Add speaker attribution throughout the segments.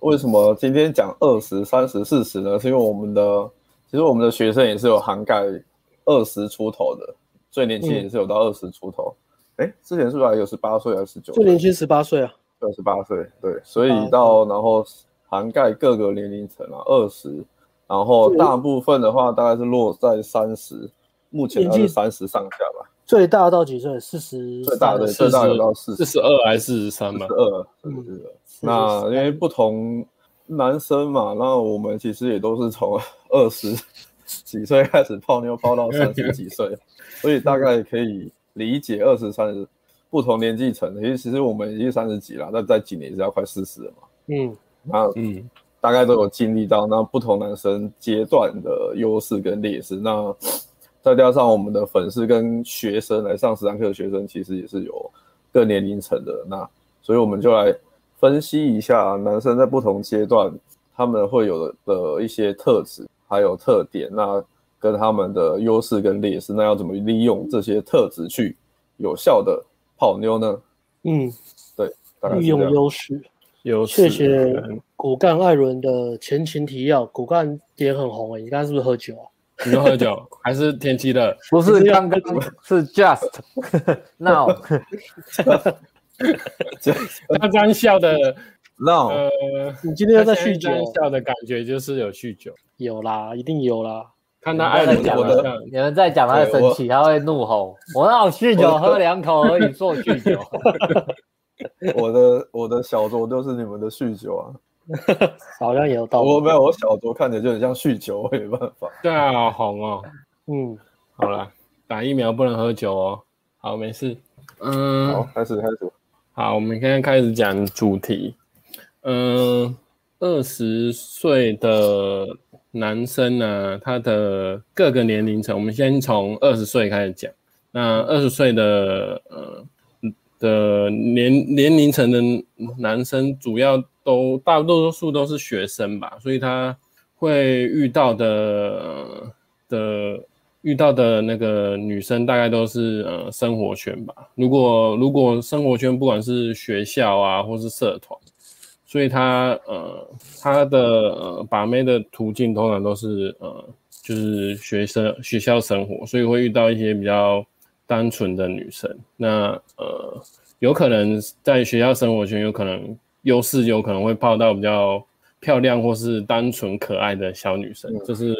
Speaker 1: 为什么今天讲二十、三十、四十呢？是因为我们的其实我们的学生也是有涵盖二十出头的，最年轻也是有到二十出头。哎、之前是不是还有十八岁还是十九？
Speaker 2: 最年轻十八岁啊，
Speaker 1: 二十八岁，对，所以到然后涵盖各个年龄层啊，二十，然后
Speaker 2: 对
Speaker 1: 大部分的话大概是落在三十，目前
Speaker 2: 年
Speaker 1: 大概
Speaker 2: 纪
Speaker 1: 是三十上下吧，最
Speaker 2: 最大到几岁？四十，
Speaker 1: 大的最大有到四
Speaker 3: 四
Speaker 1: 十
Speaker 3: 十二还是四十三嘛？
Speaker 1: 二，是
Speaker 2: 嗯
Speaker 1: 的是的。那因为不同男生嘛，那我们其实也都是从二十几岁开始泡妞，泡到三十几岁，所以大概可以理解二十三十不同年纪层。因为其实我们已经三十几了，那在几年也是要快四十了嘛。
Speaker 2: 嗯，
Speaker 1: 那
Speaker 3: 嗯，
Speaker 1: 大概都有经历到那不同男生阶段的优势跟劣势。那再加上我们的粉丝跟学生来上实战课的学生，其实也是有各年龄层的。那所以我们就来分析一下男生在不同阶段他们会有的的一些特质还有特点，那跟他们的优势跟劣势，那要怎么利用这些特质去有效的泡妞呢？
Speaker 2: 嗯，
Speaker 1: 大概是这
Speaker 2: 运
Speaker 1: 样
Speaker 2: 用优势。
Speaker 3: 有
Speaker 2: 谢谢骨干艾伦的前情提要。骨干也很红诶、你刚才是不是喝酒啊？
Speaker 3: 你说喝酒还是天气热？
Speaker 4: 不是
Speaker 2: 是要
Speaker 4: 刚刚是 just now，
Speaker 3: 他这样笑的，
Speaker 1: 那
Speaker 3: 呃，
Speaker 2: 你今天又在
Speaker 3: 他现
Speaker 2: 酗酒
Speaker 3: 这？样笑的感觉就是有酗酒。
Speaker 2: 有啦，一定有啦。
Speaker 3: 看他爱人好
Speaker 4: 我的
Speaker 3: 像
Speaker 4: 你们再讲他会生气，他会怒吼。我那有酗酒，喝两口而已，做酗酒。
Speaker 1: 我的 我的小酌就是你们的酗酒啊。
Speaker 2: 好像也有道理。
Speaker 1: 我没有，我小酌看起来就很像酗酒，我也没办法。
Speaker 3: 对啊，好红哦。
Speaker 2: 嗯，
Speaker 3: 好啦，打疫苗不能喝酒哦。好，没事。嗯，
Speaker 1: 好，开始开始。
Speaker 3: 好，我们现在开始讲主题。嗯，二十岁的男生呢、他的各个年龄层，我们先从二十岁开始讲。那二十岁的呃的年年龄层的男生，主要都大多数都是学生吧，所以他会遇到的呃的遇到的那个女生大概都是呃生活圈吧。如果如果生活圈不管是学校啊，或是社团，所以他呃他的呃把妹的途径通常都是呃就是学生学校生活，所以会遇到一些比较单纯的女生。那呃有可能在学校生活圈有可能优势有可能会泡到比较漂亮或是单纯可爱的小女生，这是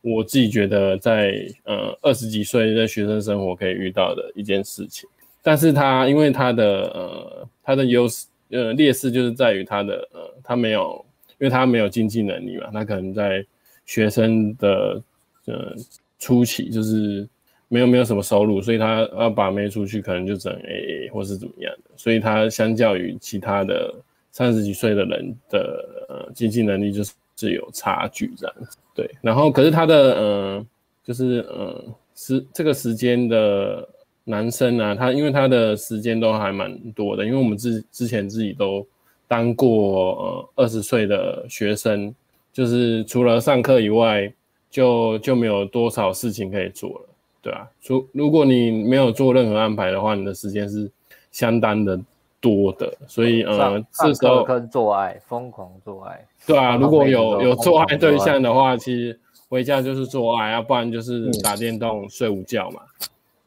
Speaker 3: 我自己觉得在呃二十几岁在学生生活可以遇到的一件事情。但是他因为他的呃他的优势呃劣势就是在于他的呃他没有，因为他没有经济能力嘛，他可能在学生的呃初期就是没有没有什么收入，所以他要把妹出去可能就只能 AA 或是怎么样的，所以他相较于其他的三十几岁的人的呃经济能力就是是有差距这样子。对，然后可是他的呃，就是呃时这个时间的男生啊，他因为他的时间都还蛮多的，因为我们之之前自己都当过呃二十岁的学生，就是除了上课以外，就就没有多少事情可以做了，对啊，除如果你没有做任何安排的话，你的时间是相当的多的，所以呃
Speaker 4: 上，
Speaker 3: 这
Speaker 4: 上
Speaker 3: 时候
Speaker 4: 课跟做爱，疯狂做爱。
Speaker 3: 对啊，
Speaker 4: 常
Speaker 3: 如果
Speaker 4: 每个
Speaker 3: 有
Speaker 4: 都
Speaker 3: 有
Speaker 4: 疯
Speaker 3: 做
Speaker 4: 狂
Speaker 3: 爱
Speaker 4: 做
Speaker 3: 对
Speaker 4: 爱
Speaker 3: 象的话，其实回家就是做爱，啊要不然就是打电动、睡午觉嘛，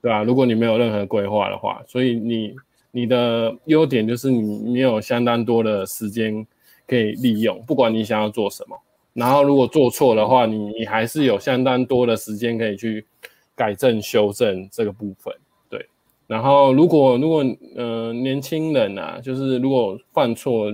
Speaker 3: 对啊，如果你没有任何规划的话，所以你你的优点就是你你有相当多的时间可以利用，不管你想要做什么。然后如果做错的话，你你还是有相当多的时间可以去改正、修正这个部分。对，然后如果如果呃年轻人啊，就是如果犯错，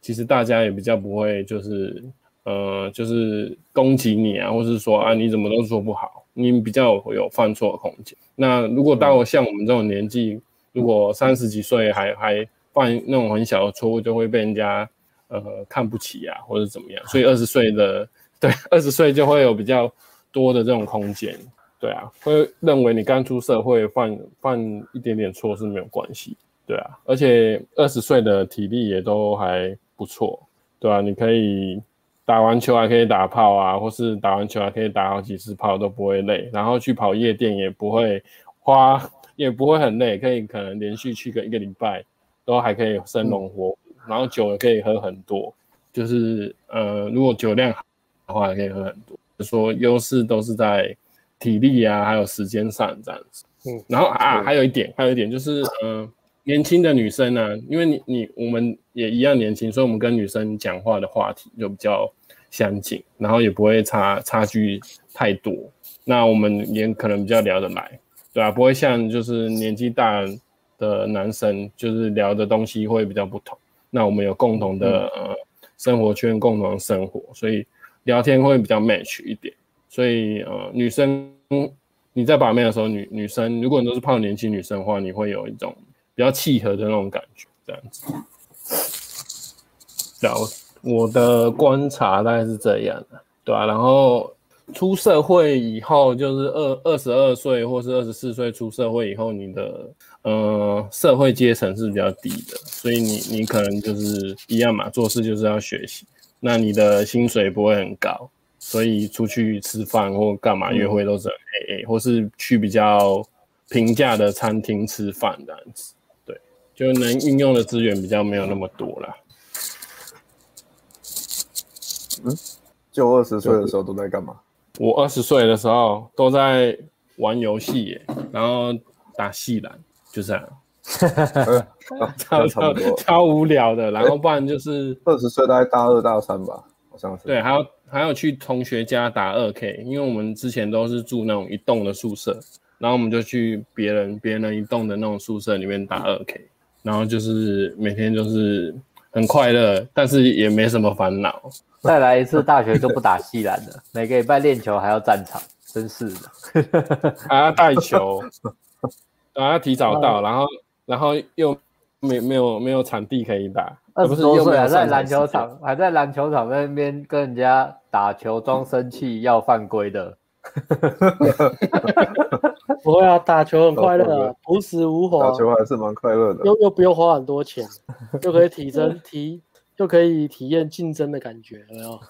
Speaker 3: 其实大家也比较不会就是呃就是攻击你啊，或是说啊你怎么都做不好，你比较有有犯错的空间。那如果到像我们这种年纪，如果三十几岁还还犯那种很小的错误，就会被人家呃看不起啊，或者怎么样。所以二十岁的对二十岁就会有比较多的这种空间，对啊，会认为你刚出社会犯犯一点点错是没有关系，对啊，而且二十岁的体力也都还不错，对啊，你可以打完球还可以打炮啊，或是打完球还可以打好几次炮都不会累，然后去跑夜店也不会花，也不会很累，可以可能连续去个一个礼拜都还可以生龙活虎，然后酒也可以喝很多，就是呃，如果酒量好的话，可以喝很多。就说优势都是在体力啊，还有时间上这样子。
Speaker 2: 嗯，
Speaker 3: 然后啊，还有一点，还有一点就是，呃，年轻的女生呢、啊，因为你你我们也一样年轻，所以我们跟女生讲话的话题就比较相近，然后也不会差差距太多。那我们也可能比较聊得来，对啊，不会像就是年纪大的男生，就是聊的东西会比较不同。那我们有共同的、呃生活圈，共同的生活，所以聊天会比较 match 一点。所以呃，女生你在把妹的时候，女女生如果你都是泡年轻女生的话，你会有一种比较契合的那种感觉，这样子。然后我的观察大概是这样的，对啊，然后出社会以后，就是二二十二岁或是二十四岁出社会以后，你的呃社会阶层是比较低的，所以你你可能就是一样嘛，做事就是要学习，那你的薪水不会很高，所以出去吃饭或干嘛
Speaker 1: 嗯
Speaker 3: 约会都是 A A，、或是去比较平价的餐厅吃饭这样子，对，就能运用的资源比较没有那么多啦。
Speaker 1: 就二十岁的时候都在干嘛？
Speaker 3: 我二十岁的时候都在玩游戏耶，然后打细篮，就这样，
Speaker 1: 啊
Speaker 3: 超
Speaker 1: 差不
Speaker 3: 超
Speaker 1: 多。
Speaker 3: 超无聊的。然后不然就是
Speaker 1: 二十岁大概大二大三吧，好像是。
Speaker 3: 对，啊还要还要去同学家打二 K，因为我们之前都是住那种一栋的宿舍，然后我们就去别人别人一栋的那种宿舍里面打二 K，然后就是每天就是很快乐，但是也没什么烦恼。
Speaker 4: 再来一次大学就不打系篮了，每个礼拜练球还要站场，真是的。
Speaker 3: 还要带球，还要提早到，然后然后又没没有没有场地可以打，
Speaker 4: 二
Speaker 3: 呃不
Speaker 4: 十
Speaker 3: 是
Speaker 4: 多
Speaker 3: 又没
Speaker 4: 岁
Speaker 3: 有
Speaker 4: 还在
Speaker 3: 上
Speaker 4: 篮球
Speaker 3: 时间，
Speaker 4: 场，还在篮球场那边跟人家打球装生气要犯规的，
Speaker 2: 不会啊，打球很快
Speaker 1: 打球
Speaker 2: 乐
Speaker 1: 很
Speaker 2: 啊，朴实无华
Speaker 1: 打，球还是蛮快乐的。
Speaker 2: 又又不用花很多钱，又可以提 升提，又可以体验竞争的感觉，哦有没有？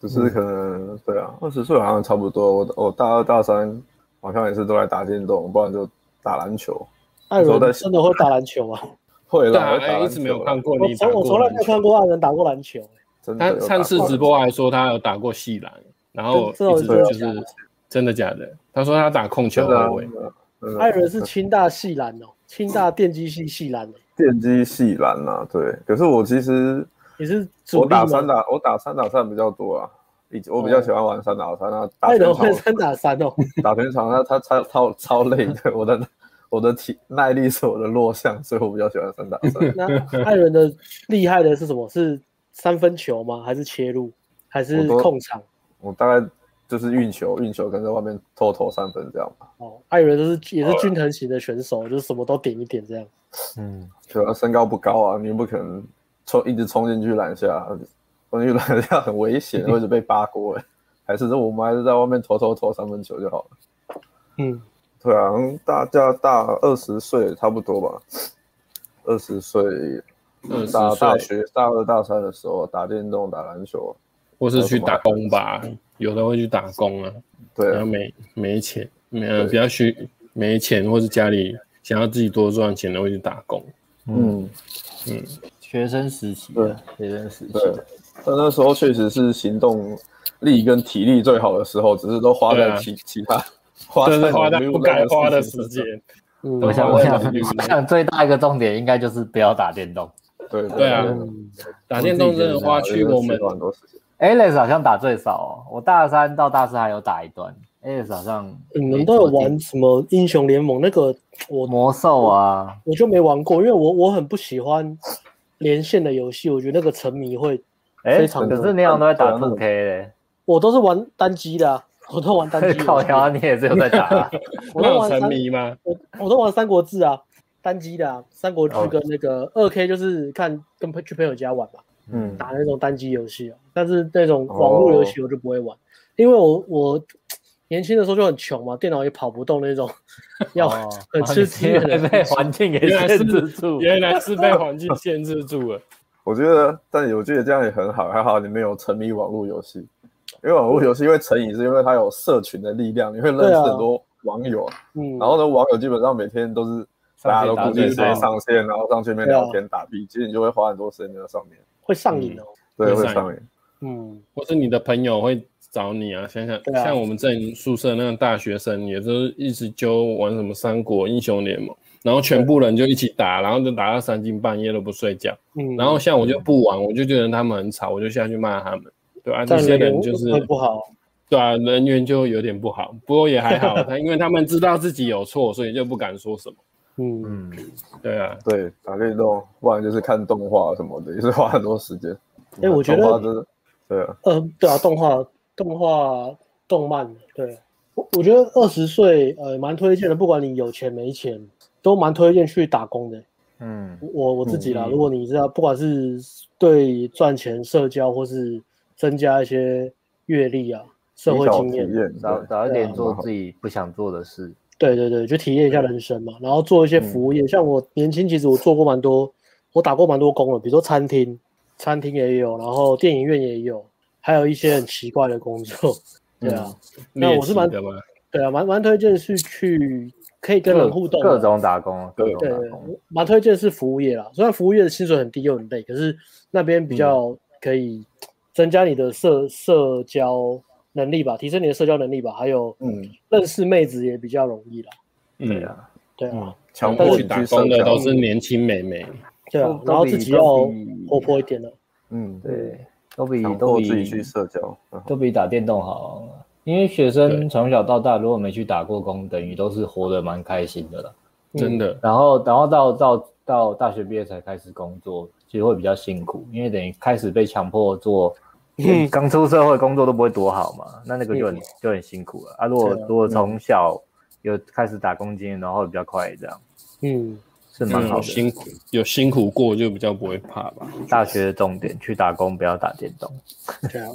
Speaker 1: 只是可能、对啊，二十岁好像差不多。我我大二大三好像也是都在打电动，不然就打篮球。
Speaker 2: 艾
Speaker 1: 说
Speaker 2: 伦
Speaker 1: 的
Speaker 2: 真的会打篮球吗？
Speaker 1: 会
Speaker 3: 对
Speaker 1: 啦，我
Speaker 3: 啊，
Speaker 1: 会打
Speaker 3: 哎一
Speaker 1: 篮
Speaker 3: 直没有
Speaker 1: 球
Speaker 3: 看
Speaker 1: 啦。
Speaker 3: 过
Speaker 2: 我
Speaker 3: 你打
Speaker 2: 从我从
Speaker 3: 过
Speaker 2: 来没
Speaker 3: 篮
Speaker 2: 有看
Speaker 3: 球。
Speaker 2: 过艾伦打过篮球、
Speaker 1: 真的
Speaker 3: 他
Speaker 1: 有打
Speaker 3: 上次
Speaker 1: 过
Speaker 3: 直播啊还说他有打过细篮，然后
Speaker 2: 这这
Speaker 3: 一直
Speaker 1: 种
Speaker 3: 就
Speaker 2: 真的
Speaker 3: 是真的假的？他说他打控球
Speaker 1: 真的啊
Speaker 3: 后卫，
Speaker 1: 真的
Speaker 2: 艾伦是清大系篮哦，清大电机系系篮、欸，
Speaker 1: 电机系篮啊，对。可是我其实
Speaker 2: 你是主
Speaker 1: 我
Speaker 2: 力吗
Speaker 1: 打三打我打三打三比较多啊，以及我
Speaker 2: 哦
Speaker 1: 比较喜欢玩三打三啊。打
Speaker 2: 艾伦
Speaker 1: 全场
Speaker 2: 会三打三哦，
Speaker 1: 打全场，那他超超超累的，我的我的体耐力是我的弱项，所以我比较喜欢三打三。
Speaker 2: 那艾伦的厉害的是什么？是三分球吗？还是切入？还是
Speaker 1: 我都
Speaker 2: 控场？
Speaker 1: 我大概就是运球，运球跟在外面偷投三分这样吧。
Speaker 2: 哦，艾伦就是
Speaker 1: 呃
Speaker 2: 也是均衡型的选手，就是什么都点一点这样。
Speaker 4: 嗯，
Speaker 1: 对啊，身高不高啊，你不可能冲一直冲进去篮下，冲进去篮下很危险， 或者被扒锅哎、还是说我们还是在外面投投投三分球就好了。
Speaker 2: 嗯，
Speaker 1: 对啊，嗯大家大二十岁差不多吧，二十岁
Speaker 3: 20
Speaker 1: 大
Speaker 3: 岁
Speaker 1: 大学大二大三的时候打电动打篮球，
Speaker 3: 或是去打工吧，有的会去打工啊，
Speaker 1: 嗯对
Speaker 3: 然
Speaker 1: 啊
Speaker 3: 后没没钱，没呃
Speaker 1: 对
Speaker 3: 比较需没钱，或是家里想要自己多赚钱的会去打工。
Speaker 1: 嗯，
Speaker 4: 学生时期的，学生时期
Speaker 1: 对，但那时候确实是行动力跟体力最好的时候，只是都花
Speaker 3: 对
Speaker 1: 在
Speaker 3: 啊
Speaker 1: 其、其他花
Speaker 3: 就是
Speaker 1: 在
Speaker 3: 花在
Speaker 1: 没有
Speaker 3: 不
Speaker 1: 用
Speaker 3: 该花的
Speaker 1: 事情
Speaker 3: 时间
Speaker 1: 上。。
Speaker 2: 嗯
Speaker 4: 我想，
Speaker 3: 嗯
Speaker 4: 我想，
Speaker 3: 嗯
Speaker 4: 我想最大一个重点应该就是不要打电动。
Speaker 1: 对
Speaker 3: 对啊
Speaker 2: 嗯
Speaker 3: 打电动真的花去我们
Speaker 1: 很多时间。
Speaker 4: Alex E 好像打最少哦，我大三到大四还有打一段。Alex 好像
Speaker 2: 嗯你们都有玩什么英雄联盟？那个我
Speaker 4: 魔兽啊，
Speaker 2: 我就没玩过，因为我我很不喜欢连线的游戏，我觉得那个沉迷会，
Speaker 4: 哎、
Speaker 2: 非常
Speaker 4: 可是你好像都在打 2K 嘞、
Speaker 2: 我都是玩单机的、啊，我都玩单机游戏，
Speaker 4: 靠腰你也是有在打、啊，
Speaker 2: 我
Speaker 3: 那
Speaker 2: 都
Speaker 3: 有
Speaker 2: 玩
Speaker 3: 沉
Speaker 2: 三，
Speaker 3: 迷吗？
Speaker 2: 我我都玩三国志啊，单机的、啊、三国志
Speaker 3: 哦
Speaker 2: 跟那个二 K 就是看跟朋去朋友家玩嘛，
Speaker 1: 嗯，
Speaker 2: 打那种单机游戏啊，但是那种网络游
Speaker 3: 哦
Speaker 2: 戏我就不会玩，因为我我年轻的时候就很穷嘛，电脑也跑不动那种，要、
Speaker 4: 哦
Speaker 2: 很吃资源的
Speaker 4: 你是被环境给限制住。
Speaker 3: 原来是被环境限制住了。
Speaker 1: 我觉得，但我觉得这样也很好，还好你没有沉迷网络游戏，因为网络游戏会成瘾，是因为它有社群的力量，你会认
Speaker 2: 对
Speaker 1: 识
Speaker 2: 啊
Speaker 1: 很多网友，啊
Speaker 2: 嗯，
Speaker 3: 哦
Speaker 1: 然后呢，网友基本上每天都是大家都固定
Speaker 4: 上线打
Speaker 1: 谁
Speaker 4: 对
Speaker 1: 上线，然后上去面聊天、打 B G，你就会花很多时间在上面。
Speaker 2: 会上
Speaker 3: 嗯
Speaker 2: 瘾哦。
Speaker 1: 对，
Speaker 3: 会
Speaker 1: 会
Speaker 3: 上
Speaker 1: 上瘾。
Speaker 2: 嗯，
Speaker 3: 或是你的朋友会找你啊，想想、
Speaker 2: 对啊
Speaker 3: 像我们这宿舍那样大学生，也就是一直揪玩什么三国英雄联盟，然后全部人就一起打，然后就打到三更半夜都不睡觉。
Speaker 2: 嗯，
Speaker 3: 然后像我就不玩，我就觉得他们很吵，我就下去骂他们。对啊，
Speaker 2: 这
Speaker 3: 这
Speaker 2: 样
Speaker 3: 些
Speaker 2: 人
Speaker 3: 人就是
Speaker 2: 会不好。
Speaker 3: 对啊，人缘就有点不好，不过也还好， 他因为他们知道自己有错，所以就不敢说什么。
Speaker 2: 嗯，
Speaker 1: 嗯，
Speaker 3: 对啊，
Speaker 1: 对，打电动，不然就是看动画什么的，也是花很多时间。
Speaker 2: 哎我觉得
Speaker 1: 动画真的，对啊，
Speaker 2: 呃，对啊，动画、动画、动漫，对我我觉得二十岁呃蛮推荐的，不管你有钱没钱，都蛮推荐去打工的。
Speaker 5: 嗯，
Speaker 2: 我我自己啦，
Speaker 3: 嗯
Speaker 2: 如果你知道，不管是对赚钱、社交，或是增加一些阅历啊、社
Speaker 1: 从
Speaker 2: 会
Speaker 1: 小
Speaker 2: 经
Speaker 1: 体
Speaker 2: 验，
Speaker 1: 验，
Speaker 4: 早
Speaker 1: 对
Speaker 4: 早一点做
Speaker 1: 对啊
Speaker 4: 自己不想做的事。
Speaker 2: 对对对，就体验一下人生嘛，然后做一些服务业。像我年轻，其实我做过蛮多，我打过蛮多工的，比如说餐厅，餐厅也有，然后电影院也有，还有一些很奇怪的工作。 对啊，那
Speaker 3: 猎
Speaker 2: 我是
Speaker 3: 奇
Speaker 2: 蛮
Speaker 3: 的嘛，
Speaker 2: 对啊，蛮蛮推荐是去可以跟人互动啊，
Speaker 4: 各种打工，各种
Speaker 2: 对
Speaker 4: 打工，，
Speaker 2: 蛮推荐是服务业啦。虽然服务业的薪水很低又很累，可是那边比较可以增加你的社社交能力吧，提升你的社交能力吧，还有
Speaker 1: 嗯，
Speaker 2: 认识妹子也比较容易啦。
Speaker 3: 嗯，
Speaker 2: 对啊，
Speaker 1: 强
Speaker 3: 但
Speaker 1: 迫
Speaker 3: 是
Speaker 1: 你
Speaker 3: 去打
Speaker 1: 去
Speaker 3: 工
Speaker 1: 社
Speaker 3: 的
Speaker 1: 交
Speaker 3: 都是年轻美眉，
Speaker 2: 对啊
Speaker 4: 都，
Speaker 2: 然后自己要
Speaker 4: 都比
Speaker 2: 活泼一点的。
Speaker 1: 嗯，
Speaker 4: 对，啊都比
Speaker 1: 强
Speaker 4: 都
Speaker 1: 迫
Speaker 4: 比
Speaker 1: 自己去社交，嗯
Speaker 4: 都比打电动好，啊因为学生从小到大如果没去打过工，等于都是活得蛮开心的了。
Speaker 3: 真
Speaker 2: 嗯
Speaker 3: 的。
Speaker 4: 然后，然后到到到大学毕业才开始工作，其实会比较辛苦，因为等于开始被强迫做，
Speaker 2: 嗯
Speaker 4: 刚出社会工作都不会多好嘛，那那个就很就很辛苦了啊。如果
Speaker 2: 对啊
Speaker 4: 如果从小有开始打工经验，然后会比较快，这样
Speaker 2: 嗯，
Speaker 4: 是蛮
Speaker 3: 嗯，
Speaker 4: 好
Speaker 3: 有
Speaker 4: 的。
Speaker 3: 辛苦有辛苦过就比较不会怕吧。
Speaker 4: 大学的重点去打工，不要打电动。
Speaker 2: 对啊。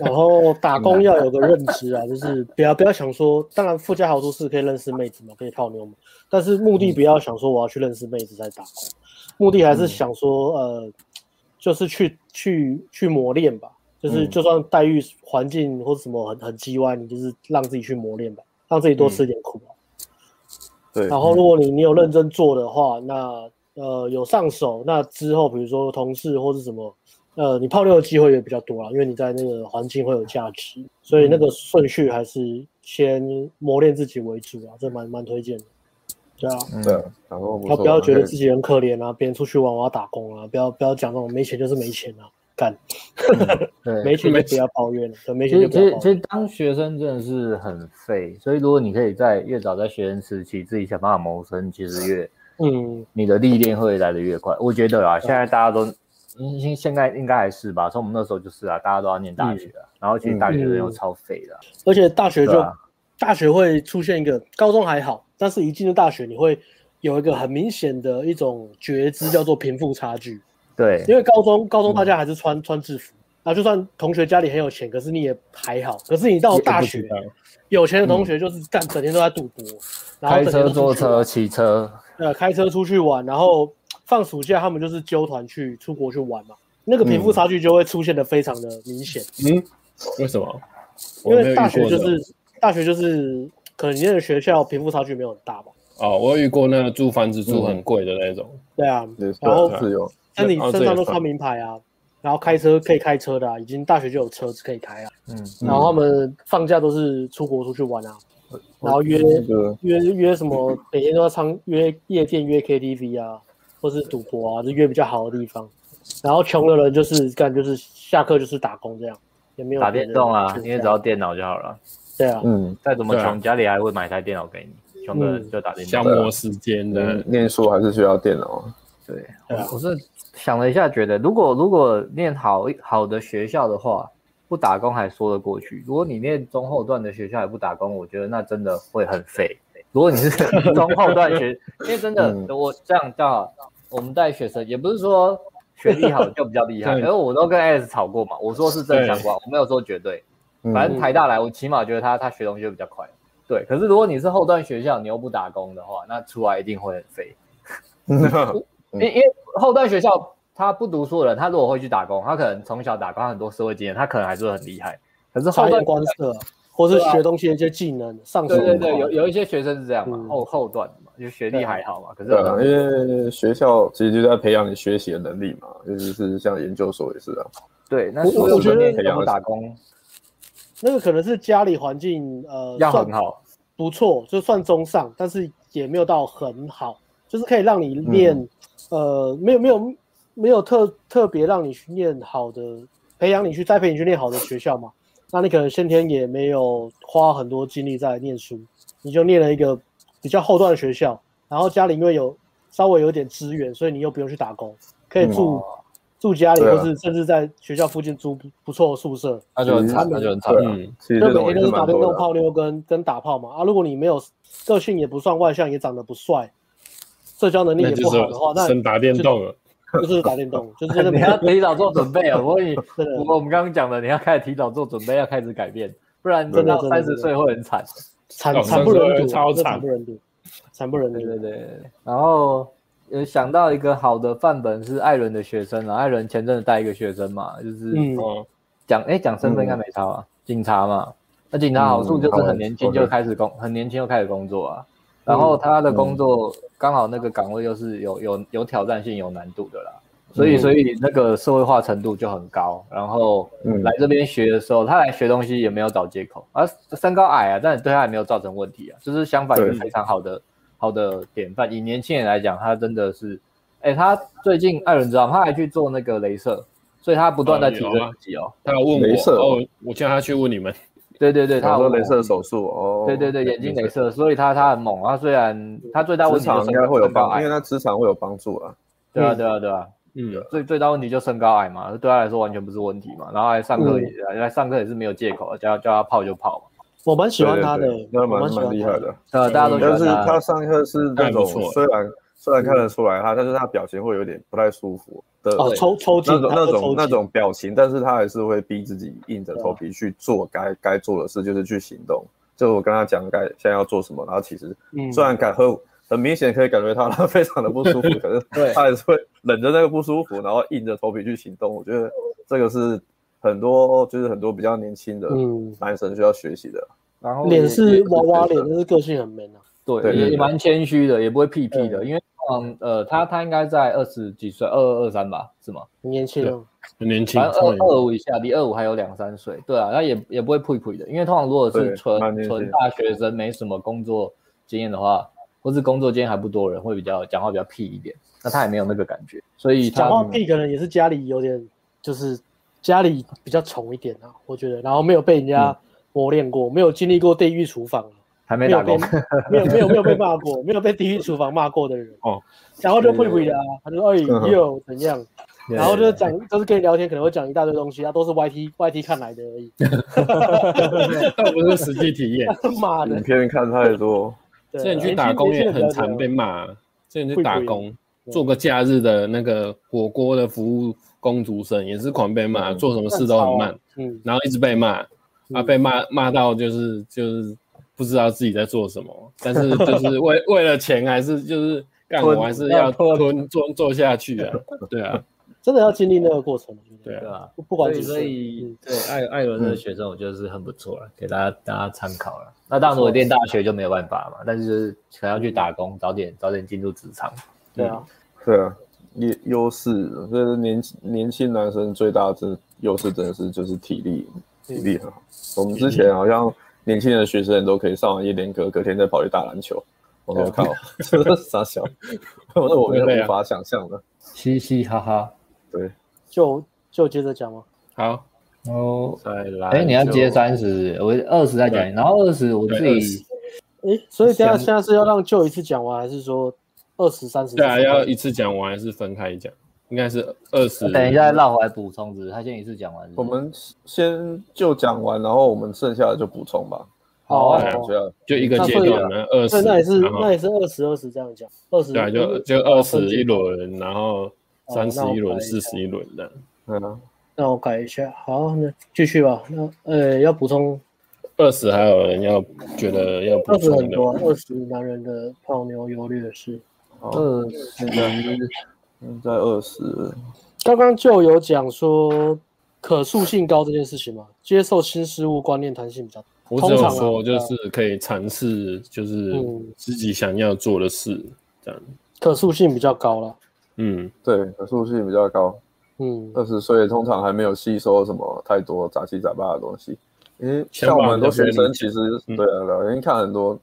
Speaker 2: 然后打工要有个认知啊，就是不要不要想说，当然附加好处是可以认识妹子嘛，可以泡妞嘛，但是目的不要想说我要去认识妹子再打工，目的还是想说呃，就是去去去磨练吧，就是
Speaker 1: 嗯
Speaker 2: 就算待遇环境或者什么很很叽歪，你就是让自己去磨练吧，让自己多吃点苦啊。
Speaker 1: 对，
Speaker 2: 然后如果你你有认真做的话，那呃有上手，那之后比如说同事或是什么，呃你泡妞的机会也比较多啦，因为你在那个环境会有价值，所
Speaker 4: 嗯
Speaker 2: 以那个顺序还是先磨练自己为主啊，这蛮蛮推荐的。对啊，
Speaker 4: 嗯
Speaker 1: 对啊，打工不
Speaker 2: 他
Speaker 1: 错，
Speaker 2: 不要觉得自
Speaker 1: 己
Speaker 2: 己很可怜啊，别人出去玩我要打工啊，不要不要讲那种没钱就是没钱啊，干
Speaker 4: 对
Speaker 2: 没钱就
Speaker 3: 没
Speaker 2: 不要抱怨了，对没
Speaker 4: 其
Speaker 2: 钱就
Speaker 4: 实
Speaker 2: 不
Speaker 4: 其
Speaker 2: 要
Speaker 4: 实
Speaker 2: 抱
Speaker 4: 其
Speaker 2: 怨。
Speaker 4: 实当学生真的是很废，所以如果你可以在越早在学生时期自己想办法谋生，其实越
Speaker 2: 嗯，
Speaker 4: 你的历练会来得越快。我觉得啊，现在大家都，嗯现现在应该还是吧，从我们那时候就是啊，大家都要念大学啊，
Speaker 2: 嗯
Speaker 4: 然后其实大学生又超废的啊、
Speaker 2: 而且大学就、
Speaker 4: 对啊
Speaker 2: 大学会出现一个，高中还好，但是一进入大学，你会有一个很明显的一种觉知，叫做贫富差距。
Speaker 4: 对
Speaker 2: 因为高中高中大家还是穿、穿制服，啊，就算同学家里很有钱，可是你也还好。可是你到大
Speaker 3: 也
Speaker 2: 学
Speaker 3: 不知，道
Speaker 2: 有钱的同学就是干、整天都在赌博，然后
Speaker 4: 嗯开
Speaker 2: 整天
Speaker 4: 车、
Speaker 2: 都出
Speaker 4: 坐
Speaker 2: 去玩
Speaker 4: 车、骑车，
Speaker 2: 呃，开车出去玩，然后放暑假他们就是揪团去出国去玩嘛，那个贫
Speaker 4: 嗯
Speaker 2: 富差距就会出现的非常的明显，
Speaker 3: 嗯为什么？
Speaker 2: 因
Speaker 3: 我没有
Speaker 2: 为
Speaker 3: 遇
Speaker 2: 大学
Speaker 3: 过
Speaker 2: 就
Speaker 3: 的
Speaker 2: 是大学就是可能你的学校贫富差距没有很大吧，
Speaker 3: 哦，我有遇过那个租房子租很贵的那种，
Speaker 2: 对啊，
Speaker 1: 也是
Speaker 2: 然后
Speaker 1: 自由，
Speaker 2: 那你
Speaker 3: 哦
Speaker 2: 身
Speaker 3: 这
Speaker 2: 上
Speaker 3: 也
Speaker 2: 都
Speaker 3: 算
Speaker 2: 穿名牌啊，然后开车可以开车的啊，已经大学就有车子可以开啊，
Speaker 4: 嗯，
Speaker 2: 然后他们放假都是出国出去玩啊，然后约
Speaker 1: 这个
Speaker 2: 约约什么，每天都要唱约夜店、约 KTV 啊，或是赌博啊，就约比较好的地方。然后穷的人就是干就是下课就是打工这样，也没有
Speaker 4: 打
Speaker 2: 别的
Speaker 4: 电动啊
Speaker 2: 兴，趣
Speaker 4: 因为只要电脑就好了，
Speaker 2: 对啊，嗯
Speaker 1: 嗯，
Speaker 4: 再怎么
Speaker 3: 对啊
Speaker 4: 穷，家里还会买台电脑给你，穷的人就打电
Speaker 3: 消
Speaker 4: 动。
Speaker 3: 磨时间的
Speaker 1: 念。念书还是需要电脑啊，
Speaker 4: 对，
Speaker 2: 对啊
Speaker 4: 我我是想了一下，觉得如果如果念好好的学校的话，不打工还说得过去。如果你念中后段的学校也不打工，我觉得那真的会很废。 如果你是中后段学，因为真的、
Speaker 1: 嗯
Speaker 4: 我这样刚好，我们带学生也不是说学历好就比较厉害，
Speaker 3: 对
Speaker 4: 因为我都跟 S 吵过嘛，我说是正相关，我没有说绝对。反正
Speaker 1: 嗯
Speaker 4: 台大来，我起码觉得他他学东西会比较快。对，可是如果你是后段学校，你又不打工的话，那出来一定会很废。
Speaker 1: 嗯
Speaker 4: 因因为后段学校他不读书的人，他如果会去打工，他可能从小打工他很多社会经验，他可能还是会很厉害。可是
Speaker 2: 察
Speaker 4: 后段
Speaker 2: 言观色啊，或是学东西的一些技能、上手
Speaker 4: 对
Speaker 2: 的
Speaker 4: 对
Speaker 2: 话。
Speaker 4: 对，有有一些学生是这样嘛，
Speaker 2: 嗯
Speaker 4: 后后段的嘛，就学历还好嘛，可是
Speaker 1: 对
Speaker 4: 有
Speaker 1: 啊，
Speaker 4: 的
Speaker 1: 因为学校其实就在培养你学习的能力嘛，尤其是像研究所也是啊。
Speaker 4: 对，那
Speaker 2: 我
Speaker 4: 所有
Speaker 2: 我觉得
Speaker 4: 的面怎么打工
Speaker 2: 那个可能是家里环境呃
Speaker 4: 要
Speaker 2: 算
Speaker 4: 很好，
Speaker 2: 不错，就算中上，但是也没有到很好，就是可以让你念，
Speaker 1: 嗯
Speaker 2: 呃，没有没有没有特特别让你去念好的，培养你去栽培你去念好的学校嘛。那你可能先天也没有花很多精力在念书，你就念了一个比较后段的学校，然后家里因为有稍微有点资源，所以你又不用去打工，可以住、住家里，
Speaker 1: 嗯对啊
Speaker 2: 或是甚至在学校附近租不不错的宿舍。
Speaker 6: 那就很惨，那就很惨。
Speaker 1: 对啊
Speaker 3: 嗯，
Speaker 1: 其实
Speaker 2: 就
Speaker 1: 这
Speaker 2: 每
Speaker 1: 种
Speaker 2: 天
Speaker 1: 也
Speaker 2: 都
Speaker 1: 是
Speaker 2: 是打
Speaker 1: 蛮
Speaker 2: 电
Speaker 1: 多
Speaker 2: 动
Speaker 1: 的啊。
Speaker 2: 泡妞跟跟打炮嘛啊！如果你没有个性，也不算外向，也长得不帅，社交能力
Speaker 3: 那
Speaker 2: 也
Speaker 3: 就
Speaker 2: 不好的话，
Speaker 3: 是
Speaker 2: 那
Speaker 3: 生打电动了。
Speaker 2: 就是打电动，就是真的
Speaker 4: 你
Speaker 2: 没
Speaker 4: 要
Speaker 2: 有
Speaker 4: 提早做准备啊！我跟你，
Speaker 2: 真的
Speaker 4: 我我们刚刚讲的，你要开始提早做准备，要开始改变，不然
Speaker 2: 真
Speaker 4: 等
Speaker 2: 的
Speaker 4: 到
Speaker 2: 真的
Speaker 4: 三十岁会很惨。
Speaker 2: 惨
Speaker 3: 哦
Speaker 2: 惨不忍睹，
Speaker 3: 超
Speaker 2: 真的
Speaker 3: 惨
Speaker 2: 惨不忍睹，惨不忍睹
Speaker 4: 对。对对对。然后有想到一个好的范本是艾伦的学生啊了，艾伦前阵子带一个学生嘛，就是
Speaker 2: 嗯，
Speaker 3: 哦，
Speaker 4: 讲哎讲身份应该没差吧，警察嘛。那警察好处就是很年轻就开始工，很年轻就开始工作啊。然后他的工作刚好那个岗位又是有有有挑战性、有难度的啦，所以所以那个社会化程度就很高。然后
Speaker 1: 嗯
Speaker 4: 来这边学的时候，他来学东西也没有找借口，而、身高矮啊，但对他也没有造成问题啊，就是相反一个
Speaker 1: 对
Speaker 4: 非常好的好的典范。以年轻人来讲，他真的是，哎，他最近艾伦知道吗，他还去做那个镭射，所以他不断在提升
Speaker 3: 哦有啊
Speaker 4: 自己哦。
Speaker 3: 他有问
Speaker 1: 镭
Speaker 3: 我，
Speaker 1: 射
Speaker 3: 哦，我叫他去问你们。
Speaker 4: 对对对，他
Speaker 1: 他
Speaker 4: 有
Speaker 1: 说
Speaker 4: 问
Speaker 1: 镭
Speaker 4: 我
Speaker 1: 射手术哦，
Speaker 4: 对对对，眼睛镭射，所以他他很猛。啊他虽然他最大问
Speaker 1: 职
Speaker 4: 题就
Speaker 1: 场
Speaker 4: 是
Speaker 1: 应该会有
Speaker 4: 身高
Speaker 1: 帮，因为
Speaker 4: 矮，
Speaker 1: 那职场会有帮助啊。
Speaker 4: 对啊对啊对啊，
Speaker 3: 嗯，
Speaker 4: 最最大问题就身高矮嘛，对他来说完全不是问题嘛。然后来上课也来上课也是没有借口，叫叫他泡就泡
Speaker 1: 嗯
Speaker 4: 嘛。
Speaker 2: 我蛮喜欢他的
Speaker 1: 对对，对
Speaker 2: 我
Speaker 1: 那蛮
Speaker 2: 喜
Speaker 1: 蛮
Speaker 2: 欢他
Speaker 1: 厉害的。。
Speaker 4: 对啊，大家都喜
Speaker 1: 但是
Speaker 4: 欢
Speaker 1: 他上课是那
Speaker 3: 那还不
Speaker 1: 种
Speaker 3: 错
Speaker 1: 虽然虽然看得出来他，但是他表情会有点不太舒服的
Speaker 2: 哦，抽抽筋
Speaker 1: 那，种
Speaker 2: 他
Speaker 1: 那
Speaker 2: 会抽
Speaker 1: 种
Speaker 2: 筋啊
Speaker 1: 那种表情，但是他还是会逼自己硬着头皮去做该该做的事，就是去行动。就我跟他讲该现在要做什么，然后其实
Speaker 2: 嗯
Speaker 1: 虽然感很很明显可以感觉到他 非常的不舒服，可
Speaker 4: 对
Speaker 1: 是他还是会忍着那个不舒服，然后硬着头皮去行动。我觉得这个是很多就是很多比较年轻的
Speaker 2: 嗯，
Speaker 1: 男生需要学习的。
Speaker 4: 然后
Speaker 2: 脸是娃娃脸，但是个性很 man 啊。
Speaker 4: 对
Speaker 1: 对
Speaker 4: 也
Speaker 1: 对
Speaker 4: 也蛮谦虚的，也不会屁屁的，因为嗯呃他他应该在二十几岁，二二二三吧，是吗？
Speaker 2: 很年轻啊，
Speaker 3: 很年轻，
Speaker 4: 反正
Speaker 3: 超
Speaker 4: 二
Speaker 3: 年
Speaker 4: 二五以下，离二五还有两三岁，对啊，那也也不会退退的，因为通常如果是
Speaker 1: 对蛮
Speaker 4: 纯
Speaker 1: 年轻
Speaker 4: 纯大学生，没什么工作经验的话，或是工作经验还不多人，会比较讲话比较屁一点，那他也没有那个感觉，所以他
Speaker 2: 讲
Speaker 3: 嗯
Speaker 2: 话屁可能也是家里有点，就是家里比较穷一点啊，我觉得，然后没有被人
Speaker 3: 嗯
Speaker 2: 家磨练过，没有经历过地狱厨房，啊
Speaker 4: 还没
Speaker 2: 没
Speaker 4: 打
Speaker 2: 有被
Speaker 4: 工，
Speaker 2: 没有没有没有被骂过， 没有被地狱厨房骂过的人，
Speaker 3: 哦，嗯
Speaker 2: 然后就会不会啊，他就说哎又怎 样，
Speaker 4: 对
Speaker 2: 然后就是讲就是跟你聊天可能会讲一大堆东西，啊都是 YT YT 看来的 而已，
Speaker 3: 倒不是实际体验。
Speaker 2: 妈的
Speaker 3: 嗯
Speaker 1: 影，片看太多，
Speaker 2: 对
Speaker 3: 之
Speaker 2: 啊
Speaker 3: 前去打工也很常。被
Speaker 2: 年轻人
Speaker 3: 骂，之前去打
Speaker 2: 会
Speaker 3: 工做个假日的那个火锅的服务工读生，也是狂被骂，
Speaker 1: 嗯
Speaker 3: 做什么事都很慢，
Speaker 2: 不要这样嗯，
Speaker 3: 然后一直被骂，啊，
Speaker 2: 嗯
Speaker 3: 被骂骂到就是就是不知道自己在做什么，但是就是 为为了钱还是就是干，
Speaker 4: 吞
Speaker 3: 我还是要
Speaker 4: 吞
Speaker 3: 吞做做下去啊，对啊，
Speaker 2: 真的要经历那个过程，我觉得
Speaker 3: 对
Speaker 4: 对啊，
Speaker 2: 不不管几
Speaker 4: 所
Speaker 2: 岁，
Speaker 4: 以
Speaker 2: 嗯
Speaker 4: 对艾艾伦的学生，我觉得是很不错了，给大家大家参考了。那当然，我念大学就没嗯有办法嘛，但是就是可能要去打工，早点早点进入职场。
Speaker 2: 对啊，
Speaker 1: 对啊，优优势，这是年轻年轻男生最大的优势，真的是就是体力，体
Speaker 4: 嗯
Speaker 2: 嗯
Speaker 1: 力很好。啊我们之前好像年轻的学生都可以上完夜练课，隔天再跑去打篮球。我说
Speaker 4: 啊
Speaker 1: 靠，这是傻 笑，我说我没有无法想象的。
Speaker 4: 嘻嘻哈哈。
Speaker 1: 对，
Speaker 2: 就就接着讲嘛。
Speaker 3: 好，
Speaker 4: 哦，
Speaker 3: 再来就，
Speaker 4: 哎，你要接三十，我二十再讲
Speaker 3: 对，
Speaker 4: 然后二十我自
Speaker 3: 对
Speaker 4: 己
Speaker 2: 诶，所以等一下
Speaker 4: 想
Speaker 2: 现在是要让就一次讲完，还是说二十三十？
Speaker 3: 对啊，要一次讲完还是分开讲？应该是二
Speaker 2: 哎
Speaker 3: 十，
Speaker 4: 呃等一下绕回来补充，只是他先一次讲完。是不
Speaker 1: 我
Speaker 4: 是
Speaker 1: 们先就讲完，然后我们剩下的就补充吧。哎
Speaker 4: 好啊
Speaker 1: 我想一下
Speaker 3: 就一个阶段呢，二
Speaker 2: 所
Speaker 3: 十，
Speaker 2: 以啊那也是
Speaker 3: 然后
Speaker 2: 那也是二十二十这样讲，二十嗯
Speaker 3: 对啊，就就二十一。轮，然后三十一
Speaker 2: 哦那我
Speaker 3: 轮、
Speaker 2: 改一
Speaker 3: 四
Speaker 2: 下
Speaker 3: 十一轮的。
Speaker 1: 嗯啊，
Speaker 2: 那我改一下，好，那继续吧。那呃，要补充
Speaker 3: 二十还有人要觉得要补
Speaker 2: 二十
Speaker 3: 充
Speaker 2: 很
Speaker 3: 的，
Speaker 2: 多啊，二十男人的泡妞优劣势。
Speaker 1: 好，
Speaker 4: 二十，
Speaker 1: 现嗯在二十，
Speaker 2: 刚刚就有讲说可塑性高这件事情嘛，接受新事物观念弹性比较大。
Speaker 3: 我只有
Speaker 2: 通常啊
Speaker 3: 说就是可以尝试，就是
Speaker 2: 嗯
Speaker 3: 自己想要做的事，这样。
Speaker 2: 可塑性比较高了。
Speaker 3: 嗯，
Speaker 1: 对，可塑性比较高，
Speaker 2: 嗯，
Speaker 1: 二十岁通常还没有吸收什么太多杂七杂八的东西，因为
Speaker 3: 想
Speaker 1: 像我
Speaker 3: 法
Speaker 1: 们很多
Speaker 3: 比较
Speaker 1: 学
Speaker 3: 理
Speaker 1: 生
Speaker 3: 解
Speaker 1: 其实
Speaker 3: 嗯
Speaker 1: 对啊，对啊因为看很多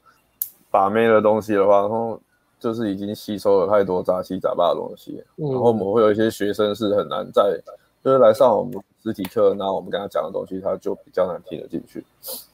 Speaker 1: 把妹的东西的话，然后就是已经吸收了太多杂七杂八的东西，
Speaker 2: 嗯
Speaker 1: 然后我们会有一些学生是很难在就是来上我们实体课，然后我们跟他讲的东西，他就比较难听得进去。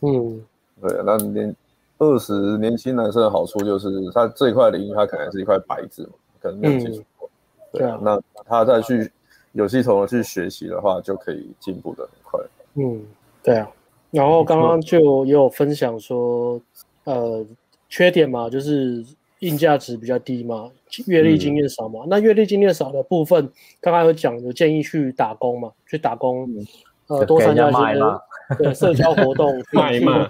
Speaker 2: 嗯
Speaker 1: 对啊，那年二十年轻男生的好处就是他这一块领域他可能是一块白纸嘛，可能没有接
Speaker 2: 嗯
Speaker 1: 触过。对啊，那他再去有系统的去学习的话，就可以进步的很快。
Speaker 2: 嗯，对啊。然后刚刚就也有分享说，呃，缺点嘛，就是硬价值比较低嘛，阅历经验少嘛。那阅历经验少的部分，刚刚有讲，有建议去打工嘛，去打工，呃，多参加一
Speaker 4: 给人家骂一骂
Speaker 2: 些对社交活动，去
Speaker 3: 骂一骂，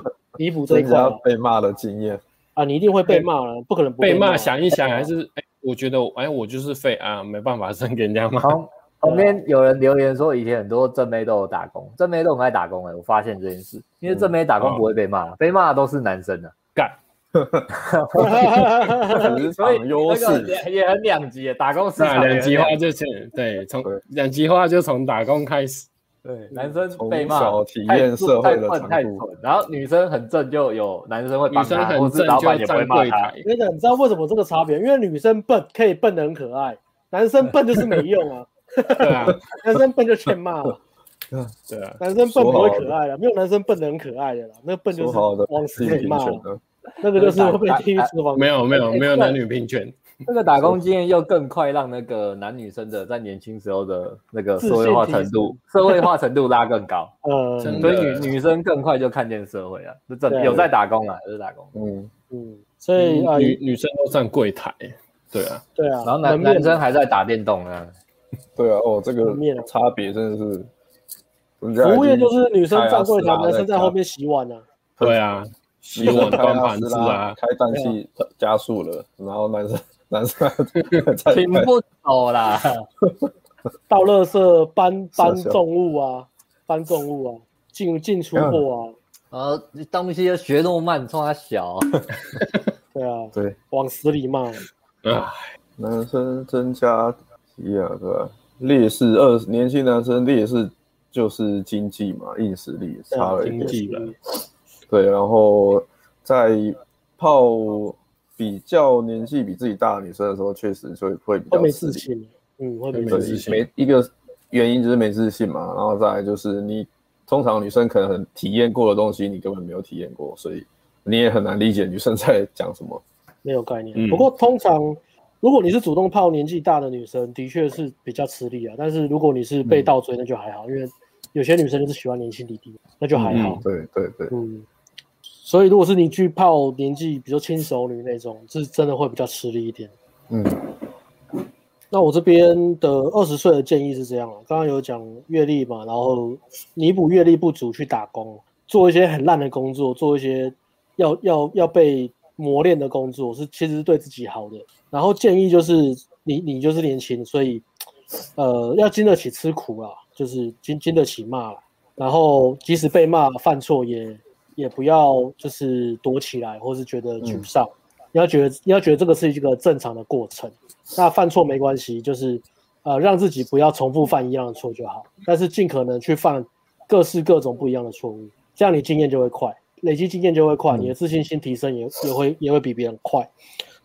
Speaker 2: 弥补这一
Speaker 1: 增
Speaker 2: 块
Speaker 1: 加
Speaker 2: 嘛
Speaker 1: 被骂的经验，
Speaker 2: 啊，你一定会被骂了，不可能不
Speaker 3: 被
Speaker 2: 骂啊
Speaker 3: 骂。想一想，还是哎、我觉得我哎、我就是废啊，没办法，真给人 家骂。
Speaker 4: 旁旁边有人留言说，以前很多正妹都有打工，正妹都很爱打工哎、我发现这件事，因为正妹打工不会被骂，被骂的都是男生的、啊
Speaker 3: 干，
Speaker 1: 职
Speaker 4: 所以
Speaker 1: 场优
Speaker 4: 那个
Speaker 1: 势。
Speaker 4: 也也很两极耶，打工市
Speaker 3: 那
Speaker 4: 场也
Speaker 3: 两
Speaker 4: 很
Speaker 3: 极化
Speaker 4: 两极
Speaker 3: 就是对，从
Speaker 1: 对
Speaker 3: 两极化就从打工开始。
Speaker 4: 对，男生
Speaker 1: 从
Speaker 4: 被骂
Speaker 1: 小体验社会的
Speaker 4: 太笨太
Speaker 1: 残酷
Speaker 4: 蠢，然后女生很正就有男生会
Speaker 3: 女
Speaker 4: 帮
Speaker 3: 生
Speaker 4: 她，
Speaker 3: 很
Speaker 4: 或是
Speaker 3: 正
Speaker 4: 老
Speaker 3: 就
Speaker 4: 板
Speaker 3: 会
Speaker 4: 也不会
Speaker 3: 站
Speaker 4: 骂
Speaker 3: 柜
Speaker 4: 她。
Speaker 3: 台
Speaker 2: 我，跟你讲，你知道为什么这个差别？因为女生笨可以笨得很可爱，男生笨就是没用啊，
Speaker 3: 对啊，
Speaker 2: 男生笨就欠骂啊了，
Speaker 3: 对啊，
Speaker 2: 男生笨不会可爱了，没有男生笨得很可爱的啦，那个笨就
Speaker 1: 说
Speaker 2: 是
Speaker 1: 好的
Speaker 2: 往死
Speaker 1: 自
Speaker 2: 里
Speaker 1: 己
Speaker 2: 骂
Speaker 1: 评选
Speaker 2: 了，
Speaker 1: 的，
Speaker 2: 那个就是会被踢出房。
Speaker 3: 没有没有
Speaker 4: 哎
Speaker 3: 没有
Speaker 4: 突然
Speaker 3: 男女平权，
Speaker 4: 这个打工经验又更快让那个男女生的在年轻时候的那个社会化程度、 社会化程度拉更高，
Speaker 2: 呃，
Speaker 3: 真
Speaker 4: 所
Speaker 3: 的
Speaker 4: 以女女生更快就看见社会啊了。这真的
Speaker 2: 对
Speaker 4: 有在打工啊，有在打工。
Speaker 1: 嗯，
Speaker 2: 嗯，所以啊，
Speaker 3: 女女生都站柜台，对啊，
Speaker 2: 对啊，
Speaker 4: 然后男
Speaker 2: 门面
Speaker 4: 男生还在打电动 呢，
Speaker 1: 对啊，哦，这个
Speaker 2: 面了
Speaker 1: 差别真的是，人家
Speaker 2: 服务业
Speaker 1: 已经
Speaker 2: 就是女生站柜
Speaker 1: 开
Speaker 2: 台，
Speaker 1: 阿斯拉
Speaker 2: 男生在后面洗碗啊。
Speaker 3: 对啊，洗碗端盘子啊，
Speaker 1: 开氮气加速了，然后男生 男生在
Speaker 4: 停不走啦。
Speaker 2: 倒垃圾、搬搬
Speaker 1: 是啊
Speaker 2: 重物啊，搬重物啊，进进出货啊，
Speaker 4: 呃，东西又学那么慢，冲他小，
Speaker 2: 对啊，
Speaker 1: 对
Speaker 2: 往死里骂。
Speaker 3: 啊，
Speaker 1: 男生增加一啊，对吧？劣势二年轻男生劣势就是经济嘛，硬实力差了一点，
Speaker 3: 经济了，
Speaker 1: 对，然后在泡比较年纪比自己大的女生的时候，确实就会比
Speaker 2: 会
Speaker 1: 较
Speaker 2: 哦没
Speaker 1: 吃
Speaker 2: 自
Speaker 1: 力
Speaker 2: 信，嗯，会没
Speaker 3: 没
Speaker 2: 自
Speaker 1: 对，
Speaker 2: 信，
Speaker 3: 自信
Speaker 1: 没一个原因就是没自信嘛，然后再来就是你通常女生可能很体验过的东西，你根本没有体验过，所以你也很难理解女生在讲什么。
Speaker 2: 没有概念。啊
Speaker 3: 嗯
Speaker 2: 不过通常，如果你是主动泡年纪大的女生，的确是比较吃力啊。但是如果你是被倒追，那就还好，因为有些女生就是喜欢年轻弟弟，那就还好。
Speaker 1: 对对对，
Speaker 2: 嗯，所以如果是你去泡年纪比较轻熟女那种，是真的会比较吃力一点。
Speaker 1: 嗯，
Speaker 2: 那我这边的二十岁的建议是这样啊，刚刚有讲阅历嘛，然后弥补阅历不足去打工，做一些很烂的工作，做一些要要要被磨练的工作，是其实是对自己好的。然后建议就是你你就是年轻，所以呃要经得起吃苦啦，就是经经得起骂啦。然后即使被骂犯错也也不要就是躲起来，或是觉得沮丧，你要觉得你要觉得这个是一个正常的过程。那犯错没关系，就是呃让自己不要重复犯一样的错就好，但是尽可能去犯各式各种不一样的错误，这样你经验就会快，累积经验就会快，你的自信心提升也也会也会比别人快。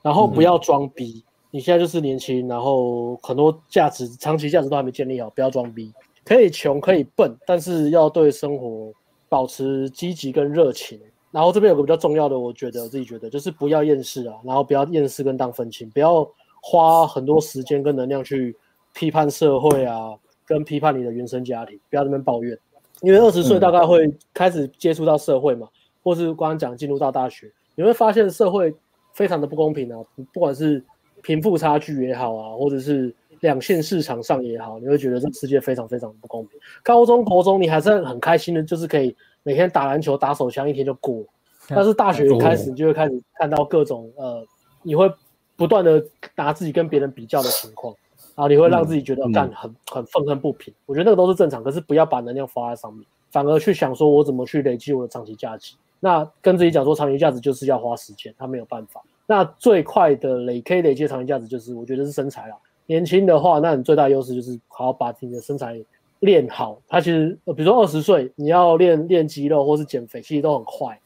Speaker 2: 然后不要装逼，你现在就是年轻，然后很多价值长期价值都还没建立好，不要装逼。可以穷，可以笨，但是要对生活保持积极跟热情。然后这边有个比较重要的，我觉得我自己觉得就是不要厌世啊，然后不要厌世跟当愤青，不要花很多时间跟能量去批判社会啊，跟批判你的原生家庭，不要在那边抱怨，因为二十岁
Speaker 1: 嗯
Speaker 2: 大概会开始接触到社会嘛，或是刚刚讲进入到大学，你会发现社会非常的不公平啊，不管是贫富差距也好啊，或者是两性市场上也好，你会觉得这个世界非常非常不公平。高中、国中你还是很开心的，就是可以每天打篮球、打手枪，一天就过了。但是大学开始，你就会开始看到各种呃，你会不断的拿自己跟别人比较的情况，然后你会让自己觉得
Speaker 3: 嗯
Speaker 2: 干很很愤恨不平。我觉得那个都是正常，可是不要把能量花在上面，反而去想说我怎么去累积我的长期价值。那跟自己讲说长期价值就是要花时间，他没有办法。那最快的累 K 累积的长期价值就是，我觉得是身材啦。年轻的话，那你最大优势就是好好把你的身材练好。它其实，呃比如说二十岁你要练练肌肉或是减肥，其实都很快。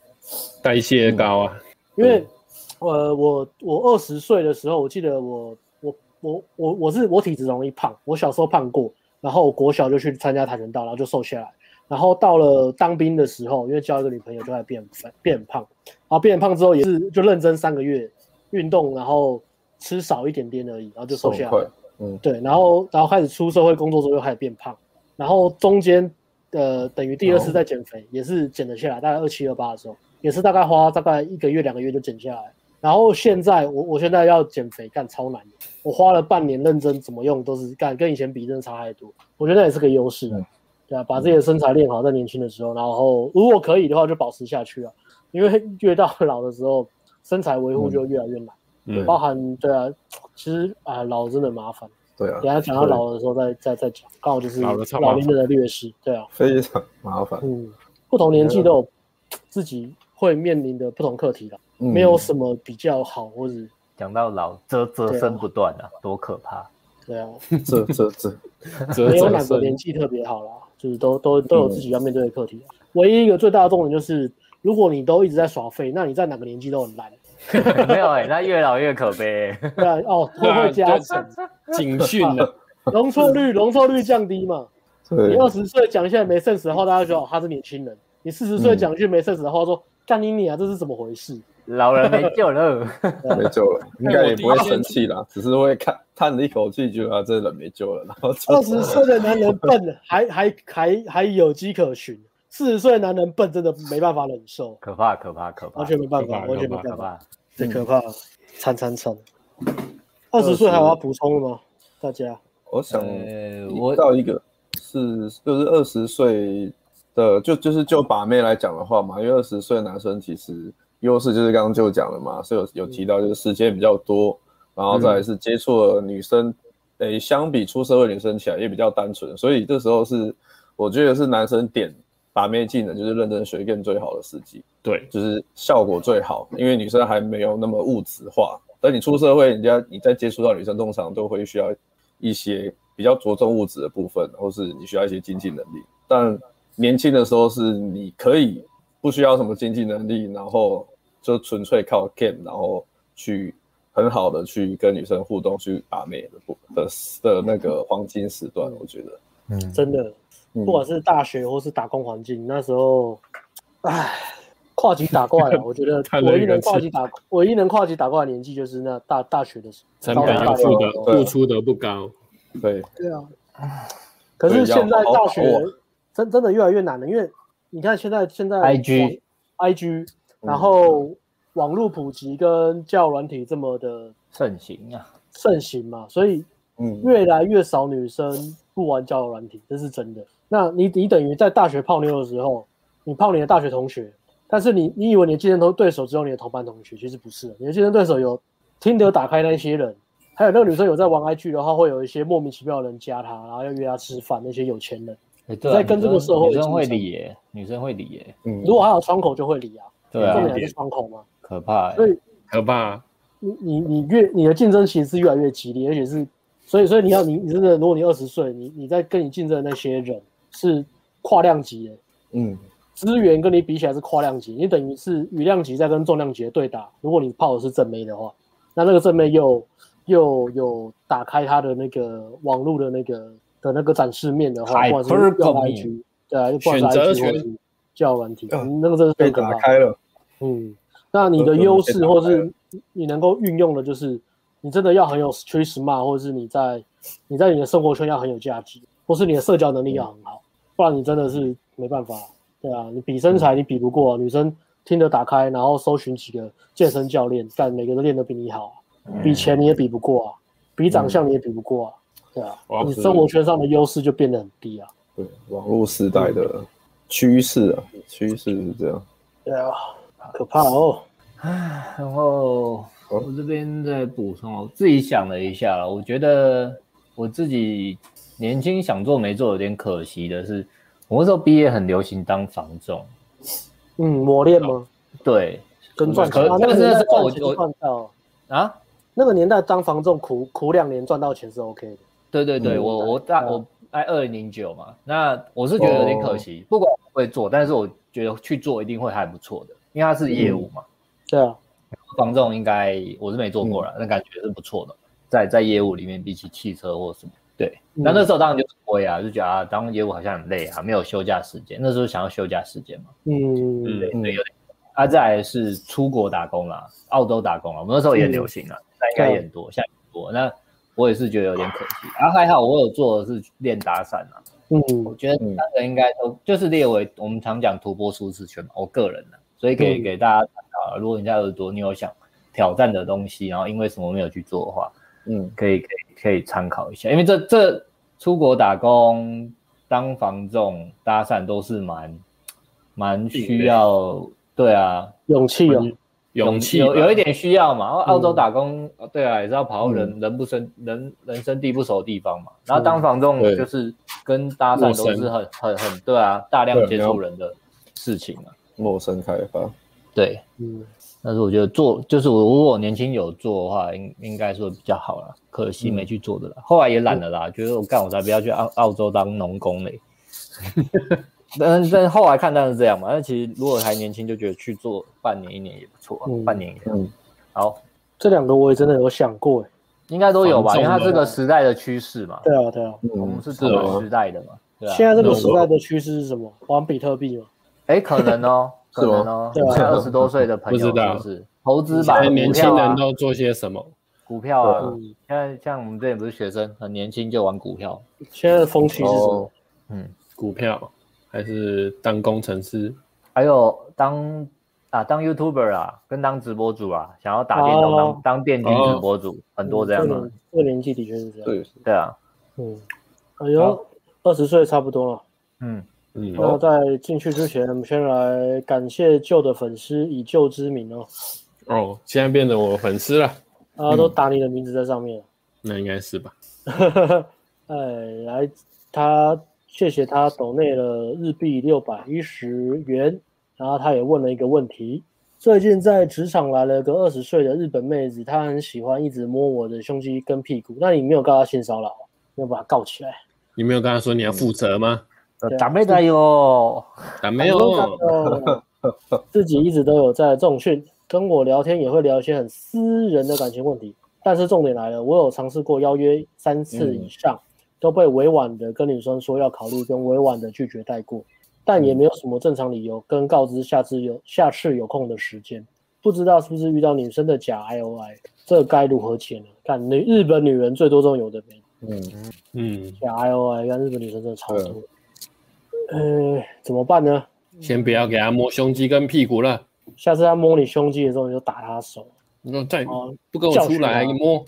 Speaker 3: 代谢高啊，
Speaker 2: 因为
Speaker 1: 嗯
Speaker 2: 呃，我我二十岁的时候，我记得我我我我我是我体质容易胖，我小时候胖过，然后我国小就去参加跆拳道，然后就瘦下来，然后到了当兵的时候，因为交一个女朋友就开始变肥变胖，然后变胖之后也是就认真三个月运动，然后吃少一点点而已，然后就瘦
Speaker 1: 很
Speaker 2: 下来
Speaker 1: 快
Speaker 2: 了。对，然后然后开始出社会工作之后又开始变胖，然后中间呃等于第二次再减肥、也是减得下来，大概二七二八的时候，也是大概花大概一个月两个月就减下来。然后现在我我现在要减肥干超难的，我花了半年认真怎么用都是干跟以前比真的差太多，我觉得那也是个优势啊
Speaker 1: 嗯，
Speaker 2: 对啊，把自己的身材练好，在年轻的时候，然后如果可以的话就保持下去啊，因为 越到老的时候身材维护就越来越难，
Speaker 3: 嗯
Speaker 2: 包含对啊，其实啊、老真的麻烦。
Speaker 1: 对啊，
Speaker 2: 等一下讲到老的时候再再再讲，刚好就是
Speaker 3: 老的超麻
Speaker 2: 老
Speaker 3: 烦
Speaker 2: 年人的劣势，对啊，
Speaker 1: 非常麻烦，
Speaker 2: 嗯，不同年纪都有自己会面临的不同课题了，
Speaker 1: 嗯
Speaker 2: 没有什么比较好或者
Speaker 4: 讲到老，啧啧声不断啊，多可怕！
Speaker 2: 对啊，
Speaker 1: 嗯这这这，
Speaker 3: 折
Speaker 2: 没有
Speaker 3: 折
Speaker 2: 哪个
Speaker 3: 射，
Speaker 2: 年纪特别好啦，就是都都都有自己要面对的课题啊。唯一一个最大的重点就是，如果你都一直在耍废，那你在哪个年纪都很烂。
Speaker 4: 没有哎、那越老越可悲、欸。
Speaker 2: 对啊，哦，会
Speaker 3: 对啊
Speaker 2: 会加成，
Speaker 3: 警讯了，
Speaker 2: 容错率容错率降低嘛。你
Speaker 1: 对
Speaker 2: 二十岁讲一些没 sense 的话，大家觉得哦他是年轻人；你四十岁讲一句没 sense 的话，说干你你啊，这是怎么回事？
Speaker 4: 老人没救了，
Speaker 1: 没救 了，应该也不会生气啦，只是会看叹了一口气，觉得啊这人没救了，然后就
Speaker 2: 二十岁的男人笨，还 还还还有迹可循；四十岁的男人笨，真的没办法忍受，
Speaker 4: 可怕可怕可怕，
Speaker 2: 完全没办
Speaker 3: 可
Speaker 2: 法，
Speaker 3: 怕
Speaker 2: 完全没
Speaker 4: 可
Speaker 2: 办法，
Speaker 4: 怕。
Speaker 2: 最可怕，惨惨惨！二十岁还有要补充的吗？大家
Speaker 1: 我想
Speaker 2: 哎
Speaker 4: 呃，
Speaker 1: 我
Speaker 4: 我
Speaker 1: 到一个是就是二十岁的，就就是就把妹来讲的话嘛，因为二十岁男生其实优势就是刚刚就讲了嘛，是有有提到就是时间比较多，然后再来是接触了女生，诶、相比出社会女生起来也比较单纯，所以这时候是我觉得是男生点把妹技能就是认真学更最好的时机。
Speaker 3: 对，
Speaker 1: 就是效果最好，因为女生还没有那么物质化。等你出社会，人家你再接触到女生，通常都会需要一些比较着重物质的部分，或是你需要一些经济能力。但年轻的时候是你可以不需要什么经济能力，然后就纯粹靠 game，然后去很好的去跟女生互动，去把妹的部的的那个黄金时段，我觉得。
Speaker 4: 嗯，
Speaker 2: 真的，
Speaker 1: 嗯
Speaker 2: 不管是大学或是打工环境，那时候，唉，跨级打怪了。我觉得
Speaker 3: 叹了
Speaker 2: 唯一
Speaker 3: 一口
Speaker 2: 能跨
Speaker 3: 气
Speaker 2: 级打，唯一能跨级打怪的年纪就是那大大学的时候，
Speaker 3: 成本
Speaker 2: 高
Speaker 3: 要
Speaker 2: 中
Speaker 3: 付的
Speaker 2: 高中
Speaker 1: 对
Speaker 3: 付出的不高，
Speaker 1: 对，
Speaker 2: 对啊，可是现在
Speaker 1: 要好
Speaker 2: 大
Speaker 1: 好
Speaker 2: 学
Speaker 1: 把握
Speaker 2: 真真的越来越难了，因为你看现在现在
Speaker 4: IG
Speaker 2: IG，然后网络普及跟教友软体这么的
Speaker 4: 盛行啊，
Speaker 2: 盛行嘛，所以
Speaker 1: 嗯，
Speaker 2: 越来越少女生不玩交友软体，这是真的。那你你等于在大学泡妞的时候，你泡你的大学同学，但是你你以为你的竞争头对手只有你的同班同学，其实不是的，你的竞争对手有听得打开那些人，还有那个女生有在玩 IG 的话，会有一些莫名其妙的人加她，然后要约她吃饭，那些有钱人，
Speaker 4: 欸对啊
Speaker 2: 在跟这个社会
Speaker 4: 女生
Speaker 2: 竞
Speaker 4: 会
Speaker 2: 争
Speaker 4: 理耶，女生会理耶，
Speaker 1: 嗯
Speaker 2: 如果还有窗口就会理啊，
Speaker 4: 对
Speaker 2: 重
Speaker 4: 啊
Speaker 2: 点，还是窗口嘛。
Speaker 4: 可怕欸。
Speaker 2: 所以
Speaker 3: 可怕，
Speaker 2: 你你你越你的竞争其实是越来越激烈，而且是，所以所以你要你你真的，如果你二十岁，你你在跟你竞争的那些人是跨量级的
Speaker 1: 嗯，
Speaker 2: 资源跟你比起来是跨量级，你等于是羽量级在跟重量级的对打。如果你泡的是正妹的话，那那个正妹又又有打开她的那个网络的那个的那个展示面的话，
Speaker 4: Hyper
Speaker 2: 不管是用
Speaker 4: Commune
Speaker 2: IG，对啊，又不管是
Speaker 3: 选择
Speaker 2: IG
Speaker 3: 权
Speaker 2: 或是叫软体，
Speaker 1: 呃
Speaker 2: 那个真的是
Speaker 1: 被
Speaker 2: 很可
Speaker 1: 打
Speaker 2: 怕。
Speaker 1: 开了，
Speaker 2: 嗯，那你的优势或是你能够运用的，就是你真的要很有 street smart，或者是你在你在你的生活圈要很有价值，或是你的社交能力要很好，不然你真的是没办法。对啊，你比身材你比不过、女生，听得打开，然后搜寻几个健身教练，但每个都练得比你好、啊，比钱你也比不过啊，比长相你也比不过啊，对啊
Speaker 3: 哇，
Speaker 2: 你生活圈上的优势就变得很低啊。
Speaker 1: 对，网络时代的趋势啊，趋势是这样。
Speaker 2: 对啊，可怕哦。
Speaker 4: 然后我这边再补充，我自己想了一下啦，我觉得我自己年轻想做没做有点可惜的是，我那时候毕业很流行当房仲，
Speaker 2: 嗯，磨练吗？
Speaker 4: 对
Speaker 2: 跟赚钱
Speaker 4: 可
Speaker 2: 啊，那个
Speaker 4: 但是
Speaker 2: 年代
Speaker 4: 那时候
Speaker 2: 赚
Speaker 4: 我
Speaker 2: 钱
Speaker 4: 我
Speaker 2: 赚到，
Speaker 4: 啊，
Speaker 2: 那个年代当房仲苦苦两年赚到钱是 OK 的。
Speaker 4: 对对对，
Speaker 1: 嗯
Speaker 4: 我我大
Speaker 2: 嗯
Speaker 4: 我在二零零九嘛，那我是觉得有点可惜，不管我会做，但是我觉得去做一定会还不错的，因为它是业务嘛，
Speaker 2: 对啊，
Speaker 4: 房仲应该我是没做过了，但感觉是不错的，在在业务里面比起汽车或什么，对，
Speaker 2: 嗯
Speaker 4: 那那时候当然就是亏啊，就觉得啊当业务好像很累啊，没有休假时间，那时候想要休假时间嘛，
Speaker 2: 嗯，
Speaker 4: 对，
Speaker 1: 嗯
Speaker 4: 所以有点。啊，再来是出国打工啦，澳洲打工啦，我们那时候也很
Speaker 2: 嗯
Speaker 4: 流行啊，那、应该也很多，现在很多。那我也是觉得有点可惜，啊，还好我有做的是练打伞啊，我
Speaker 2: 嗯，
Speaker 4: 觉得三个应该都就是列为我们常讲突破舒适圈嘛，我个人呢、所以给
Speaker 2: 嗯
Speaker 4: 给大家参考啊。如果你在耳朵你有想挑战的东西，然后因为什么没有去做的话，
Speaker 1: 嗯
Speaker 4: 可以可以可以参考一下，因为这这出国打工、当房仲、搭讪都是蛮蛮需要，对啊，
Speaker 2: 勇气哦，
Speaker 3: 勇气吧嗯
Speaker 4: 有有一点需要嘛。澳澳洲打工，对啊，也是要跑到人、人不生人人生地不熟的地方嘛。然后
Speaker 3: 嗯
Speaker 4: 当房仲
Speaker 1: 对
Speaker 4: 就是跟搭讪都是很很很对啊，大量接触人的事情嘛。
Speaker 1: 陌生开发，
Speaker 4: 对，
Speaker 2: 嗯，
Speaker 4: 但是我觉得做就是我如果年轻有做的话，应应该说比较好啦。可惜
Speaker 2: 嗯
Speaker 4: 没去做的啦，后来也懒了啦，觉得我干我才不要去澳澳洲当农 工嘞。但但后来看当然是这样嘛，但其实如果还年轻，就觉得去做半年一年也不错、啊，
Speaker 2: 嗯
Speaker 4: 半年也
Speaker 1: 嗯
Speaker 4: 好，
Speaker 2: 这两个我也真的有想过，哎，
Speaker 4: 应该都有吧，
Speaker 3: 防
Speaker 4: 因为它
Speaker 3: 重
Speaker 4: 这
Speaker 3: 的
Speaker 4: 个时代的趋势嘛，
Speaker 2: 对啊，对啊。
Speaker 4: 我们
Speaker 1: 嗯，
Speaker 4: 是
Speaker 3: 是
Speaker 4: 这
Speaker 3: 哦
Speaker 4: 个时代的嘛，对
Speaker 2: 现
Speaker 4: 啊，
Speaker 2: 在这个
Speaker 1: 那
Speaker 2: 时代的趋势是什么？玩比特币嘛，
Speaker 4: 哎，可能哦，可
Speaker 1: 是吗
Speaker 4: 能哦，
Speaker 2: 对啊
Speaker 4: 现在二十多岁的朋友
Speaker 3: 不
Speaker 4: 是
Speaker 3: 知道
Speaker 4: 不是投资
Speaker 3: 现
Speaker 4: 吧？
Speaker 3: 在年
Speaker 4: 股
Speaker 3: 轻
Speaker 4: 票啊
Speaker 3: 人都做些什么？
Speaker 4: 股票啊
Speaker 2: 嗯，
Speaker 4: 现在像我们这里不是学生，很年轻就玩股票，
Speaker 2: 现在的风气是什么？
Speaker 4: 嗯，
Speaker 3: 股票还是当工程师？
Speaker 4: 还有当啊当 YouTuber 啊，跟当直播主啊，想要打电动
Speaker 2: 哦
Speaker 4: 当当电竞
Speaker 3: 哦
Speaker 4: 直播主，很多这样的
Speaker 2: 嗯，这个年纪的确是这样。
Speaker 1: 对，
Speaker 4: 对啊，
Speaker 2: 嗯，哎
Speaker 4: 好
Speaker 2: 呦，二十岁差不多了。
Speaker 4: 嗯，
Speaker 3: 嗯，
Speaker 2: 那在进去之前，我们先来感谢旧的粉丝，以旧之名哦，
Speaker 3: 哦，现在变成我粉丝了，
Speaker 2: 大
Speaker 4: 嗯
Speaker 2: 家都打你的名字在上面。
Speaker 3: 那应该是吧？
Speaker 2: 哎，来，他谢谢他抖内了日币六百一十元，然后他也问了一个问题：最近在职场来了个二十岁的日本妹子，她很喜欢一直摸我的胸肌跟屁股，那你没有告她性骚扰，啊没有把她告起来？
Speaker 3: 你没有跟他说你要负责吗？
Speaker 4: 呃
Speaker 2: 对啊
Speaker 4: 打妹的哟，
Speaker 3: 啊，没有，
Speaker 2: 哦，自己一直都有在重训，跟我聊天也会聊一些很私人的感情问题。但是重点来了，我有尝试过邀约三次以上，
Speaker 3: 嗯
Speaker 2: 都被委婉的跟女生说要考虑，跟委婉的拒绝带过，但也没有什么正常理由跟告知下次有下次有空的时间。不知道是不是遇到女生的假 I O I，这该如何解呢？看女日本女人最多这种有的没的
Speaker 1: 嗯，
Speaker 3: 嗯，
Speaker 2: 假 I O I，看日本女生真的超多。
Speaker 3: 嗯
Speaker 2: 呃，怎么办呢？
Speaker 3: 先不要给他摸胸肌跟屁股了。
Speaker 2: 下次他摸你胸肌的时候，你就打他手，
Speaker 3: 你说再
Speaker 2: 然后
Speaker 3: 不跟我出来还
Speaker 4: 哦
Speaker 3: 摸，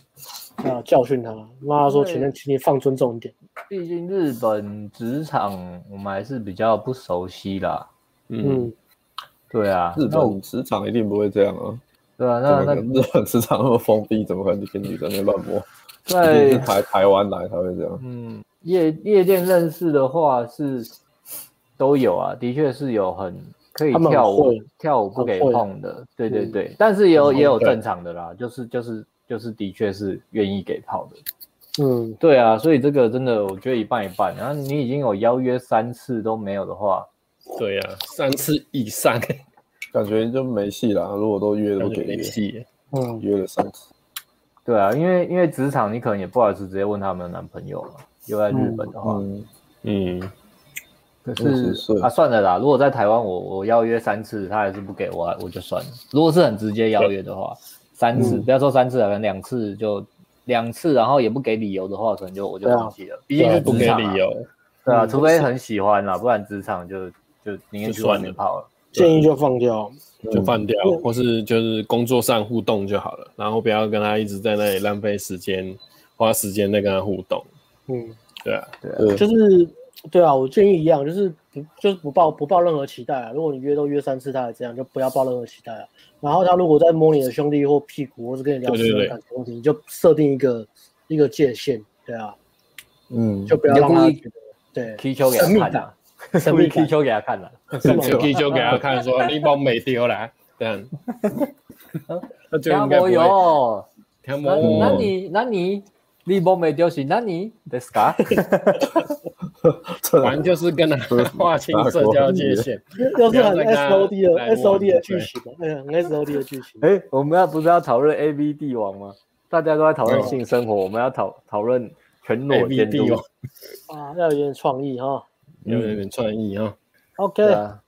Speaker 2: 啊教训他，骂他说：“
Speaker 4: 对
Speaker 2: 请你，请你放尊重一点。
Speaker 4: 毕竟日本职场我们还是比较不熟悉啦，
Speaker 3: 嗯，
Speaker 2: 嗯”
Speaker 4: 对啊，
Speaker 1: 日
Speaker 4: 那我
Speaker 1: 本职场一定不会这样啊，
Speaker 4: 对啊，
Speaker 1: 怎
Speaker 4: 那
Speaker 1: 么可
Speaker 4: 那
Speaker 1: 能 日本职场那么封闭，怎么可能跟女生那乱摸？一定是
Speaker 4: 在
Speaker 1: 台台湾来才会这样，
Speaker 4: 嗯，业业界认识的话是都有啊，的确是有很可以
Speaker 2: 他们很
Speaker 4: 跳舞
Speaker 2: 会
Speaker 4: 跳舞不给
Speaker 2: 很会
Speaker 4: 碰的，对对
Speaker 2: 嗯
Speaker 4: 对，但是也有也有
Speaker 1: 对
Speaker 4: 正常的啦，就是就是就是的确是愿意给泡的，
Speaker 2: 嗯，
Speaker 4: 对啊，所以这个真的我觉得一半一半，然后你已经有邀约三次都没有的话，
Speaker 3: 对呀、三次以上，
Speaker 1: 感觉就没戏啦。如果都约了
Speaker 3: 那
Speaker 1: 不
Speaker 3: 就
Speaker 1: 给约
Speaker 3: 没，戏。
Speaker 2: 嗯，
Speaker 1: 约了三次，
Speaker 4: 对啊，因为因为职场你可能也不好意思直接问他们的男朋友嘛，又在日本的话，
Speaker 1: 嗯，
Speaker 3: 嗯，
Speaker 4: 可
Speaker 1: 20
Speaker 4: 是
Speaker 1: 岁
Speaker 4: 啊，算了啦。如果在台湾我，我邀约三次，他还是不给我，啊我就算了。如果是很直接邀约的话，三次、
Speaker 2: 嗯
Speaker 4: 不要说三次啊，可能两次就两次，然后也不给理由的话，可能就我就
Speaker 2: 对啊
Speaker 4: 放弃了。毕竟是
Speaker 3: 不
Speaker 4: 职
Speaker 3: 给
Speaker 4: 场啊
Speaker 3: 理由，
Speaker 4: 对啊，
Speaker 2: 嗯
Speaker 4: 除非很喜欢啦，不然职场就就宁愿去外面泡了。
Speaker 2: 建议就放掉。
Speaker 3: 就放掉，或是就是工作上互动就好了，然后不要跟他一直在那里浪费时间，花时间在跟他互动，
Speaker 2: 嗯，
Speaker 3: 对啊，
Speaker 1: 对，
Speaker 2: 就是对啊，我建议一样，就是不就是不抱不抱任何期待啊。如果你约都约三次，他还这样，就不要抱任何期待啊。然后他如果在摸你的兄弟或屁股，或是跟你聊
Speaker 3: 对
Speaker 2: 私
Speaker 3: 对
Speaker 2: 人
Speaker 3: 对
Speaker 2: 感情问题，你就设定一个一个界限，对啊，
Speaker 1: 嗯，
Speaker 2: 就不要
Speaker 4: 你就
Speaker 2: 让他
Speaker 4: 故意
Speaker 2: 觉得对
Speaker 4: 踢球给
Speaker 2: 神秘
Speaker 4: 他看啊
Speaker 2: 感，神
Speaker 7: 故意
Speaker 2: 秘
Speaker 7: 踢
Speaker 2: 感
Speaker 7: 球给他
Speaker 4: 啊
Speaker 7: 看的、
Speaker 2: 是吗？
Speaker 3: 就就给他看说你把没丢啦，这样，那就应该不
Speaker 7: 我
Speaker 3: 会。
Speaker 7: 有，
Speaker 3: 天
Speaker 7: 那
Speaker 3: 魔
Speaker 7: 那你那你你波没丢是那你 t h s guy
Speaker 8: 这
Speaker 3: 反正就是跟他
Speaker 7: 嗯
Speaker 3: 划清社交界 限。
Speaker 2: 又是很
Speaker 3: 不要再跟他
Speaker 2: S O D 的
Speaker 3: 来
Speaker 2: S O D 的
Speaker 3: 往
Speaker 2: 剧情嘛，哎，很 S O D 的剧情。
Speaker 7: 哎、我们要不是要讨论 A V 帝王吗？大家都在讨论
Speaker 3: 嗯
Speaker 7: 性生活，我们要讨讨论全裸
Speaker 3: A
Speaker 7: 监
Speaker 3: B
Speaker 7: 督嗯
Speaker 3: D 哦，
Speaker 2: 啊，要有点创意哈。
Speaker 3: 有点创意啊。
Speaker 2: OK，
Speaker 7: 对啊。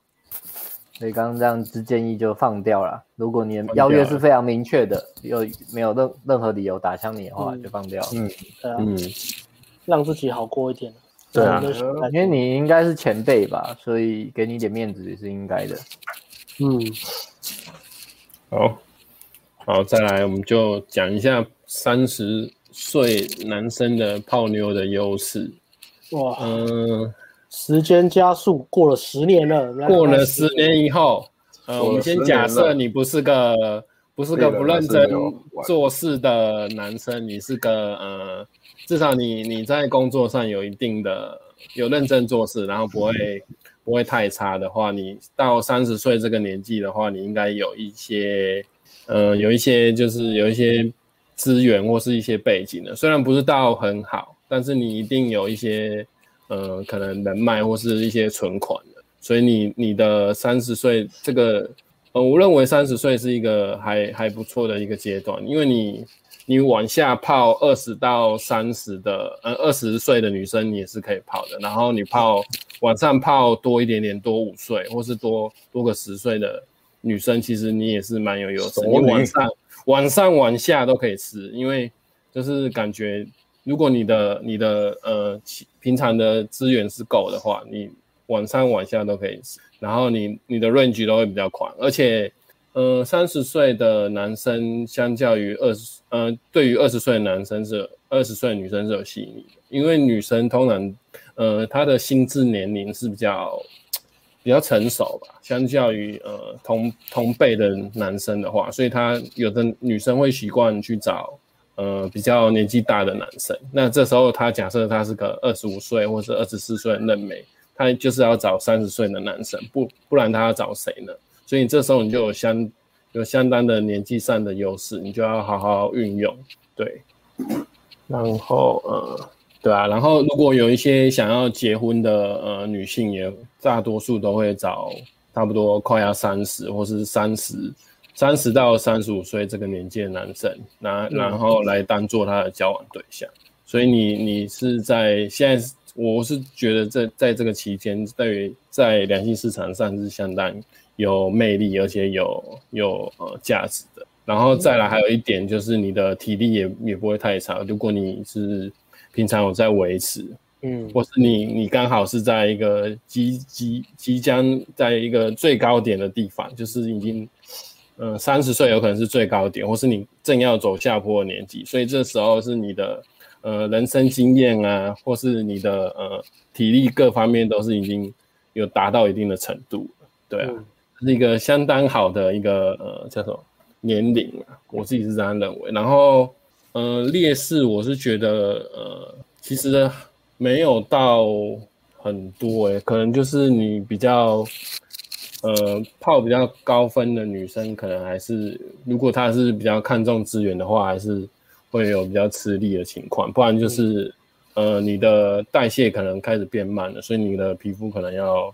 Speaker 7: 所以刚刚这样子建议就放掉了。如果你的邀约是非常明确的，又没有任任何理由打枪你的话，
Speaker 2: 嗯
Speaker 7: 就放掉。
Speaker 2: 对啊，
Speaker 3: 嗯，
Speaker 2: 让自己好过一点。
Speaker 3: 对啊
Speaker 2: 让我们的
Speaker 7: 因为你应该是前辈吧，所以给你一点面子也是应该的。
Speaker 2: 嗯，
Speaker 3: 好，好，再来，我们就讲一下三十岁男生的泡妞的优势。
Speaker 2: 哇，
Speaker 3: 嗯，
Speaker 2: 时间加速过了十年了，我们来看
Speaker 3: 过了
Speaker 2: 看
Speaker 3: 十年以后，呃，
Speaker 8: 过了
Speaker 3: 我们先
Speaker 8: 10
Speaker 3: 假设
Speaker 8: 年了
Speaker 3: 你不是个不是个不认
Speaker 8: 对
Speaker 3: 真
Speaker 8: 了还是没有玩
Speaker 3: 做事的男生，你是个呃，至少你你在工作上有一定的有认真做事，然后不会不会太差的话，你到三十岁这个年纪的话，你应该有一些呃有一些就是有一些资源或是一些背景的，虽然不是到很好，但是你一定有一些呃可能人脉或是一些存款的，所以你你的三十岁这个，呃，我认为三十岁是一个还还不错的一个阶段，因为你你往下泡二十到三十的，呃，二十岁的女生你也是可以泡的，然后你泡往上泡多一点点，多五岁或是多多个十岁的女生，其实你也是蛮有优势，
Speaker 8: 熟
Speaker 3: 你往
Speaker 8: 女
Speaker 3: 上往上往下都可以吃，因为就是感觉如果你的你的呃其平常的资源是够的话，你往上往下都可以吃，然后你你的 range 都会比较宽，而且呃三十岁的男生相较于二十呃对于二十岁的男生是二十岁的女生是有吸引力的，因为女生通常呃她的心智年龄是比较。比较成熟吧，相较于呃同同辈的男生的话，所以他有的女生会习惯去找呃比较年纪大的男生。那这时候他假设他是个二十五岁或是二十四岁的嫩妹，他就是要找三十岁的男生，不不然他要找谁呢？所以这时候你就有相有相当的年纪上的优势，你就要好好运用。对，然后呃，对啊，然后如果有一些想要结婚的呃女性也，大多数都会找差不多快要三十或是三十三十到三十五岁这个年纪的男生，那然后来当做他的交往对象。所以你你是在现在是，我是觉得这在这个期间，对于在两性市场上是相当有魅力，而且有有呃价值的。然后再来还有一点就是你的体力也也不会太差，如果你是平常有在维持，
Speaker 2: 嗯，
Speaker 3: 或是你你刚好是在一个即即即将在一个最高点的地方，就是已经呃三十岁有可能是最高点，或是你正要走下坡的年纪，所以这时候是你的呃人生经验啊，或是你的呃体力各方面都是已经有达到一定的程度了，对啊，
Speaker 2: 嗯
Speaker 3: 是一个相当好的一个呃叫什么年龄啊，我自己是这样认为。然后呃劣势我是觉得呃其实没有到很多诶、可能就是你比较呃泡比较高分的女生，可能还是如果她是比较看重资源的话，还是会有比较吃力的情况，不然就是。呃，你的代谢可能开始变慢了，所以你的皮肤可能要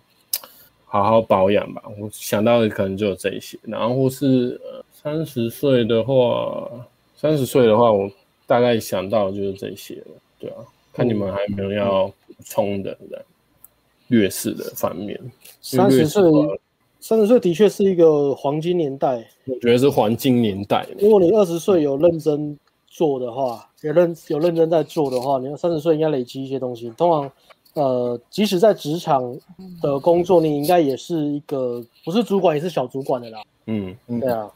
Speaker 3: 好好保养吧。我想到的可能就有这一些，然后或是呃三十岁的话，三十岁的话，我大概想到的就是这些了，对啊。看你们还有没有要补充的的劣势的方面，因
Speaker 2: 三
Speaker 3: 为劣
Speaker 2: 十
Speaker 3: 势
Speaker 2: 岁
Speaker 3: 的话，
Speaker 2: 三十岁的确是一个黄金年代。
Speaker 3: 我觉得是黄金年代。
Speaker 2: 如果你二十岁有认真做的话，有认有认真在做的话，你三十岁应该累积一些东西。通常，呃，即使在职场的工作，你应该也是一个不是主管也是小主管的啦。
Speaker 3: 嗯，
Speaker 2: 对啊，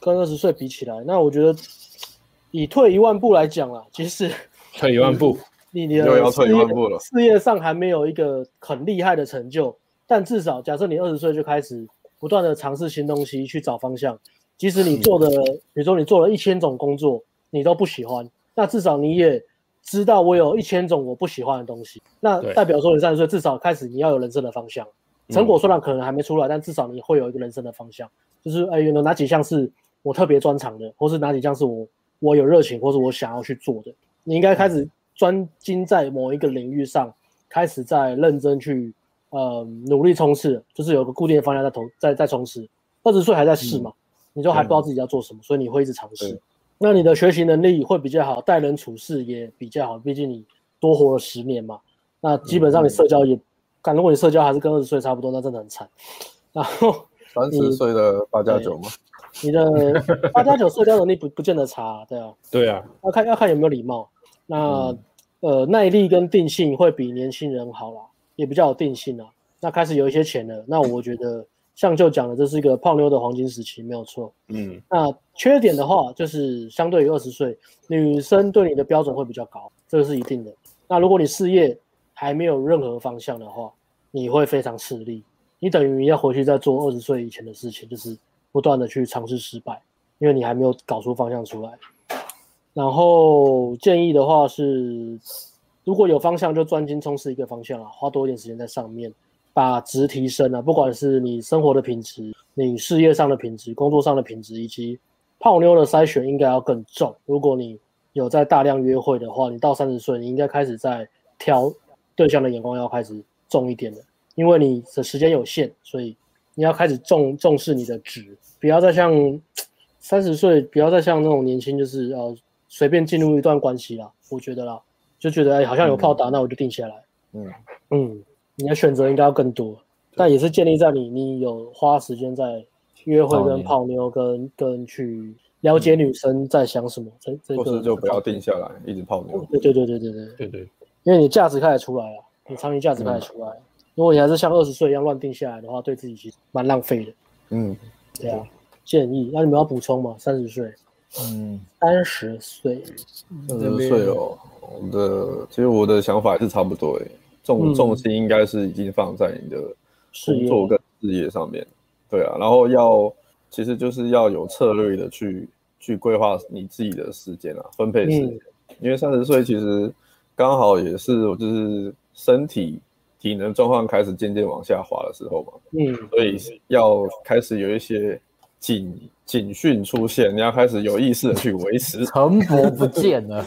Speaker 2: 跟二十岁比起来，那我觉得以退一万步来讲啦，即使
Speaker 3: 退一万步，
Speaker 2: 你你的
Speaker 8: 又要退一
Speaker 2: 事业
Speaker 8: 万步了
Speaker 2: 事业上还没有一个很厉害的成就，但至少假设你二十岁就开始不断的尝试新东西，去找方向。即使你做的，比如说你做了一千种工作，你都不喜欢，那至少你也知道我有一千种我不喜欢的东西，那
Speaker 3: 对
Speaker 2: 代表说你三十岁至少开始你要有人生的方向。成果虽然可能还没出来，但至少你会有一个人生的方向，就是哎，有哪几项是我特别专长的，或是哪几项是我我有热情，或是我想要去做的。你应该开始专精在某一个领域上，开始在认真去呃努力冲刺，就是有个固定的方向在投在在冲刺。二十岁还在试嘛，你都还不知道自己要做什么，所以你会一直尝试
Speaker 1: 对。
Speaker 2: 那你的学习能力会比较好，待人处事也比较好，毕竟你多活了十年嘛。那基本上你社交也，干、如果你社交还是跟二十岁差不多，那真的很惨。然后
Speaker 1: 三十岁的八加九嘛，
Speaker 2: 你的八加九社交能力不不见得差、对啊，
Speaker 3: 对啊，
Speaker 2: 要看要看有没有礼貌。那、呃，耐力跟定性会比年轻人好啦，也比较有定性啦。啊那开始有一些钱了，那我觉得像就讲的，这是一个泡妞的黄金时期，没有错。
Speaker 3: 嗯，
Speaker 2: 那缺点的话，就是相对于二十岁，女生对你的标准会比较高，这个是一定的。那如果你事业还没有任何方向的话，你会非常吃力，你等于要回去再做二十岁以前的事情，就是不断的去尝试失败，因为你还没有搞出方向出来。然后建议的话是，如果有方向就专精冲刺一个方向啊，花多一点时间在上面，把值提升啊，不管是你生活的品质、你事业上的品质、工作上的品质，以及泡妞的筛选应该要更重。如果你有在大量约会的话，你到三十岁，你应该开始在挑对象的眼光要开始重一点了，因为你的时间有限，所以你要开始重重视你的值，不要再像三十岁，不要再像那种年轻，就是呃随便进入一段关系啦。我觉得啦，就觉得、哎、好像有炮打，那我就定下来。
Speaker 1: 嗯
Speaker 2: 嗯，你的选择应该要更多，但也是建立在你你有花时间在约会
Speaker 4: 泡
Speaker 2: 跟
Speaker 4: 妞嗯
Speaker 2: 泡妞跟跟去了解女生在想什么，这这
Speaker 1: 或
Speaker 2: 个
Speaker 1: 是就不要定下来，一直泡妞。
Speaker 2: 对对对对对对，
Speaker 3: 对对，
Speaker 2: 因为你价值开始出来了，你长期价值开始
Speaker 1: 嗯
Speaker 2: 出来了。如果你还是像二十岁一样乱定下来的话，对自己其实蛮浪费的。
Speaker 1: 嗯，
Speaker 2: 对啊，建议那你们要补充吗？三十岁，
Speaker 4: 嗯，
Speaker 2: 三十岁，
Speaker 1: 三十岁哦，我的其实我的想法还是差不多诶，欸重
Speaker 2: 嗯
Speaker 1: 重心应该是已经放在你的
Speaker 2: 事
Speaker 1: 工
Speaker 2: 业
Speaker 1: 作跟事业上面，对啊，然后要其实就是要有策略的去去规划你自己的时间啊，分配时
Speaker 2: 嗯
Speaker 1: 间，因为三十岁其实刚好也是我就是身体体能状况开始渐渐往下滑的时候嘛，
Speaker 2: 嗯
Speaker 1: 所以要开始有一些警警讯出现，你要开始有意识的去维持。
Speaker 4: 陈伯不见了，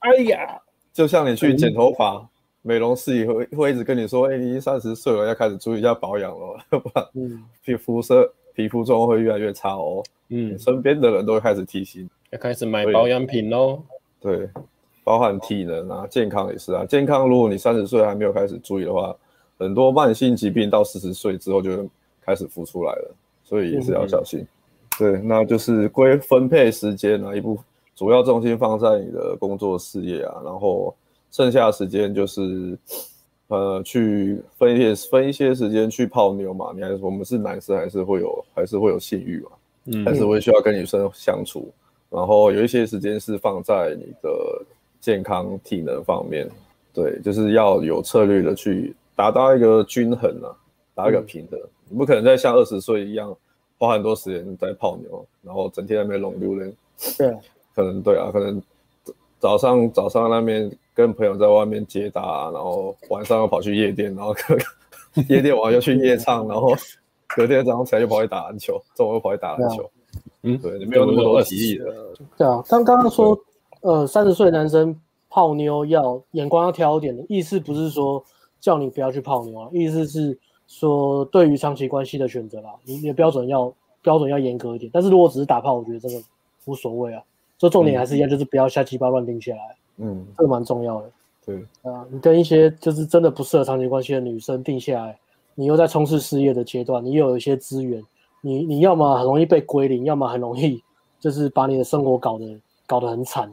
Speaker 1: 哎呀，就像你去剪头发，美容师也会会一直跟你说，哎、你已经三十岁了，要开始注意一下保养了， 要不然
Speaker 2: 嗯，
Speaker 1: 皮肤色、皮肤状况会越来越差哦。
Speaker 3: 嗯，
Speaker 1: 身边的人都会开始提醒，
Speaker 3: 要开始买保养品喽。
Speaker 1: 对，包含体能啊、健康也是啊。健康如果你三十岁还没有开始注意的话，很多慢性疾病到四十岁之后就会开始浮出来了，所以也是要小心。对，那就是归分配时间啊，一部主要重心放在你的工作事业啊，然后剩下的时间就是呃去分一些分一些时间去泡妞嘛。你还是我们是男生还是会有还是会有性欲嘛，
Speaker 3: 嗯
Speaker 1: 但是会需要跟女生相处，然后有一些时间是放在你的健康体能方面，对，就是要有策略的去达到一个均衡啊，达一个平衡。你不可能再像二十岁一样花很多时间在泡妞，然后整天在那边弄溜人，
Speaker 2: 对啊，
Speaker 1: 可能对啊，可能早上早上那边跟朋友在外面接搭、啊然后晚上又跑去夜店，然后可 夜店完又去夜唱，然后隔天早上起来又跑去打篮球，中午又跑去打篮球。
Speaker 3: 嗯
Speaker 1: 对，你没有那么多体力的。
Speaker 2: 对啊。但刚刚说，呃，三十岁男生泡妞要眼光要挑一点的意思，不是说叫你不要去泡妞啊，意思是说对于长期关系的选择啦，你你的标准要标准要严格一点。但是如果只是打炮，我觉得真的无所谓啊。就重点还是一样，就是不要瞎鸡巴乱定下来，
Speaker 1: 嗯，
Speaker 2: 这个蛮重要的。
Speaker 1: 对，
Speaker 2: 啊，你跟一些就是真的不适合长期关系的女生定下来，你又在冲刺事业的阶段，你又有一些资源，你你要么很容易被归零，要么很容易就是把你的生活搞得搞得很惨。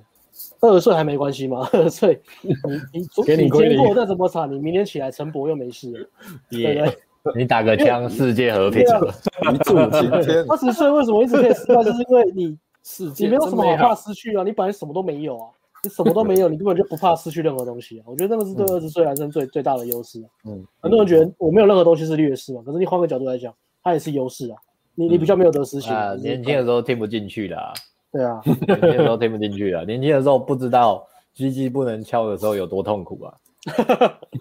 Speaker 2: 二十岁还没关系吗？二十岁，你你
Speaker 3: 给你
Speaker 2: 你
Speaker 3: 归
Speaker 2: 今天
Speaker 3: 零
Speaker 2: 过得再怎么惨，你明天起来陈博又没事 了，对
Speaker 4: 耶
Speaker 2: 不 对？啊
Speaker 4: 你打个枪，世界和平
Speaker 2: 对 啊。
Speaker 4: 了。
Speaker 1: 一柱擎天
Speaker 2: 二十岁为什么一直可以失败？就是因为你
Speaker 3: 世界
Speaker 2: 你没有什么好
Speaker 3: 真美
Speaker 2: 怕
Speaker 3: 好，
Speaker 2: 失去啊，你本来什么都没有啊，你什么都没有，你根本就不怕失去任何东西啊。我觉得那个是对二十岁男生最、最大的优势啊、
Speaker 1: 嗯，
Speaker 2: 很多人觉得我没有任何东西是劣势嘛，可是你换个角度来讲，它也是优势啊。你你比较没有得失心
Speaker 4: 啊，
Speaker 2: 就是
Speaker 4: 年轻的时候听不进去啦，
Speaker 2: 对啊，
Speaker 4: 啊年轻的时候听不进去啦，年轻的时候不知道鸡鸡不能敲的时候有多痛苦 啊！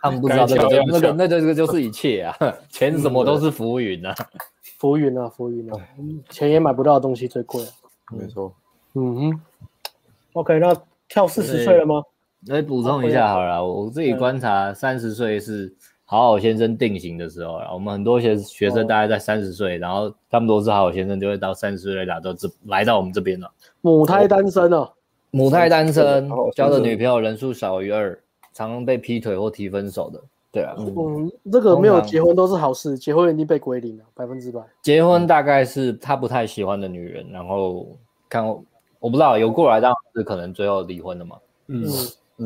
Speaker 7: 他们不知道这
Speaker 3: 该
Speaker 7: 个
Speaker 3: 敲
Speaker 7: 东
Speaker 3: 要
Speaker 7: 西。
Speaker 4: 那个那个这个就是一切 啊，钱什么都是浮云
Speaker 3: 嗯
Speaker 4: 啊。
Speaker 2: 浮云啊，浮云啊，钱也买不到的东西最贵啊。
Speaker 8: 没错，
Speaker 2: 嗯哼，OK，那跳四十岁了吗？
Speaker 4: 来补充一下好了，我自己观察，三十岁是好好先生定型的时候啊了。我们很多
Speaker 3: 哦
Speaker 4: 学学生大概在三十岁，然后他们都是好好先生，就会到三十岁来到这来到我们这边了。
Speaker 2: 母胎单身啊，
Speaker 4: 母胎单身
Speaker 8: 好好，先
Speaker 4: 交
Speaker 8: 生
Speaker 4: 的女朋友人数少于二，常常被劈腿或提分手的。对啊，
Speaker 2: 嗯，这个没有结婚都是好事，结婚一定被归零了，啊百分之百。
Speaker 4: 结婚大概是他不太喜欢的女人，然后看我我不知道有过来，当然是可能最后离婚了嘛。
Speaker 3: 嗯
Speaker 2: 嗯，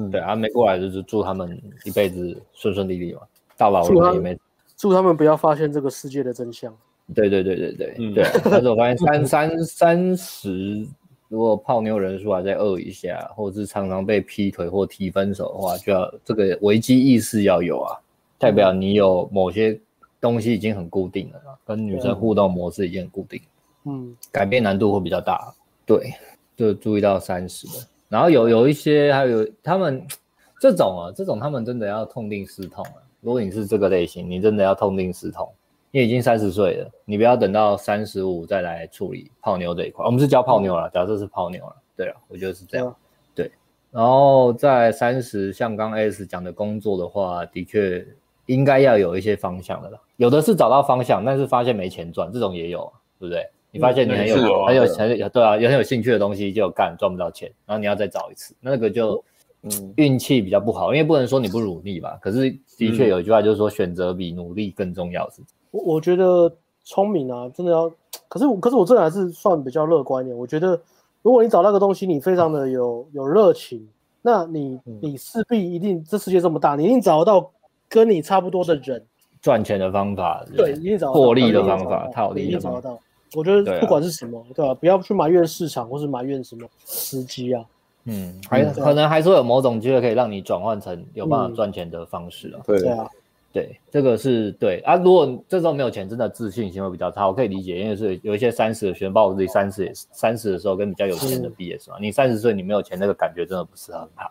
Speaker 8: 嗯，
Speaker 4: 对，啊，没过来就是祝他们一辈子顺顺利利嘛，到老
Speaker 2: 祝他
Speaker 4: 了也没。
Speaker 2: 祝他们不要发现这个世界的真相。
Speaker 4: 对对对对对、
Speaker 3: 嗯
Speaker 4: 对啊。但是我发现三 三三十，如果泡妞人数还啊在二以下，或者是常常被劈腿或提分手的话，就要这个危机意识要有啊，代表你有某些东西已经很固定了啦，跟女生互动模式已经很固定。
Speaker 2: 嗯，
Speaker 4: 改变难度会比较大。对，就注意到三十的，然后有有一些还有他们这种啊，这种他们真的要痛定思痛啊。如果你是这个类型，你真的要痛定思痛，你已经三十岁了，你不要等到三十五再来处理泡妞这一块。我们是教泡妞了，假设是泡妞了，对了，我觉得是这样。对，然后在三十，像刚 S 讲的工作的话，的确应该要有一些方向的啦。有的是找到方向，但是发现没钱赚，这种也有啊，对不对？你发现你很有、
Speaker 8: 嗯是有啊
Speaker 4: 很有
Speaker 8: 对啊
Speaker 4: 很有对啊，有很有兴趣的东西就干，赚不到钱，然后你要再找一次，那个就
Speaker 8: 嗯
Speaker 4: 运气比较不好，因为不能说你不努力吧。可是的
Speaker 8: 嗯
Speaker 4: 确有一句话就是说，选择比努力更重要是。
Speaker 2: 我我觉得聪明啊，真的要，可是我可是我这人还是算比较乐观一点。我觉得，如果你找那个东西，你非常的有有热情，那你
Speaker 8: 嗯
Speaker 2: 你势必一定，这世界这么大，你一定找得到跟你差不多的人，
Speaker 4: 赚钱的方法，
Speaker 2: 对，
Speaker 4: 不
Speaker 2: 一定找得到
Speaker 4: 嗯获利的方
Speaker 2: 一
Speaker 4: 法
Speaker 2: 定找得到
Speaker 4: 套利的
Speaker 2: 一定找得
Speaker 4: 方
Speaker 2: 到。我觉
Speaker 4: 对
Speaker 2: 得
Speaker 4: 啊
Speaker 2: 不管是什么，对吧、不要去埋怨市场，或是埋怨什么时机啊。
Speaker 4: 嗯，还
Speaker 2: 嗯
Speaker 4: 可能还是会有某种机会可以让你转换成有办
Speaker 2: 嗯
Speaker 4: 法赚钱的方式啊。
Speaker 8: 对
Speaker 2: 对，啊，
Speaker 4: 对，这个是对啊。如果这时候没有钱，真的自信心会比较差，我可以理解，因为是有一些三十的学生，包括我自己三十也是三十的时候跟比较有钱的毕业生啊，你三十岁你没有钱，那个感觉真的不是很好。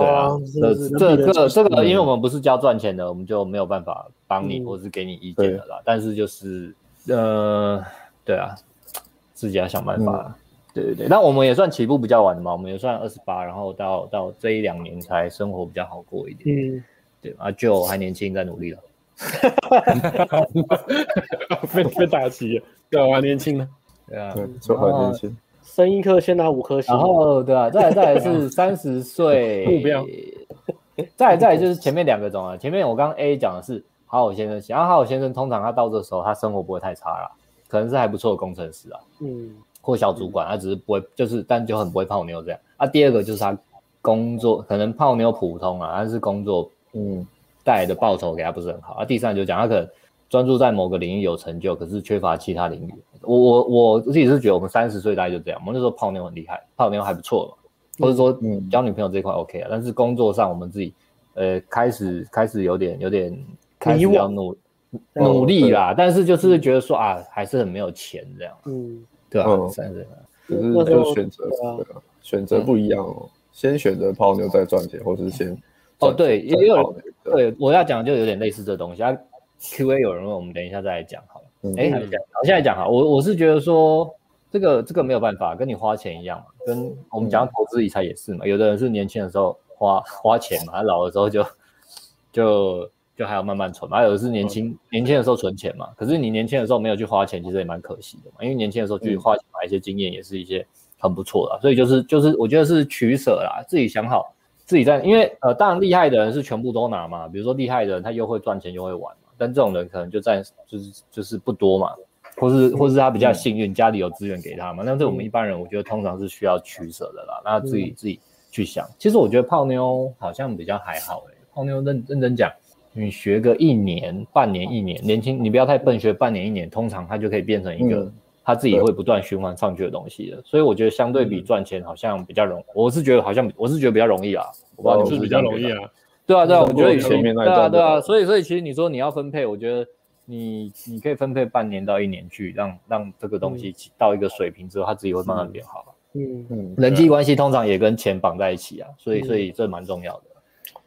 Speaker 4: 对啊
Speaker 2: 哇，，真
Speaker 4: 这
Speaker 2: 的哦是人比
Speaker 4: 这个
Speaker 2: 人
Speaker 4: 这个，因为我们不是教赚钱的，我们就没有办法帮你
Speaker 2: 嗯
Speaker 4: 或是给你意见的啦。但是就是呃，对啊，自己要想办法
Speaker 2: 嗯
Speaker 4: 啦。对对对，那我们也算起步比较晚的嘛，我们也算二十八，然后到到这一两年才生活比较好过一点。
Speaker 2: 嗯，
Speaker 4: 对啊，就还年轻，在努力了。
Speaker 3: 被被打击了，对，我还年轻呢。
Speaker 4: 对啊，
Speaker 8: 对，就很年轻，
Speaker 2: 生一颗先拿五颗星
Speaker 4: 然，后对啊，再来再 来是三十岁
Speaker 3: 目标，
Speaker 4: 再来再来就是前面两个种啊，前面我刚刚 A 讲的是好好先生型，然后好好先生通常他到这时候他生活不会太差啦，可能是还不错的工程师啊
Speaker 2: 嗯，
Speaker 4: 或小主管，他只是不会就是但就很不会泡妞这样啊。第二个就是他工作可能泡妞普通啊，但是工作
Speaker 8: 嗯
Speaker 4: 带来的报酬给他不是很好啊。第三个就讲他可能专注在某个领域有成就，可是缺乏其他领域。我我我自己是觉得我们三十岁大概就这样，我们那时候泡妞很厉害，泡妞还不错嘛，或者说
Speaker 8: 嗯
Speaker 4: 交女朋友这一块 OK 啊，但是工作上我们自己呃开始开始有点有点开始
Speaker 2: 迷惘
Speaker 4: 要努
Speaker 8: 嗯
Speaker 4: 努力啦，但是就是觉得说啊还是很没有钱这样，
Speaker 2: 嗯，
Speaker 4: 对吧、
Speaker 8: 嗯
Speaker 4: 三十岁
Speaker 8: 只是
Speaker 2: 那时候
Speaker 8: 就选择
Speaker 2: 对啊
Speaker 8: 对啊选择不一样哦，先选择泡妞再赚钱，或者是先
Speaker 4: 哦
Speaker 8: 赚
Speaker 4: 对，
Speaker 8: 钱
Speaker 4: 也有
Speaker 8: 再
Speaker 4: 人
Speaker 8: 泡妞
Speaker 4: 对，我要讲就有点类似这东西啊。Q&A 有人问我们，等一下再来讲好了。
Speaker 8: 嗯
Speaker 4: 哎、还是讲好，现在讲好。我我是觉得说，这个这个没有办法，跟你花钱一样嘛，跟我们讲投资理财也是嘛。有的人是年轻的时候花花钱嘛，老的时候就就就还要慢慢存嘛。还有的是年轻、年轻的时候存钱嘛，可是你年轻的时候没有去花钱，其实也蛮可惜的嘛。因为年轻的时候去花钱买一些经验，也是一些很不错的啊、所以就是就是我觉得是取舍啦，自己想好。自己在，因为呃，当然厉害的人是全部都拿嘛，比如说厉害的人他又会赚钱又会玩嘛，但这种人可能就占就是就是不多嘛，或是或是他比较幸运，家里有资源给他嘛，那这我们一般人我觉得通常是需要取舍的啦，那自己自己去想。其实我觉得泡妞好像比较还好诶、泡妞认认真讲，你学个一年、半年、一年，年轻你不要太笨，学半年一年，通常它就可以变成一个
Speaker 8: 嗯
Speaker 4: 他自己会不断循环上去的东西的。所以我觉得相对比赚钱好像比较容，我是觉得好像我是觉得比较容易啊，我不知道你
Speaker 8: 哦
Speaker 4: 们
Speaker 3: 是
Speaker 4: 是
Speaker 3: 比
Speaker 4: 这
Speaker 3: 较
Speaker 4: 样觉
Speaker 3: 容易
Speaker 4: 得。
Speaker 3: 啊，
Speaker 4: 对啊，对啊，
Speaker 8: 嗯
Speaker 4: 我觉得以
Speaker 8: 前
Speaker 4: 前
Speaker 8: 面那一
Speaker 4: 对啊，
Speaker 8: 段
Speaker 4: 对啊，
Speaker 8: 就
Speaker 4: 所以所以其实你说你要分配，我觉得你你可以分配半年到一年去让让这个东西起到一个水平之后，它自己会慢慢变好。啊
Speaker 2: 嗯，
Speaker 8: 嗯，
Speaker 4: 人际关系通常也跟钱绑在一起啊，所以
Speaker 2: 嗯
Speaker 4: 所以这蛮重要的。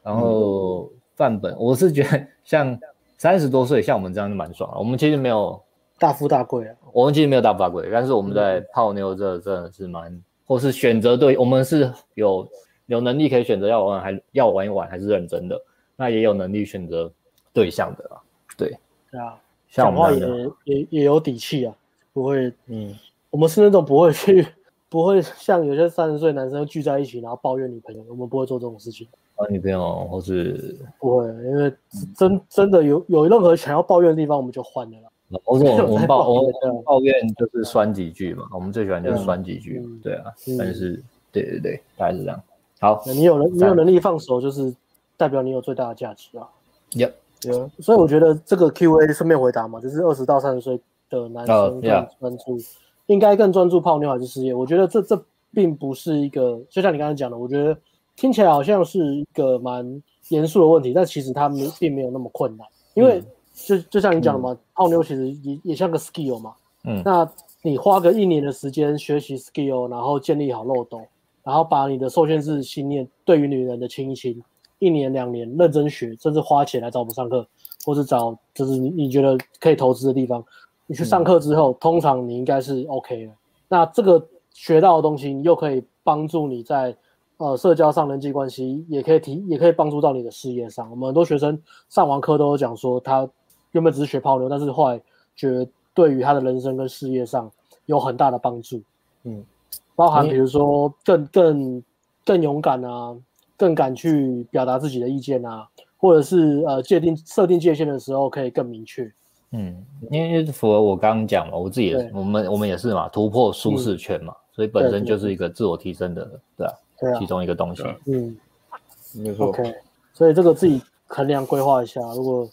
Speaker 4: 然后范本，我是觉得像三十多岁像我们这样就蛮爽了。我们其实没有，
Speaker 2: 大富大贵啊，
Speaker 4: 我们其实没有大富大贵，但是我们
Speaker 2: 嗯
Speaker 4: 在泡妞这真的是蛮，或是选择对，我们是有有能力可以选择要玩还要玩一玩还是认真的，那也有能力选择对象的啦。
Speaker 2: 对啊，
Speaker 4: 像我
Speaker 2: 讲话
Speaker 4: 们
Speaker 2: 也
Speaker 4: 这样的
Speaker 2: 也也有底气啊，不会，
Speaker 4: 嗯，
Speaker 2: 我们是那种不会去，不会像有些三十岁男生聚在一起然后抱怨女朋友，我们不会做这种事情，
Speaker 4: 找女朋友或是
Speaker 2: 不会，因为
Speaker 4: 嗯
Speaker 2: 真真的有有任何想要抱怨的地方，我们就换了啦。
Speaker 4: 我是我们我们抱我
Speaker 2: 我在抱怨啊
Speaker 4: 我们抱怨就是酸几句嘛，我们最喜欢就是酸几句
Speaker 2: 嗯，
Speaker 4: 对啊
Speaker 2: 嗯，
Speaker 4: 但是对对对，大概是这样。好
Speaker 2: 你有能你有能力放手，就是代表你有最大的价值啊。
Speaker 4: ，Yep，
Speaker 2: 对啊，所以我觉得这个 Q&A 顺便回答嘛，就是二十到三十岁的男
Speaker 4: 哦
Speaker 2: 生更
Speaker 4: yeah
Speaker 2: 专注应该更专注泡妞还是事业？我觉得这这并不是一个，就像你刚才讲的，我觉得听起来好像是一个蛮严肃的问题，但其实它没并没有那么困难，因
Speaker 4: 嗯
Speaker 2: 为就就像你讲的嘛，泡妞其实也也像个 skill 嘛，
Speaker 4: 嗯
Speaker 2: 那你花个一年的时间学习 skill，然后建立好漏斗，然后把你的受限制信念对于女人的倾心，一年两年认真学，甚至花钱来找我们上课，或是找就是你你觉得可以投资的地方，你去上课之后，通常你应该是 OK 的。那这个学到的东西，你又可以帮助你在呃社交上人际关系，也可以提，也可以帮助到你的事业上。我们很多学生上完课都有讲说，他原本只是学泡妞，但是后来觉得对于他的人生跟事业上有很大的帮助。
Speaker 8: 嗯，
Speaker 2: 包含
Speaker 4: 你
Speaker 2: 比如说更更更勇敢啊，更敢去表达自己的意见啊，或者是呃界定设定界限的时候可以更明确。
Speaker 4: 嗯，因为因为符合我刚刚讲嘛，我自己也是
Speaker 2: 对
Speaker 4: 我们我们也是嘛，突破舒适圈嘛，所以本身
Speaker 2: 对对
Speaker 4: 就是一个自我提升的，对啊，
Speaker 2: 对啊
Speaker 4: 其，中一个东西
Speaker 3: 对。
Speaker 2: 嗯。
Speaker 8: 没错，
Speaker 2: OK，所以这个自己衡量规划一下。如果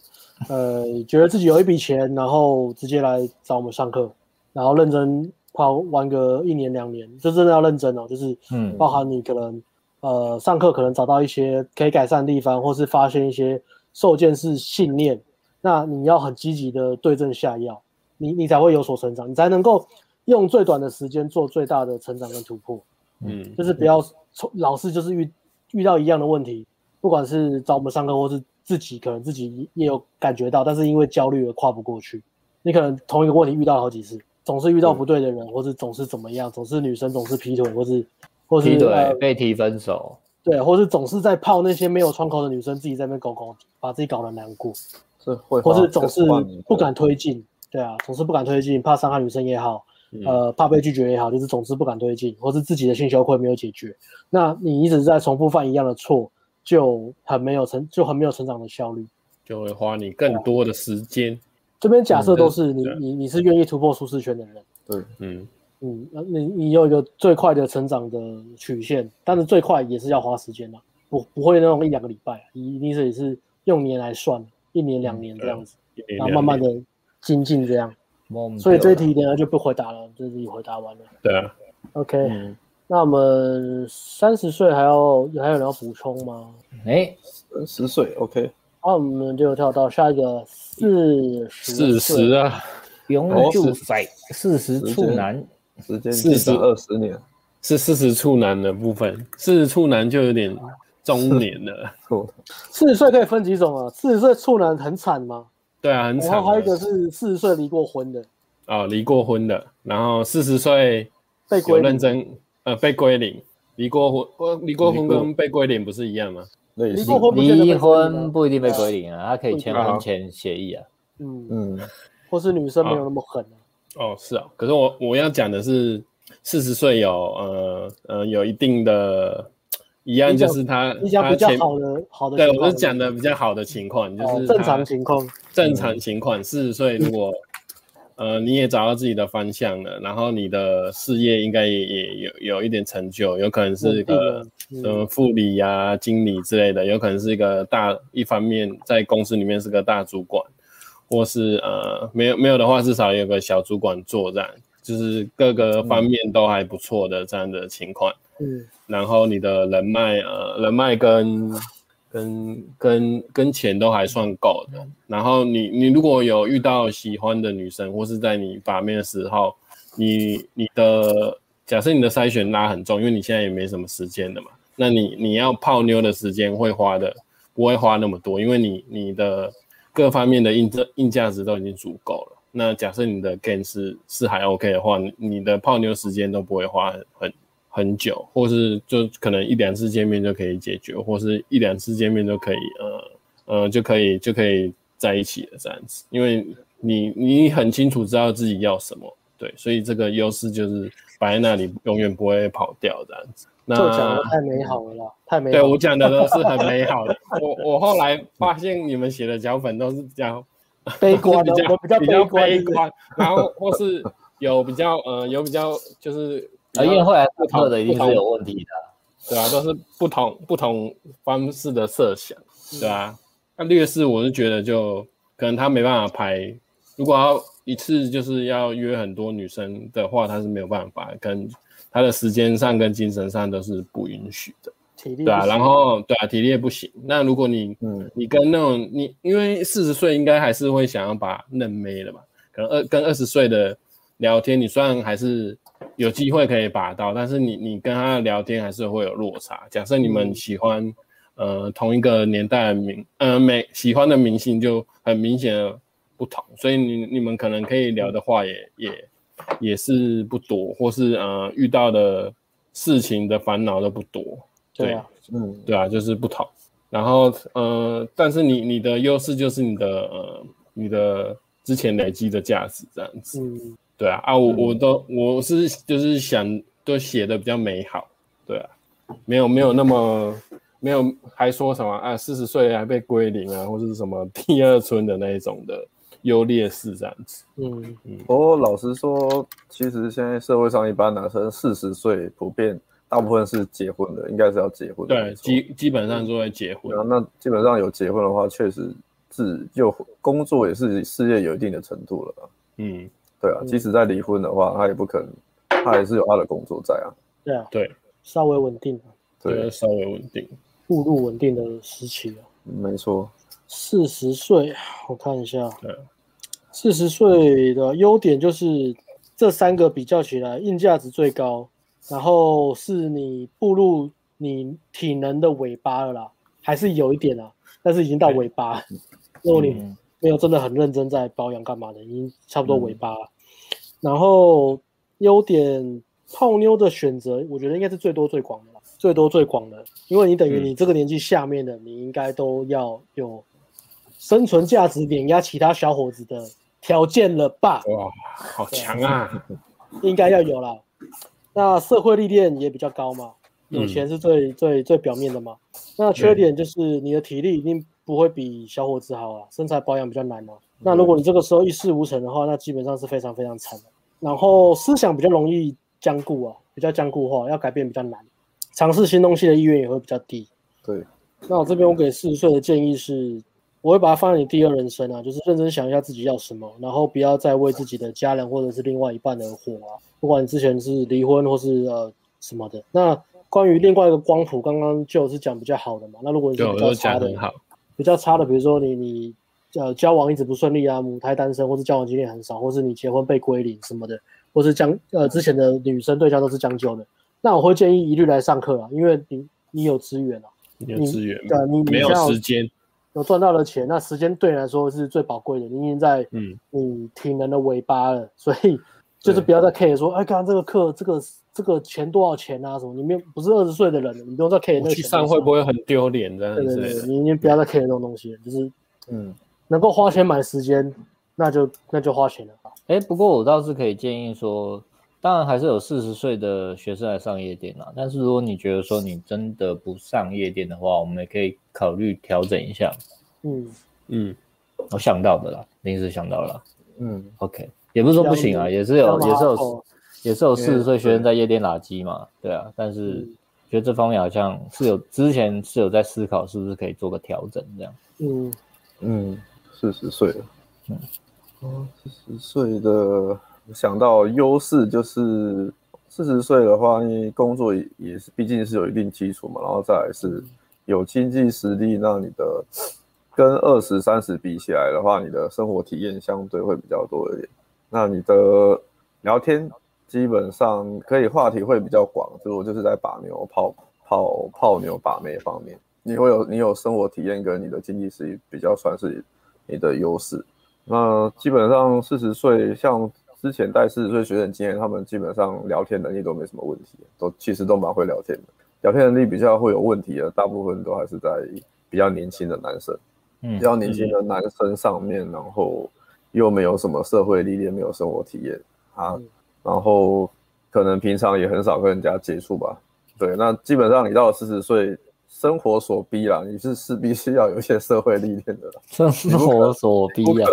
Speaker 2: 呃觉得自己有一笔钱，然后直接来找我们上课，然后认真泡玩个一年两年，就真的要认真哦。就是
Speaker 4: 嗯
Speaker 2: 包含你可能呃上课可能找到一些可以改善的地方，或是发现一些受见式信念，那你要很积极的对症下药，你你才会有所成长，你才能够用最短的时间做最大的成长跟突破。
Speaker 3: 嗯，
Speaker 2: 就是不要从老是就是遇遇到一样的问题，不管是找我们上课，或是自己可能自己也有感觉到，但是因为焦虑而跨不过去。你可能同一个问题遇到了好几次，总是遇到不对的人，或是总是怎么样，总是女生总是劈腿，或是或是
Speaker 4: 劈
Speaker 2: 呃
Speaker 4: 腿被提分手，
Speaker 2: 对，或是总是在泡那些没有窗口的女生，自己在那边搞搞，把自己搞得难过。
Speaker 8: 是会花
Speaker 2: 或是总是
Speaker 8: 更花你的
Speaker 2: 不敢推进，对啊，总是不敢推进，怕伤害女生也好，
Speaker 3: 嗯
Speaker 2: 呃，怕被拒绝也好，就是总之不敢推进，或是自己的性羞愧没有解决，那你一直在重复犯一样的错，就很没有成，就很没有成长的效率。
Speaker 3: 就会花你更多的时间。
Speaker 2: 这边假设
Speaker 3: 嗯对
Speaker 2: 都是你
Speaker 3: 对
Speaker 2: 你你是愿意突破舒适圈的人，
Speaker 8: 对，
Speaker 3: 嗯，
Speaker 2: 嗯，那你你有一个最快的成长的曲线，但是最快也是要花时间的，啊不不会那种一两个礼拜，啊一定是也是用年来算，一年两年这样子，
Speaker 3: 嗯一
Speaker 2: 然
Speaker 3: 年
Speaker 2: 后慢慢
Speaker 3: 两
Speaker 2: 的
Speaker 3: 年嗯啊
Speaker 2: 精进这样。
Speaker 4: 忘
Speaker 2: 所以
Speaker 4: 掉
Speaker 2: 这一
Speaker 4: 了
Speaker 2: 题等一下就不回答了，就自己回答完了。
Speaker 3: 对啊，
Speaker 2: OK，、
Speaker 8: 嗯，
Speaker 2: 那我们三十岁还要还有人要补充吗？
Speaker 4: 哎，
Speaker 8: 呃十岁 OK，
Speaker 2: 那我们就跳到下一个四十。
Speaker 3: 四十。啊，
Speaker 4: 永久仔四十处男，
Speaker 8: 时间
Speaker 3: 是的
Speaker 8: 是二十年，
Speaker 3: 是四十处男的部分，四十处男就有点中年 了。
Speaker 8: 错
Speaker 2: 四十岁可以分几种啊？四十岁处男很惨吗？
Speaker 3: 对啊，很
Speaker 2: 然
Speaker 3: 惨
Speaker 2: 后还有一个
Speaker 3: 的。
Speaker 2: 是四十岁离过婚的，
Speaker 3: 哦，离过婚的，然后四十岁
Speaker 2: 被归
Speaker 3: 有
Speaker 2: 零
Speaker 3: 认真，呃，被归零。离过婚，呃离过婚
Speaker 8: 离过
Speaker 3: 跟被归零不是一样吗？
Speaker 8: 类
Speaker 2: 离
Speaker 8: 似
Speaker 2: 过，婚不见得被
Speaker 4: 离
Speaker 2: 归零啊
Speaker 4: 婚不一定被归零啊，他可以签
Speaker 8: 不一定
Speaker 4: 婚前协议啊。
Speaker 2: 嗯，
Speaker 8: 嗯，
Speaker 2: 或是女生没有那么狠啊、
Speaker 3: 哦，是啊。可是我我要讲的是，四十岁有呃呃有一定的一样，
Speaker 2: 你讲
Speaker 3: 就是他
Speaker 2: 一家
Speaker 3: 他
Speaker 2: 比较
Speaker 3: 前
Speaker 2: 好的好的
Speaker 3: 对，
Speaker 2: 情
Speaker 3: 我
Speaker 2: 况。
Speaker 3: 是讲的比较好的情况，就
Speaker 2: 哦
Speaker 3: 是
Speaker 2: 正
Speaker 3: 他
Speaker 2: 常情况。
Speaker 3: 正常情况，四十岁如果呃你也找到自己的方向了，然后你的事业应该也也有有一点成就，有可能是呃
Speaker 2: 稳定
Speaker 3: 个
Speaker 2: 了嗯
Speaker 3: 什么副理呀、经理之类的，有可能是一个大一方面在公司里面是个大主管，或是呃没有没有的话，至少有个小主管做这样，就是各个方面都还不错的这样的情况。
Speaker 2: 嗯，
Speaker 3: 然后你的人脉，呃，人脉跟跟跟跟钱都还算够的。然后你你如果有遇到喜欢的女生，或是在你把妹的时候，你你的假设你的筛选拉很重，因为你现在也没什么时间了嘛，那你你要泡妞的时间会花的不会花那么多，因为你你的各方面的硬价硬价值都已经足够了。那假设你的 gain 是是还 OK 的话，你你的泡妞时间都不会花很很很久，或是就可能一两次见面就可以解决，或是一两次见面就可以呃呃就可以就可以在一起了这样子，因为你你很清楚知道自己要什么，对，所以这个优势就是摆在那里，永远不会跑掉这样子。那
Speaker 2: 就讲的太美好了啦，太美
Speaker 3: 对
Speaker 2: 好
Speaker 3: 我
Speaker 2: 了。
Speaker 3: 讲的都是很美好的。我我后来发现你们写的脚本都是比 较
Speaker 2: 悲
Speaker 3: 都是
Speaker 2: 观的，
Speaker 3: 比
Speaker 2: 我
Speaker 3: 较
Speaker 2: 们比较
Speaker 3: 比较
Speaker 2: 悲
Speaker 3: 悲
Speaker 2: 观。
Speaker 3: 观，然后或是有比较呃有比较就是比较
Speaker 2: 呃
Speaker 4: 啊，因为后来布
Speaker 3: 同
Speaker 4: 特的一定
Speaker 3: 不同
Speaker 4: 是有问题的，
Speaker 3: 对啊，都是不同不同方式的设想，对
Speaker 2: 嗯
Speaker 3: 啊。那劣势我是觉得就可能他没办法排，如果要一次就是要约很多女生的话，他是没有办法，跟他的时间上跟精神上都是不允许的。
Speaker 2: 体力
Speaker 3: 对啊，
Speaker 2: 不行
Speaker 3: 然后对啊，体力也不行。那如果你，
Speaker 8: 嗯
Speaker 3: 你跟那种你，因为四十岁应该还是会想要把嫩妹的吧？可能二跟二十岁的聊天，你虽然还是有机会可以把到，但是你你跟他的聊天还是会有落差。假设你们喜欢、呃同一个年代的明呃每喜欢的明星就很明显的不同，所以你你们可能可以聊的话也也也是不多，或是呃遇到的事情的烦恼都不多。
Speaker 2: 对啊，
Speaker 8: 嗯，
Speaker 3: 对啊，就是不同。然后呃，但是你你的优势就是你的呃你的之前累积的价值这样子，
Speaker 2: 嗯，
Speaker 3: 对啊啊我
Speaker 8: 嗯
Speaker 3: 我都我是就是想都写的比较美好，对啊，没有没有那么没有还说什么啊四十岁还被归零啊或者是什么第二春的那一种的优劣势这样子，
Speaker 2: 嗯，
Speaker 8: 不过老实说，其实现在社会上一般男生四十岁普遍大部分是结婚的，应该是要结婚的。
Speaker 3: 对
Speaker 8: 没，错
Speaker 3: 基基本上就会结婚
Speaker 8: 对啊，，那基本上有结婚的话，确实自就工作也是事业有一定的程度了吧。
Speaker 3: 嗯，
Speaker 8: 对啊，
Speaker 2: 嗯
Speaker 8: 即使在离婚的话，他也不可能，他还是有他的工作在啊。
Speaker 2: 对啊，
Speaker 3: 对，
Speaker 2: 稍微稳定，
Speaker 3: 就是
Speaker 8: 对，
Speaker 3: 稍微稳定，
Speaker 2: 步入稳定的时期了。
Speaker 8: 没错。
Speaker 2: 四十岁，我看一下
Speaker 3: 对，
Speaker 2: 四十岁的优点就是这三个比较起来，硬价值最高，然后是你步入你体能的尾巴了啦，还是有一点啊，但是已经到尾巴， 如果你
Speaker 4: 嗯
Speaker 2: 没有真的很认真在保养干嘛的，已经差不多尾巴了。然后优点泡妞的选择，我觉得应该是最多最广的啦，最多最广的，因为你等于你这个年纪下面的，你应该都要有生存价值碾压其他小伙子的条件了吧？
Speaker 3: 哇，好强啊，
Speaker 2: 应该要有啦。那社会历练也比较高嘛，有
Speaker 3: 嗯
Speaker 2: 钱是最、最最表面的嘛。那缺点就是你的体力一定不会比小伙子好啊，身材保养比较难啊。那如果你这个时候一事无成的话，那基本上是非常非常惨的。然后思想比较容易僵固啊，比较僵固化，要改变比较难，尝试新东西的意愿也会比较低。
Speaker 8: 对，
Speaker 2: 那我这边我给四十岁的建议是，我会把它放在你第二人生啊，就是认真想一下自己要什么，然后不要再为自己的家人或者是另外一半而活啊。不管你之前是离婚或是呃什么的。那关于另外一个光谱，刚刚就是讲比较好的嘛。那如果你是
Speaker 3: 对，啊
Speaker 2: 比
Speaker 3: 我
Speaker 2: 较
Speaker 3: 都
Speaker 2: 差
Speaker 3: 讲
Speaker 2: 的
Speaker 3: 得，很好，
Speaker 2: 比较差的，比如说你你呃交往一直不顺利啊，母胎单身，或是交往经验很少，或是你结婚被归零什么的，或是将呃之前的女生对象都是将就的，那我会建议一律来上课啊，因为你你有资源啊，
Speaker 3: 你有资源，
Speaker 2: 对啊你你
Speaker 3: 没有
Speaker 2: 像
Speaker 3: 时间，
Speaker 2: 有赚到的钱，那时间对你来说是最宝贵的，你已经在
Speaker 3: 嗯。
Speaker 2: 你体能的尾巴了，所以就是不要再 care 说，哎，刚刚这个课这个这个钱多少钱啊什么，你没有不是二十岁的人，你不用再 care 那
Speaker 3: 我
Speaker 2: 个
Speaker 3: 去
Speaker 2: 钱
Speaker 3: 上
Speaker 2: 多少
Speaker 3: 会不会很丢脸这样
Speaker 2: 对
Speaker 3: 之
Speaker 2: 对
Speaker 3: 类
Speaker 2: 对，
Speaker 3: 的？
Speaker 2: 你你不要再 care 这种东西了，就是
Speaker 8: 嗯，
Speaker 2: 能够花钱买时间，那就那就花钱了吧。
Speaker 4: 哎，不过我倒是可以建议说，当然还是有四十岁的学生来上夜店啦。但是如果你觉得说你真的不上夜店的话，我们也可以考虑调整一下。
Speaker 2: 嗯，
Speaker 3: 嗯，
Speaker 4: 我想到的啦，临时想到了啦。
Speaker 8: 嗯，
Speaker 4: OK，也不是说不行啊，
Speaker 2: 要
Speaker 4: 也是
Speaker 2: 要
Speaker 4: 有，
Speaker 2: 把
Speaker 4: 也是
Speaker 2: 它扣
Speaker 4: 有，也是有
Speaker 8: 因为
Speaker 4: 四十岁学生在夜店拉机嘛，对啊。但是
Speaker 2: 嗯
Speaker 4: 觉得这方面好像是有之前是有在思考，是不是可以做个调整这样。
Speaker 2: 嗯，
Speaker 8: 嗯，四十岁了，
Speaker 4: 嗯
Speaker 8: 嗯，四十岁的想到优势就是四十岁的话，因为工作也也是毕竟是有一定基础嘛，然后再来是有经济实力，那你的跟二十三十比起来的话，你的生活体验相对会比较多一点，那你的聊天
Speaker 1: 基本上可以话题会比较广，就是我就是在把牛泡泡泡牛把妹方面，你会有你有生活体验跟你的经济实力比较算是你的优势。那基本上四十岁，像之前带四十岁学生经验，他们基本上聊天能力都没什么问题，都其实都蛮会聊天的。聊天能力比较会有问题的，大部分都还是在比较年轻的男生，
Speaker 4: 嗯
Speaker 1: 比较年轻的男生上面，然后又没有什么社会历练，没有生活体验啊
Speaker 2: 嗯，
Speaker 1: 然后可能平常也很少跟人家接触吧。对，那基本上你到了四十岁，生活所逼啦，你是势必是要有一些社会历练的啦，
Speaker 4: 生活所逼
Speaker 1: 不可
Speaker 4: 啊，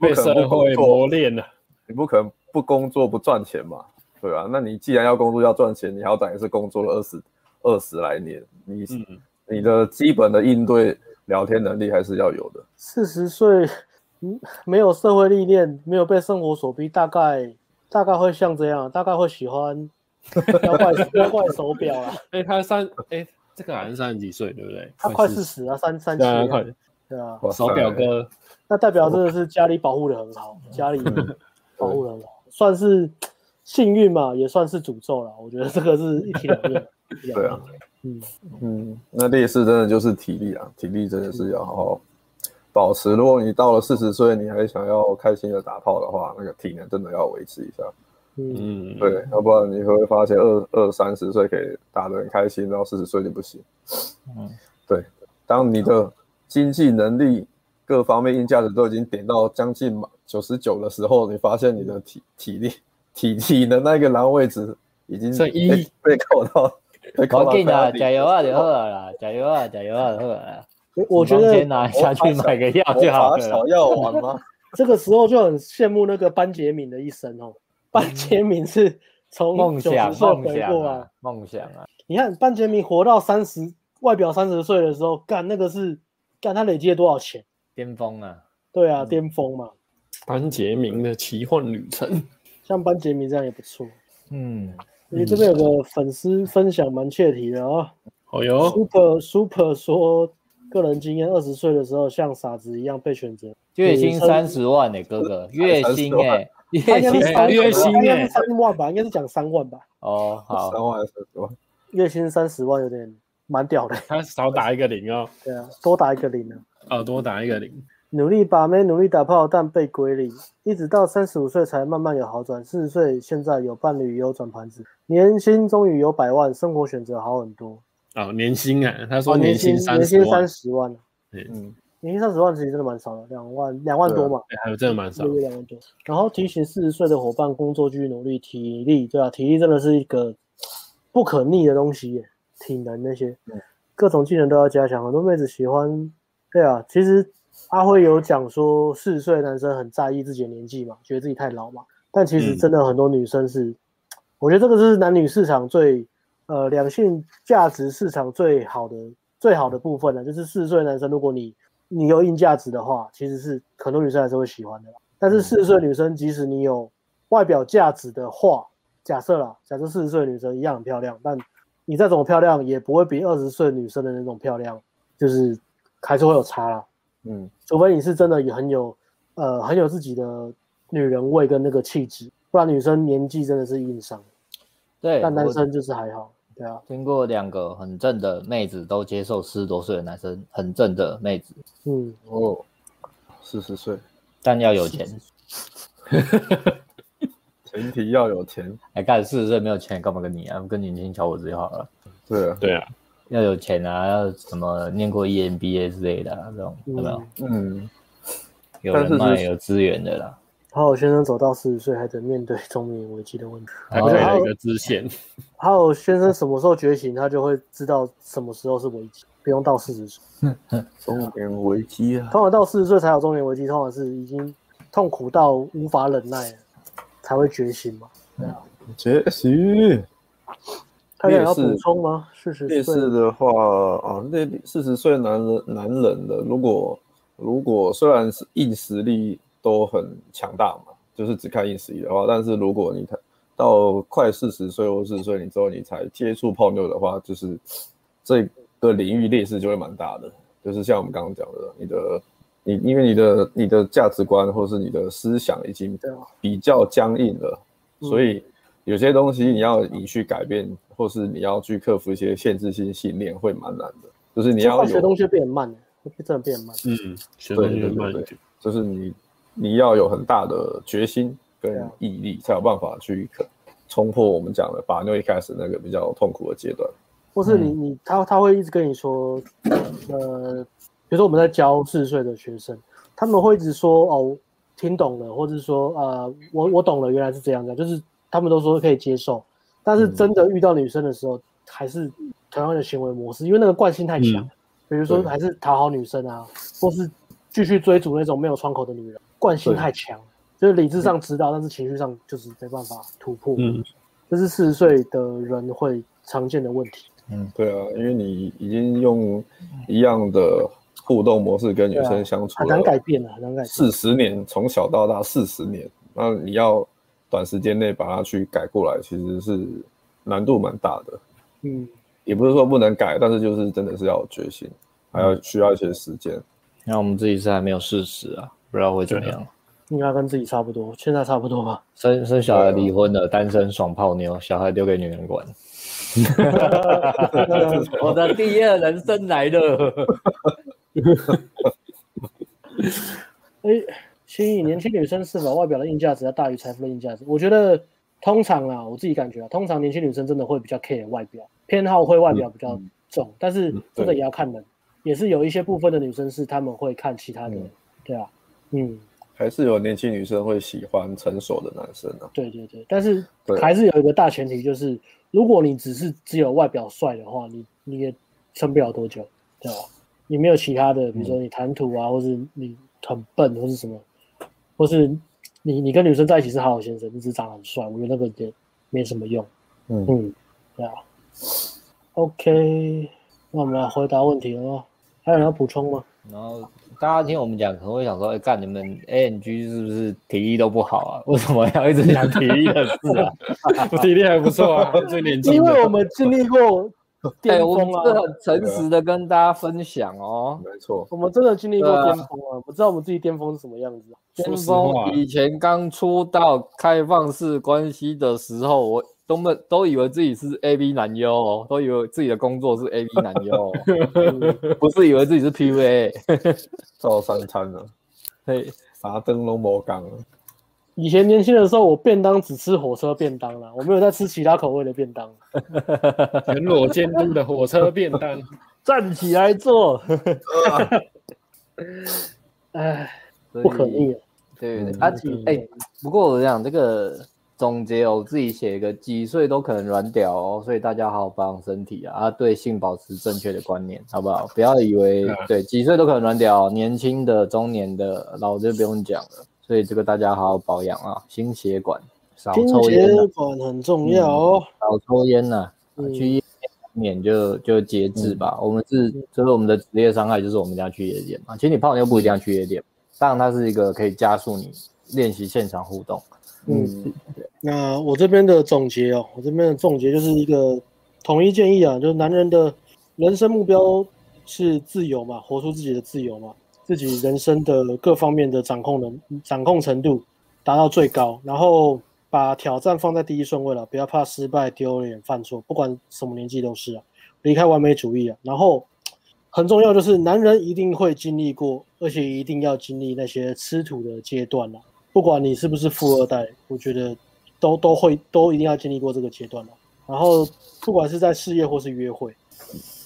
Speaker 1: 你
Speaker 3: 被
Speaker 1: 不可
Speaker 3: 社
Speaker 1: 能不
Speaker 3: 会
Speaker 1: 工
Speaker 3: 磨
Speaker 1: 作，
Speaker 3: 练了。
Speaker 1: 你不可能不工作不赚钱嘛，对吧、那你既然要工作要赚钱，你好歹也是工作了二十二十来年，你、
Speaker 3: 嗯，
Speaker 1: 你的基本的应对聊天能力还是要有的。
Speaker 2: 四十岁，嗯，没有社会历练，没有被生活所逼，大概大概会像这样，大概会喜欢 妖怪妖怪手表啊。
Speaker 3: 哎、他三哎、这个好像三十几岁，对不对？
Speaker 2: 他快
Speaker 3: 40
Speaker 2: 四十啊，三三七
Speaker 3: 对啊，
Speaker 2: 啊，
Speaker 3: 快
Speaker 2: 对啊，
Speaker 1: 哇塞
Speaker 3: 手表，哥，
Speaker 2: 那代表真的是家里保护的很好，
Speaker 4: 嗯
Speaker 2: 家里保护的很好，算是幸运嘛，也算是诅咒了。我觉得这个是一体两面。一体两
Speaker 1: 对
Speaker 2: 面
Speaker 1: 啊，
Speaker 2: 嗯，
Speaker 1: 嗯，那劣势真的就是体力啊，体力真的是要好好保持。如果你到了四十岁，你还想要开心的打炮的话，那个体能真的要维持一下。
Speaker 2: 嗯，
Speaker 3: 嗯，
Speaker 1: 对，要不然你会发现二二三十岁可以打得很开心，然后四十岁就不行。
Speaker 4: 嗯，
Speaker 1: 对，当你的经济能力各方面硬价值都已经点到将近九十九的时候，你发现你的体体力体体的那个栏位置已经
Speaker 3: 剩一
Speaker 1: 被被扣到，被扣
Speaker 4: 我
Speaker 1: 到
Speaker 4: 给你
Speaker 1: 快
Speaker 4: 啊，
Speaker 1: 要
Speaker 4: 加油啊就
Speaker 1: 顶
Speaker 4: 好
Speaker 1: 了
Speaker 4: 了啦，加油啊，加油啊就好了啦。
Speaker 2: 我我觉
Speaker 4: 你帮先
Speaker 2: 得
Speaker 4: 拿下去买个药就啊好
Speaker 1: 魔法
Speaker 4: 了啦
Speaker 1: 小。药丸 吗？
Speaker 2: 这个时候就很羡慕那个班杰明的一生哦。班杰明是从
Speaker 4: 嗯梦
Speaker 2: 九
Speaker 4: 想
Speaker 2: 十，岁
Speaker 4: 梦
Speaker 2: 回
Speaker 4: 想
Speaker 2: 过来
Speaker 4: 啊，，梦想啊！
Speaker 2: 你看班杰明活到三十，外表三十岁的时候，干那个是干他累积了多少钱？
Speaker 4: 巅峰啊！
Speaker 2: 对啊，巅峰嘛，
Speaker 3: 班杰明的奇幻旅程，
Speaker 2: 像班杰明这样也不错。
Speaker 4: 嗯，
Speaker 2: 你这边有个粉丝分享蛮切题的哦
Speaker 3: 哦哟，
Speaker 2: ，Super Super 说，个人经验，二十岁的时候像傻子一样被选择，
Speaker 4: 月薪三十万呢、哥哥，月薪哎、
Speaker 2: 他应该
Speaker 4: 月薪
Speaker 2: 是三
Speaker 4: 30
Speaker 3: 月薪
Speaker 2: 他应该
Speaker 3: 欸
Speaker 2: 是三万吧，应该是讲三万吧，
Speaker 4: 哦， 好，
Speaker 1: 三万还是什么？
Speaker 2: 月薪三十万有点蛮屌的，
Speaker 3: 他少打一个零哦，
Speaker 2: 对啊，多打一个零啊。
Speaker 3: 哦，多打一个零，
Speaker 2: 努力把妹，努力打炮，但被归零，一直到三十五岁才慢慢有好转。四十岁现在有伴侣，也有转盘子，年薪终于有百万，生活选择好很多。
Speaker 3: 哦，年薪啊，他说
Speaker 2: 哦，年
Speaker 3: 薪
Speaker 2: 年
Speaker 3: 三
Speaker 2: 薪
Speaker 3: 十
Speaker 2: 三
Speaker 3: 万，
Speaker 2: 十万，
Speaker 1: 嗯，
Speaker 2: 年薪三十万其实真的蛮少的，两万两万多嘛，
Speaker 3: 哎还有真的蛮少
Speaker 2: 一，个月两万多。然后提醒四十岁的伙伴，工作继续努力，体力对啊，体力真的是一个不可逆的东西耶，体能那些
Speaker 1: 嗯，
Speaker 2: 各种技能都要加强。很多妹子喜欢，对啊，其实阿辉有讲说，四十岁的男生很在意自己的年纪嘛，觉得自己太老嘛，但其实
Speaker 3: 嗯
Speaker 2: 真的很多女生是，我觉得这个是男女市场最呃两性价值市场最好的最好的部分呢，就是四十岁的男生，如果你你有硬价值的话，其实是很多女生还是会喜欢的啦。但
Speaker 4: 嗯
Speaker 2: 是四十岁女生，即使你有外表价值的话，假设啦，假设四十岁女生一样很漂亮，但你再怎么漂亮，也不会比二十岁女生的那种漂亮，就是还是会有差啦。
Speaker 1: 嗯，
Speaker 2: 除非你是真的也很有呃很有自己的女人味跟那个气质，不然女生年纪真的是硬伤，
Speaker 4: 对，
Speaker 2: 但男
Speaker 4: 我
Speaker 2: 生就是还好，对啊，
Speaker 4: 听过两个很正的妹子都接受四十多岁的男生，很正的妹子
Speaker 2: 嗯，
Speaker 4: 哦，
Speaker 1: 四十岁，
Speaker 4: 但要有钱。
Speaker 1: 前提要有钱。
Speaker 4: 哎，干四十岁没有钱干嘛跟你啊？跟年轻小伙子就好了。
Speaker 1: 对啊，
Speaker 3: 对啊，
Speaker 4: 要有钱啊，要什么念过 E EMBA 之类的、啊、这种，有没有
Speaker 2: 嗯？
Speaker 1: 嗯，
Speaker 4: 有
Speaker 1: 但是
Speaker 4: 人脉
Speaker 1: 是
Speaker 4: 有资源的啦。
Speaker 2: 好好先生走到四十岁还得面对中年危机的问题。
Speaker 3: 还
Speaker 4: 哦
Speaker 3: 配了一个支线，
Speaker 2: 还有先生什么时候觉醒，他就会知道什么时候是危机，不用到四十岁。
Speaker 1: 中年危机啊，
Speaker 2: 通常到四十岁才有中年危机，通常是已经痛苦到无法忍耐了，才会觉醒嘛。
Speaker 1: 杰西。
Speaker 2: 他有要
Speaker 1: 劣势
Speaker 2: 补充吗？四十
Speaker 1: 劣
Speaker 2: 岁
Speaker 1: 势的话啊，那四十岁男人男人的，如果如果虽然是硬实力都很强大嘛，就是只看硬实力的话，但是如果你才到快四十岁或四十岁你之后你才接触泡妞的话，就是这个领域劣势就会蛮大的，就是像我们刚刚讲的，你的你因为你的你的价值观或是你的思想已经
Speaker 2: 对啊
Speaker 1: 比较僵硬了，
Speaker 2: 嗯
Speaker 1: 所以有些东西你要你去改变，或是你要去克服一些限制性信念，会蛮难的。就是你要
Speaker 2: 化学
Speaker 1: 有
Speaker 2: 东西变慢，真的变慢。
Speaker 3: 嗯，学
Speaker 1: 对
Speaker 3: 东
Speaker 1: 对
Speaker 3: 西
Speaker 1: 对
Speaker 3: 慢一
Speaker 1: 对
Speaker 3: 点。
Speaker 1: 就是你你要有很大的决心跟
Speaker 2: 啊
Speaker 1: 毅力，才有办法去克冲破我们讲的把妞一开始那个比较痛苦的阶段。
Speaker 2: 或是你你他他会一直跟你说，呃，比如说我们在教四十岁的学生，他们会一直说哦，听懂了，或者说呃，我我懂了，原来是这样的，就是他们都说可以接受，但是真的遇到女生的时候，还是同样的行为模式，因为那个惯性太强，比如说
Speaker 1: 对
Speaker 2: 还是讨好女生啊，或是继续追逐那种没有窗口的女人，惯性太强，就是理智上知道，但是情绪上就是没办法突破，
Speaker 3: 嗯，
Speaker 2: 这是四十岁的人会常见的问题。
Speaker 1: 对啊，因为你已经用一样的互动模式跟女
Speaker 2: 对
Speaker 1: 生
Speaker 2: 啊
Speaker 1: 相处
Speaker 2: 很难
Speaker 1: 了
Speaker 2: 改变啊的，很难改变。
Speaker 1: 四十年，从小到大四十年，那你要短时间内把它去改过来，其实是难度蛮大的。
Speaker 2: 嗯，
Speaker 1: 也不是说不能改，但是就是真的是要有决心，还要需要一些时间。
Speaker 9: 那我们自己是还没有事实啊，不知道会怎么样。
Speaker 2: 应该跟自己差不多，现在差不多 吧。
Speaker 9: 生生小孩离婚了，
Speaker 4: 啊
Speaker 9: 单身爽泡妞，小孩丢给女人管。
Speaker 4: 我的第二人生来了。
Speaker 2: 哎，吸引年轻女生是否外表的硬价值要大于财富的硬价值？我觉得通常啦，我自己感觉啊，通常年轻女生真的会比较 care 外表，偏好会外表比较重，但是真的也要看人，也是有一些部分的女生是她们会看其他的，对啊，嗯，
Speaker 1: 还是有年轻女生会喜欢成熟的男生啊。
Speaker 2: 对对对，但是
Speaker 1: 对
Speaker 2: 还是有一个大前提，就是如果你只是只有外表帅的话，你你也撑不了多久，对吧？你没有其他的，比
Speaker 1: 嗯
Speaker 2: 如说你谈吐啊，或是你很笨，或是什么，或是你你跟女生在一起是好好先生，你只是长得很帅，我觉得那个也没什么用。
Speaker 1: 嗯
Speaker 2: 嗯，对啊。OK，那我们来回答问题了哦。还有人要补充吗？
Speaker 9: 然后大家听我们讲，可能会想说：“哎、干你们 ANG 是不是体力都不好啊？ 为什么要一直讲体力的事啊
Speaker 3: 体力还不错啊，最年轻 的。
Speaker 2: 因为哎我们经历过
Speaker 4: 对，
Speaker 2: 巅
Speaker 4: 我们
Speaker 2: 峰啊，
Speaker 4: 是很诚实的跟大家分享哦。
Speaker 1: 没错，
Speaker 2: 我们真的经历过
Speaker 4: 对啊
Speaker 2: 巅峰啊，我知道我们自己巅峰是什么样子啊。
Speaker 4: 巅
Speaker 3: 说实
Speaker 4: 峰
Speaker 3: 话
Speaker 4: 以前刚出道开放式关系的时候，我都没都以为自己是 A B 男优哦，都以为自己的工作是 A B 男 优、哦嗯不是以为自己是 P V A。
Speaker 1: 照三餐啊，
Speaker 4: 嘿
Speaker 1: 啥灯笼没讲啊。
Speaker 2: 以前年轻的时候，我便当只吃火车便当啦，我没有在吃其他口味的便当。
Speaker 3: 全裸监督的火车便当，
Speaker 9: 站起来 坐。
Speaker 2: 唉，
Speaker 4: 所以
Speaker 2: 不可逆啊。
Speaker 4: 对对
Speaker 1: 嗯
Speaker 4: 对，啊，几哎、不过我讲这个总结哦，我自己写一个，几岁都可能软屌哦，所以大家好好保养身体啊，啊，对性保持正确的观念，好不好？不要以为
Speaker 3: 对啊
Speaker 4: 对几岁都可能软屌哦，年轻的、中年的、老的就不用讲了，所以这个大家好好保养啊，心血管少
Speaker 2: 心
Speaker 4: 抽烟、啊
Speaker 2: 血，管很重要哦。
Speaker 4: 少抽烟呐、啊，
Speaker 2: 嗯
Speaker 4: 去夜店免就就节制吧。我们是就是我们的职业伤害，就是我们一定要去夜店嘛。其实你泡妞不一定要去夜店，当然它是一个可以加速你练习现场互动。
Speaker 1: 嗯，
Speaker 2: 那我这边的总结哦，我这边的总结就是一个统一建议啊，就是男人的人生目标是自由嘛，活出自己的自由嘛，自己人生的各方面的掌控能掌控程度达到最高，然后把挑战放在第一顺位了，不要怕失败、丢脸、犯错，不管什么年纪都是啊，离开完美主义啊，然后。很重要就是，男人一定会经历过，而且一定要经历那些吃土的阶段啦、不管你是不是富二代，我觉得都都会都一定要经历过这个阶段了。然后不管是在事业或是约会，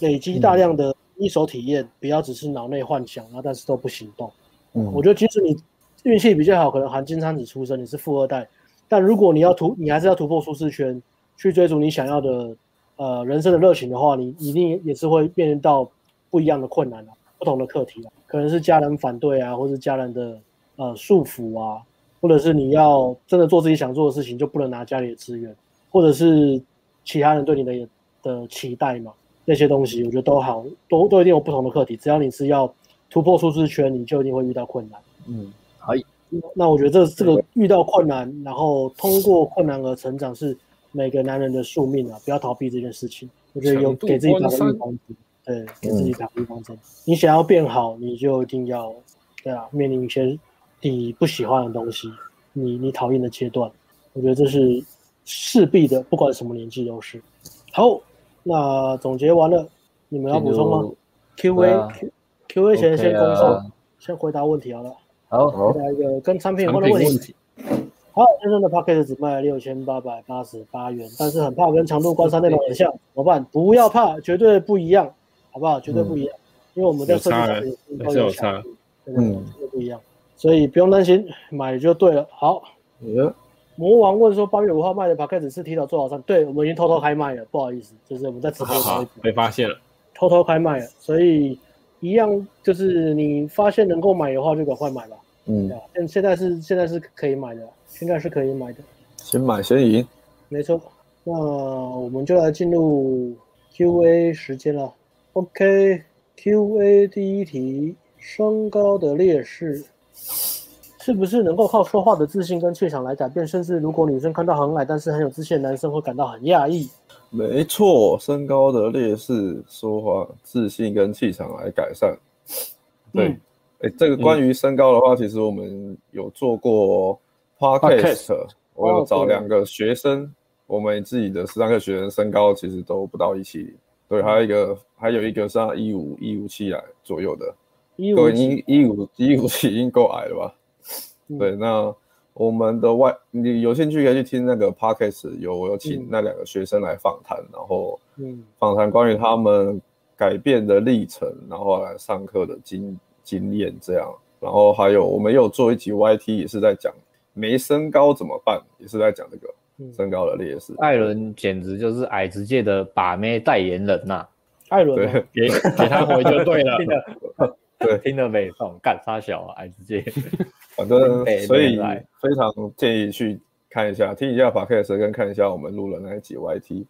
Speaker 2: 累积大量的一手体验，不要只是脑内幻想，然后但是都不行动。
Speaker 1: 嗯
Speaker 2: 我觉得即使你运气比较好，可能含金汤匙出生，你是富二代，但如果你要突，你还是要突破舒适圈，去追逐你想要的呃人生的热情的话，你一定也是会面临到不一样的困难啊，不同的课题啊，可能是家人反对啊，或是家人的呃束缚啊，或者是你要真的做自己想做的事情，就不能拿家里的资源，或者是其他人对你的的期待嘛，那些东西，我觉得都好，都都一定有不同的课题。只要你是要突破舒适圈，你就一定会遇到困难。
Speaker 1: 嗯，
Speaker 2: 那我觉得这这个遇到困难，然后通过困难而成长，是每个男人的宿命啊！不要逃避这件事情。我觉得有
Speaker 3: 强度
Speaker 2: 给自己打个
Speaker 3: 关
Speaker 2: 预
Speaker 3: 山
Speaker 2: 防针，对，给自己打个预防针。你想要变好，你就一定要，对啊，面临一些你不喜欢的东西，你你讨厌的阶段。我觉得这是势必的，不管什么年纪都是。好，那总结完了，你们要补充吗？Q
Speaker 4: 对
Speaker 2: A
Speaker 4: 啊
Speaker 2: Q Q A 前先
Speaker 4: OK 啊
Speaker 2: 攻上，先回答问题好了。
Speaker 4: 好，
Speaker 8: 好
Speaker 2: 回答一个跟产品有
Speaker 3: 产
Speaker 2: 关
Speaker 3: 品
Speaker 2: 的问题
Speaker 3: 问。题，
Speaker 2: 好，先生的 Pocket 只卖六千八百八十八元，但是很怕跟长度关山内容很像，怎么办？不要怕，绝对不一样，好不好？绝对不一样，因为我们在设计上面
Speaker 3: 嗯有差
Speaker 2: 都
Speaker 3: 还是有
Speaker 2: 强
Speaker 3: 差
Speaker 2: 度，真的绝对不一样，所以不用担心，买就对了。好，
Speaker 8: 嗯，
Speaker 2: 魔王问说八月五号卖的 Pocket 是提早做好上，对我们已经偷偷开卖了，不好意思，就是我们在直播
Speaker 3: 好
Speaker 2: 的时候
Speaker 3: 好被发现了，
Speaker 2: 偷偷开卖了，所以一样就是你发现能够买的话就赶快买吧。对
Speaker 8: 嗯，
Speaker 2: 啊现现在是现在是可以买的，现在是可以买的。
Speaker 8: 先买先赢。
Speaker 2: 没错，那我们就来进入 Q&A 时间了。OK，Q&A 第一题：身高的劣势是不是能够靠说话的自信跟怯场来改变？甚至如果女生看到很矮但是很有自信的男生，会感到很讶异。
Speaker 8: 没错，身高的劣势，说话自信跟气场来改善。对，哎
Speaker 2: 嗯、
Speaker 8: 这个关于身高的话，其实我们有做过 podcast，我
Speaker 2: 哦
Speaker 8: 有找两个学生，我们自己的十三个学生身高其实都不到一七零，对，还有一个还有一个是一五一五七来左右的，
Speaker 2: 一
Speaker 8: 都
Speaker 2: 五
Speaker 8: 已经一五一五已经够矮了吧？
Speaker 2: 嗯
Speaker 8: 对，那我们的外，你有兴趣可以去听那个 podcast，有我有
Speaker 2: 嗯
Speaker 8: 请那两个学生来访谈，然后
Speaker 2: 嗯
Speaker 8: 访谈关于他们改变的历程，然后来上课的经经验这样，然后还有我们有做一集 YT，也是在讲没身高怎么办，也是在讲这个
Speaker 2: 嗯，
Speaker 8: 身高的劣势。
Speaker 4: 艾伦简直就是矮子界的把妹代言人呐、
Speaker 2: 艾伦啊
Speaker 8: 对，
Speaker 3: 给给他回就对了。
Speaker 4: 听了，
Speaker 8: 对
Speaker 4: 听了没？送干啥小啊，矮子界。
Speaker 8: 反正
Speaker 4: 北
Speaker 8: 所
Speaker 4: 北
Speaker 8: 以
Speaker 4: 来
Speaker 8: 非常建议去看一下，听一下 podcast 跟看一下我们录了那一集 YT。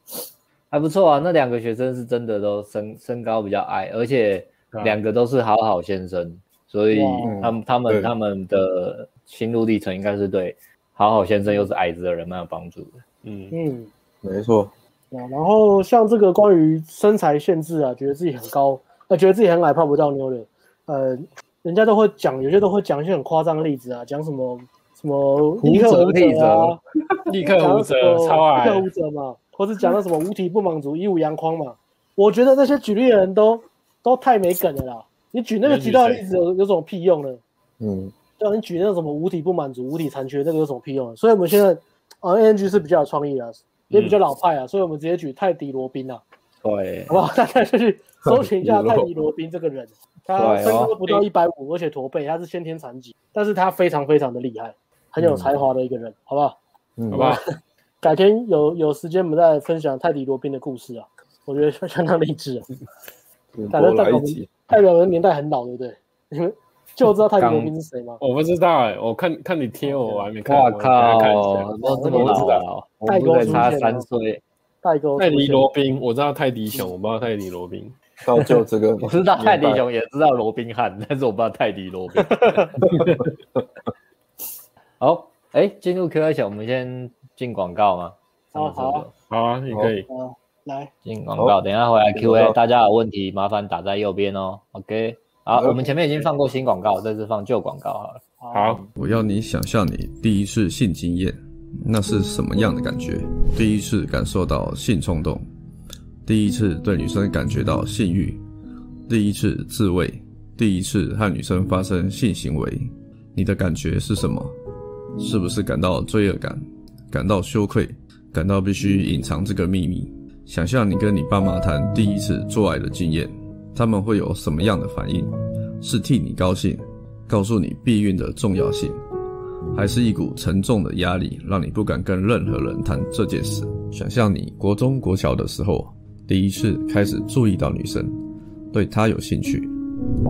Speaker 4: 还不错啊，那两个学生是真的都身身高比较矮，而且
Speaker 3: 啊
Speaker 4: 两个都是好好先生，所以
Speaker 2: 哇
Speaker 4: 他们他们
Speaker 8: 对
Speaker 4: 他们的心路历程应该是对好好先生又是矮子的人蛮有帮助的。
Speaker 3: 嗯，
Speaker 2: 嗯。
Speaker 8: 没错，
Speaker 2: 啊，然后像这个关于身材限制啊，觉得自己很高，呃，觉得自己很矮泡不到妞的，呃，人家都会讲，有些都会讲一些很夸张的例子啊，讲什么什么立刻
Speaker 4: 折
Speaker 2: 无
Speaker 4: 立
Speaker 2: 折啊，
Speaker 3: 哦立刻无
Speaker 2: 讲什
Speaker 3: 责，
Speaker 2: 么
Speaker 3: 超
Speaker 2: 立刻
Speaker 3: 矮，
Speaker 2: 无折嘛，或是讲到什么五体不满足，一无阳光嘛，我觉得那些举例的人都都太没梗了啦，你举那个
Speaker 3: 你举
Speaker 2: 举到的
Speaker 3: 谁
Speaker 2: 例子有有什么屁用呢？
Speaker 8: 嗯，
Speaker 2: 对啊，你举那种什么五体不满足、五体残缺，那个有什么屁用啊呢？所以我们现在，呃，NG 是比较有创意的，啊也比较老派啊，所以我们直接举泰迪罗宾啊，
Speaker 4: 对
Speaker 2: 好不 好？大家就去搜寻一下泰迪罗宾这个人，他身高不到一百五，而且驼背，他是先天残疾，但是他非常非常的厉害，很有才华的一个人，好不好？
Speaker 8: 嗯
Speaker 3: 好不好？
Speaker 2: 改天有有时间，我们再分享泰迪罗宾的故事啊，我觉得 相相当励志啊，
Speaker 8: 嗯多来一集，
Speaker 2: 代表的年代很老，对不对？你们就知道泰迪罗宾是谁吗？
Speaker 3: 我不知道哎，我看看你贴我，我还没看，
Speaker 4: 哇
Speaker 3: 我等一下看一下
Speaker 4: 靠，都这么老了、啊，我
Speaker 2: 代沟
Speaker 4: 们才
Speaker 2: 出
Speaker 4: 差
Speaker 2: 现了
Speaker 4: 三岁，
Speaker 2: 代沟
Speaker 3: 泰
Speaker 2: 出
Speaker 3: 迪
Speaker 2: 现
Speaker 3: 罗宾，我知道泰迪熊，我不知道泰迪罗宾。
Speaker 8: 造就这个
Speaker 4: 我知道泰迪
Speaker 8: 年代。
Speaker 4: 熊，也知道罗宾汉，但是我不知道泰迪罗宾。 好，哎，进入 Q A 前，我们先进广告吗？
Speaker 2: 好好啊
Speaker 3: 好啊，你可以。
Speaker 2: 啊，来。
Speaker 4: 进广
Speaker 8: 好
Speaker 4: 告，等一下回来
Speaker 8: 进广告
Speaker 4: Q&A，大家有问题麻烦打在右边哦。OK，好，
Speaker 8: 好
Speaker 4: 我们前面已经放过新广告，这次放旧广告好了。
Speaker 3: 好，
Speaker 1: 我要你想象你第一次性经验，那是什么样的感觉？第一次感受到性冲动，第一次对女生感觉到性欲，第一次自慰，第一次和女生发生性行为，你的感觉是什么？是不是感到罪恶感，感到羞愧，感到必须隐藏这个秘密？想象你跟你爸妈谈第一次做爱的经验，他们会有什么样的反应？是替你高兴，告诉你避孕的重要性，还是一股沉重的压力，让你不敢跟任何人谈这件事？想象你国中、国小的时候，第一次开始注意到女生，对她有兴趣，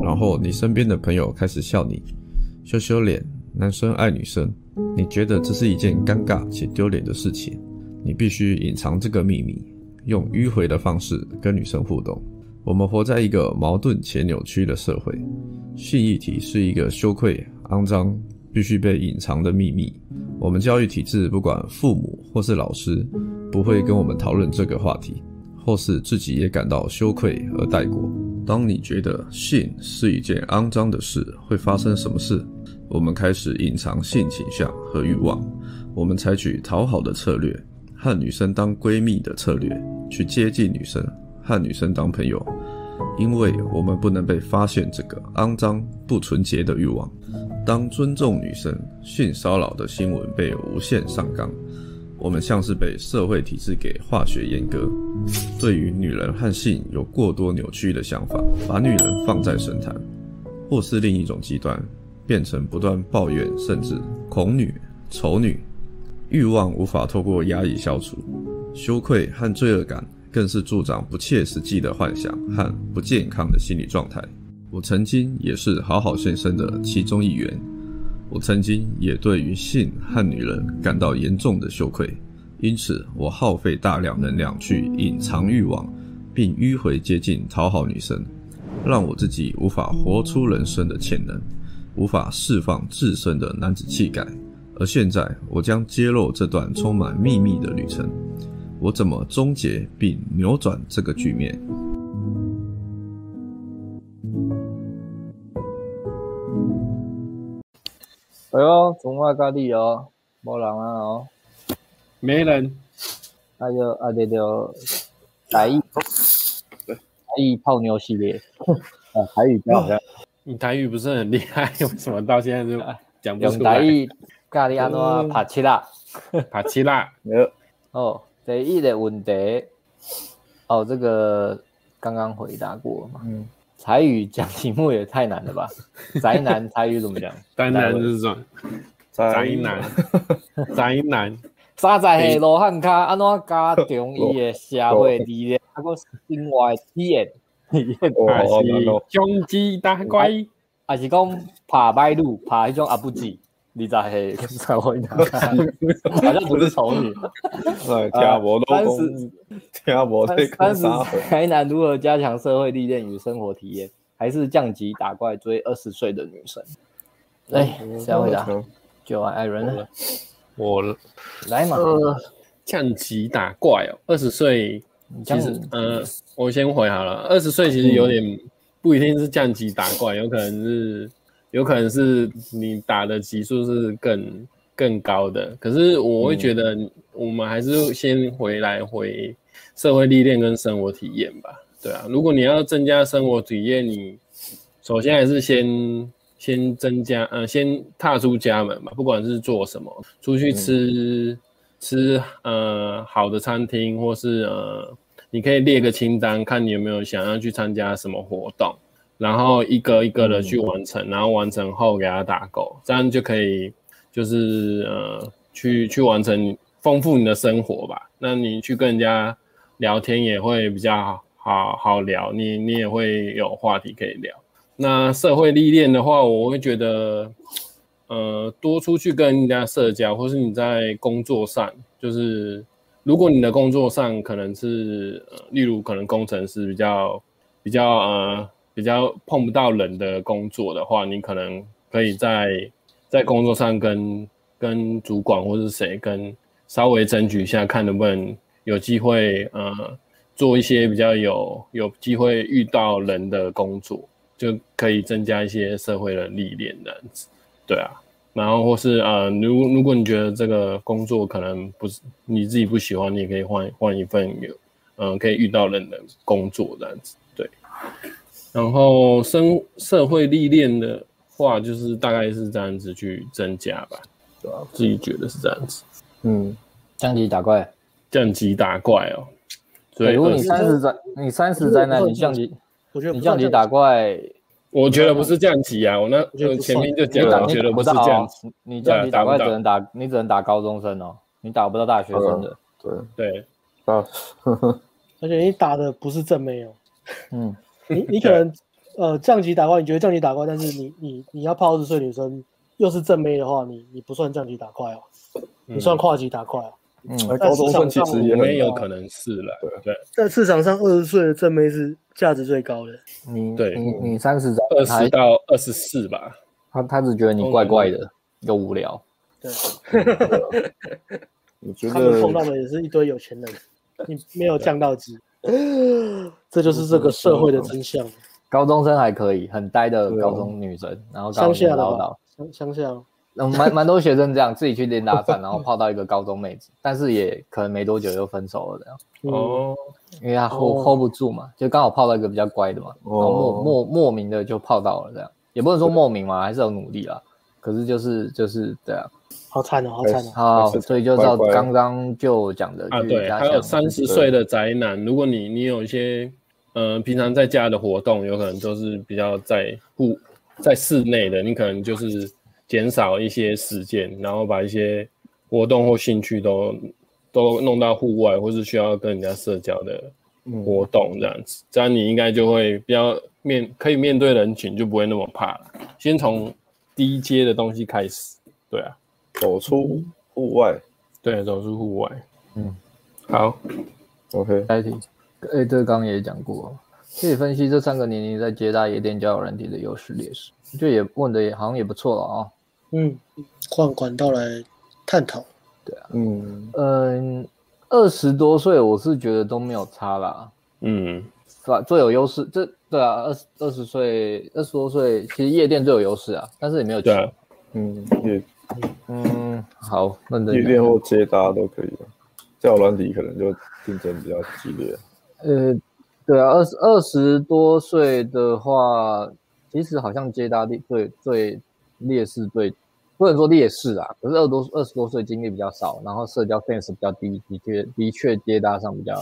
Speaker 1: 然后你身边的朋友开始笑你，羞羞脸，男生爱女生，你觉得这是一件尴尬且丢脸的事情，你必须隐藏这个秘密，用迂回的方式跟女生互动。我们活在一个矛盾且扭曲的社会，性议题是一个羞愧、肮脏、必须被隐藏的秘密。我们教育体制不管父母或是老师，不会跟我们讨论这个话题，或是自己也感到羞愧而带过。当你觉得性是一件肮脏的事，会发生什么事？我们开始隐藏性倾向和欲望，我们采取讨好的策略，和女生当闺蜜的策略去接近女生，和女生当朋友，因为我们不能被发现这个肮脏不纯洁的欲望。当尊重女生、性骚扰的新闻被无限上纲，我们像是被社会体制给化学阉割，对于女人和性有过多扭曲的想法，把女人放在神坛，或是另一种极端，变成不断抱怨，甚至恐女、丑女，欲望无法透过压抑消除，羞愧和罪恶感更是助长不切实际的幻想和不健康的心理状态。我曾经也是好好先生的其中一员，我曾经也对于性和女人感到严重的羞愧，因此我耗费大量能量去隐藏欲望，并迂回接近讨好女生，让我自己无法活出人生的潜能，无法释放自身的男子气概。而现在，我将揭露这段充满秘密的旅程，我怎么终结并扭转这个局面？
Speaker 4: 哎呦，中外咖喱哦，无人啊哦，
Speaker 3: 没人，
Speaker 4: 那就啊对对，台语，台语泡妞系列， 啊台语比较好像，
Speaker 3: 你台语不是很厉害，为什么到现在就讲不
Speaker 4: 用
Speaker 3: 出
Speaker 4: 台
Speaker 3: 来？嗯
Speaker 4: 语咖喱安怎拍七啦？
Speaker 3: 塔奇拉，
Speaker 8: 没有
Speaker 4: 哦，第一个问题，哦这个刚刚回答过嘛，嗯，台语讲题目也太难 了吧？宅男台语怎么讲？
Speaker 3: 当然是这种
Speaker 4: 哎
Speaker 3: 宅男，宅男，
Speaker 4: 三十岁罗汉卡安怎加强伊的社会力量，
Speaker 3: 哦
Speaker 4: 啊个生活的体验，
Speaker 8: 哦，
Speaker 3: 还
Speaker 8: 好难
Speaker 3: 是
Speaker 8: 哦，
Speaker 3: 胸肌大怪，
Speaker 4: 还是讲拍歹路，拍迄种阿不吉，二十岁才 会拿，好像不是丑女。
Speaker 8: 哎，听无
Speaker 4: 三
Speaker 8: 都
Speaker 4: 十
Speaker 8: 听无
Speaker 4: 三
Speaker 8: 这个
Speaker 4: 三十
Speaker 8: 啥？
Speaker 4: 宅男如何加强社会历练与生活体验，还是降级打怪追二十岁的女生？哎，谁要回答？
Speaker 3: 嗯
Speaker 4: 就玩艾伦
Speaker 3: 我
Speaker 4: 来嘛，
Speaker 2: 呃
Speaker 3: 嗯降级打怪哦，二十岁
Speaker 4: 你这
Speaker 3: 其
Speaker 4: 样
Speaker 3: 实
Speaker 4: 子，
Speaker 3: 呃，我先回好了。二十岁其实有点不一定是降级打怪，有可能是有可能是你打的级数是更更高的。可是我会觉得我们还是先回来回社会历练跟生活体验吧。对啊，如果你要增加生活体验，你首先还是先先增加，呃，先踏出家门吧，不管是做什么，出去吃、吃呃好的餐厅，或是呃，你可以列个清单，看你有没有想要去参加什么活动，然后一个一个的去完成，然后完成后给它打勾，这样就可以就是呃去去完成丰富你的生活吧。那你去跟人家聊天也会比较好好好聊，你你也会有话题可以聊。那社会历练的话，我会觉得，呃，多出去跟人家社交，或是你在工作上，就是如果你的工作上可能是，呃、例如可能工程师比较比较呃比较碰不到人的工作的话，你可能可以在在工作上跟跟主管或是谁跟稍微争取一下，看能不能有机会呃做一些比较有有机会遇到人的工作，就可以增加一些社会的历练这样子，对啊。然后或是呃，如如果你觉得这个工作可能不是你自己不喜欢，你也可以换换一份有嗯、呃可以遇到人的工作这样子，对。然后生社会历练的话，就是大概是这样子去增加吧，对吧、自己觉得是这样子，
Speaker 8: 嗯，
Speaker 4: 降级打怪。
Speaker 3: 降级打怪哦。所以
Speaker 4: 哎如果你
Speaker 3: 20，
Speaker 4: 三十宅，你三十宅
Speaker 3: 嗯
Speaker 4: 男，你降级，
Speaker 2: 我觉得
Speaker 4: 你
Speaker 2: 不
Speaker 4: 降
Speaker 2: 算
Speaker 4: 级
Speaker 2: 这
Speaker 4: 打
Speaker 2: 样，
Speaker 4: 怪，
Speaker 3: 我觉得不是降级啊，我那
Speaker 2: 觉得
Speaker 3: 我
Speaker 2: 不
Speaker 3: 前
Speaker 2: 算
Speaker 3: 面就
Speaker 4: 你
Speaker 3: 讲
Speaker 4: 打
Speaker 3: 了，我
Speaker 4: 你
Speaker 3: 觉
Speaker 4: 打
Speaker 3: 得
Speaker 4: 不
Speaker 3: 不是
Speaker 4: 到
Speaker 3: 降
Speaker 4: 哦
Speaker 3: 级，，
Speaker 4: 你降级打怪
Speaker 3: 对啊打不到
Speaker 4: 只能打，你只能打高中生哦，你打不到大学生的。
Speaker 8: 对
Speaker 3: 对，
Speaker 8: 啊，
Speaker 2: 而且你打的不是正妹 哦，
Speaker 4: 嗯，
Speaker 2: 你你可能呃降级打怪，你觉得降级打怪，但是你你你要泡二十岁女生又是正妹的话，你你不算降级打怪哦，你
Speaker 8: 嗯
Speaker 3: 嗯
Speaker 2: 算跨级打怪哦。
Speaker 4: 嗯
Speaker 8: 哎高中生其实也
Speaker 3: 里面
Speaker 8: 很
Speaker 3: 有可能是了，啊对
Speaker 2: 在市场上，二十岁的正妹是价值最高的。
Speaker 4: 你
Speaker 3: 对
Speaker 4: 你你三十宅，
Speaker 3: 二
Speaker 4: 他
Speaker 3: 十到二十四吧，
Speaker 4: 他他只觉得你怪怪的又无聊。
Speaker 8: 我觉
Speaker 2: 他们碰
Speaker 8: 得
Speaker 2: 到的也是一堆有钱人，你没有降到 级，这就是这个社会的真相。
Speaker 4: 高中生还可以，很呆的
Speaker 8: 对啊
Speaker 4: 高中女生，然后搞
Speaker 2: 乡
Speaker 4: 得
Speaker 2: 下的
Speaker 4: 唠
Speaker 2: 吧
Speaker 4: 叨，，
Speaker 2: 乡乡下，
Speaker 4: 嗯蛮 蛮多学生这样自己去练搭讪，然后泡到一个高中妹子，但是也可能没多久又分手了这样，
Speaker 2: 嗯
Speaker 3: 哦，
Speaker 4: 因为他 hold、
Speaker 2: 哦
Speaker 4: hold 不住嘛，就刚好泡到一个比较乖的嘛，然后莫莫莫名的就泡到了这样，也不能说莫名嘛，还是有努力啦，可是就是就是这样，
Speaker 2: 好惨哦，好惨哦。
Speaker 4: 好，
Speaker 8: 是
Speaker 4: 所以就
Speaker 8: 乖
Speaker 4: 照
Speaker 8: 乖
Speaker 4: 刚刚就讲的
Speaker 3: 啊，
Speaker 4: 去
Speaker 3: 对，
Speaker 4: 加
Speaker 3: 还有
Speaker 4: 强
Speaker 3: 三十岁的宅男，如果你你有一些呃平常在家的活动，有可能都是比较在户在室内的，你可能就是减少一些时间，然后把一些活动或兴趣都都弄到户外，或是需要跟人家社交的
Speaker 4: 嗯
Speaker 3: 活动这样子，这样你应该就会比较面可以面对人群，就不会那么怕了。先从低阶的东西开始，对啊，
Speaker 8: 走出户外
Speaker 3: 对，走出户外，
Speaker 4: 嗯，
Speaker 3: 好。
Speaker 8: ，OK，
Speaker 4: 下一题，哎，这个刚刚也讲过，可以分析这三个年龄在接大夜店交友软体的优势劣势。我觉得也问的也好像也不错了啊、
Speaker 2: 嗯，换管道来探讨。
Speaker 8: 嗯，
Speaker 4: 嗯，二十多岁我是觉得都没有差啦，
Speaker 3: 嗯，
Speaker 4: 是吧？最有优势，这对啊，二十二十岁二十多岁，其实夜店最有优势啊，但是也没有
Speaker 3: 对
Speaker 4: 钱。
Speaker 3: 啊，
Speaker 8: 嗯，夜
Speaker 4: 嗯，好，认真
Speaker 8: 夜
Speaker 4: 讲。
Speaker 8: 店或接搭都可以啊，叫软体可能就竞争比较激烈。
Speaker 4: 呃，对啊，二十二十多岁的话，其实好像接搭地最最劣势最，不能说劣势啊，可是二多二十多岁经历比较少，然后社交 sense 比较低，的确的确接搭上比较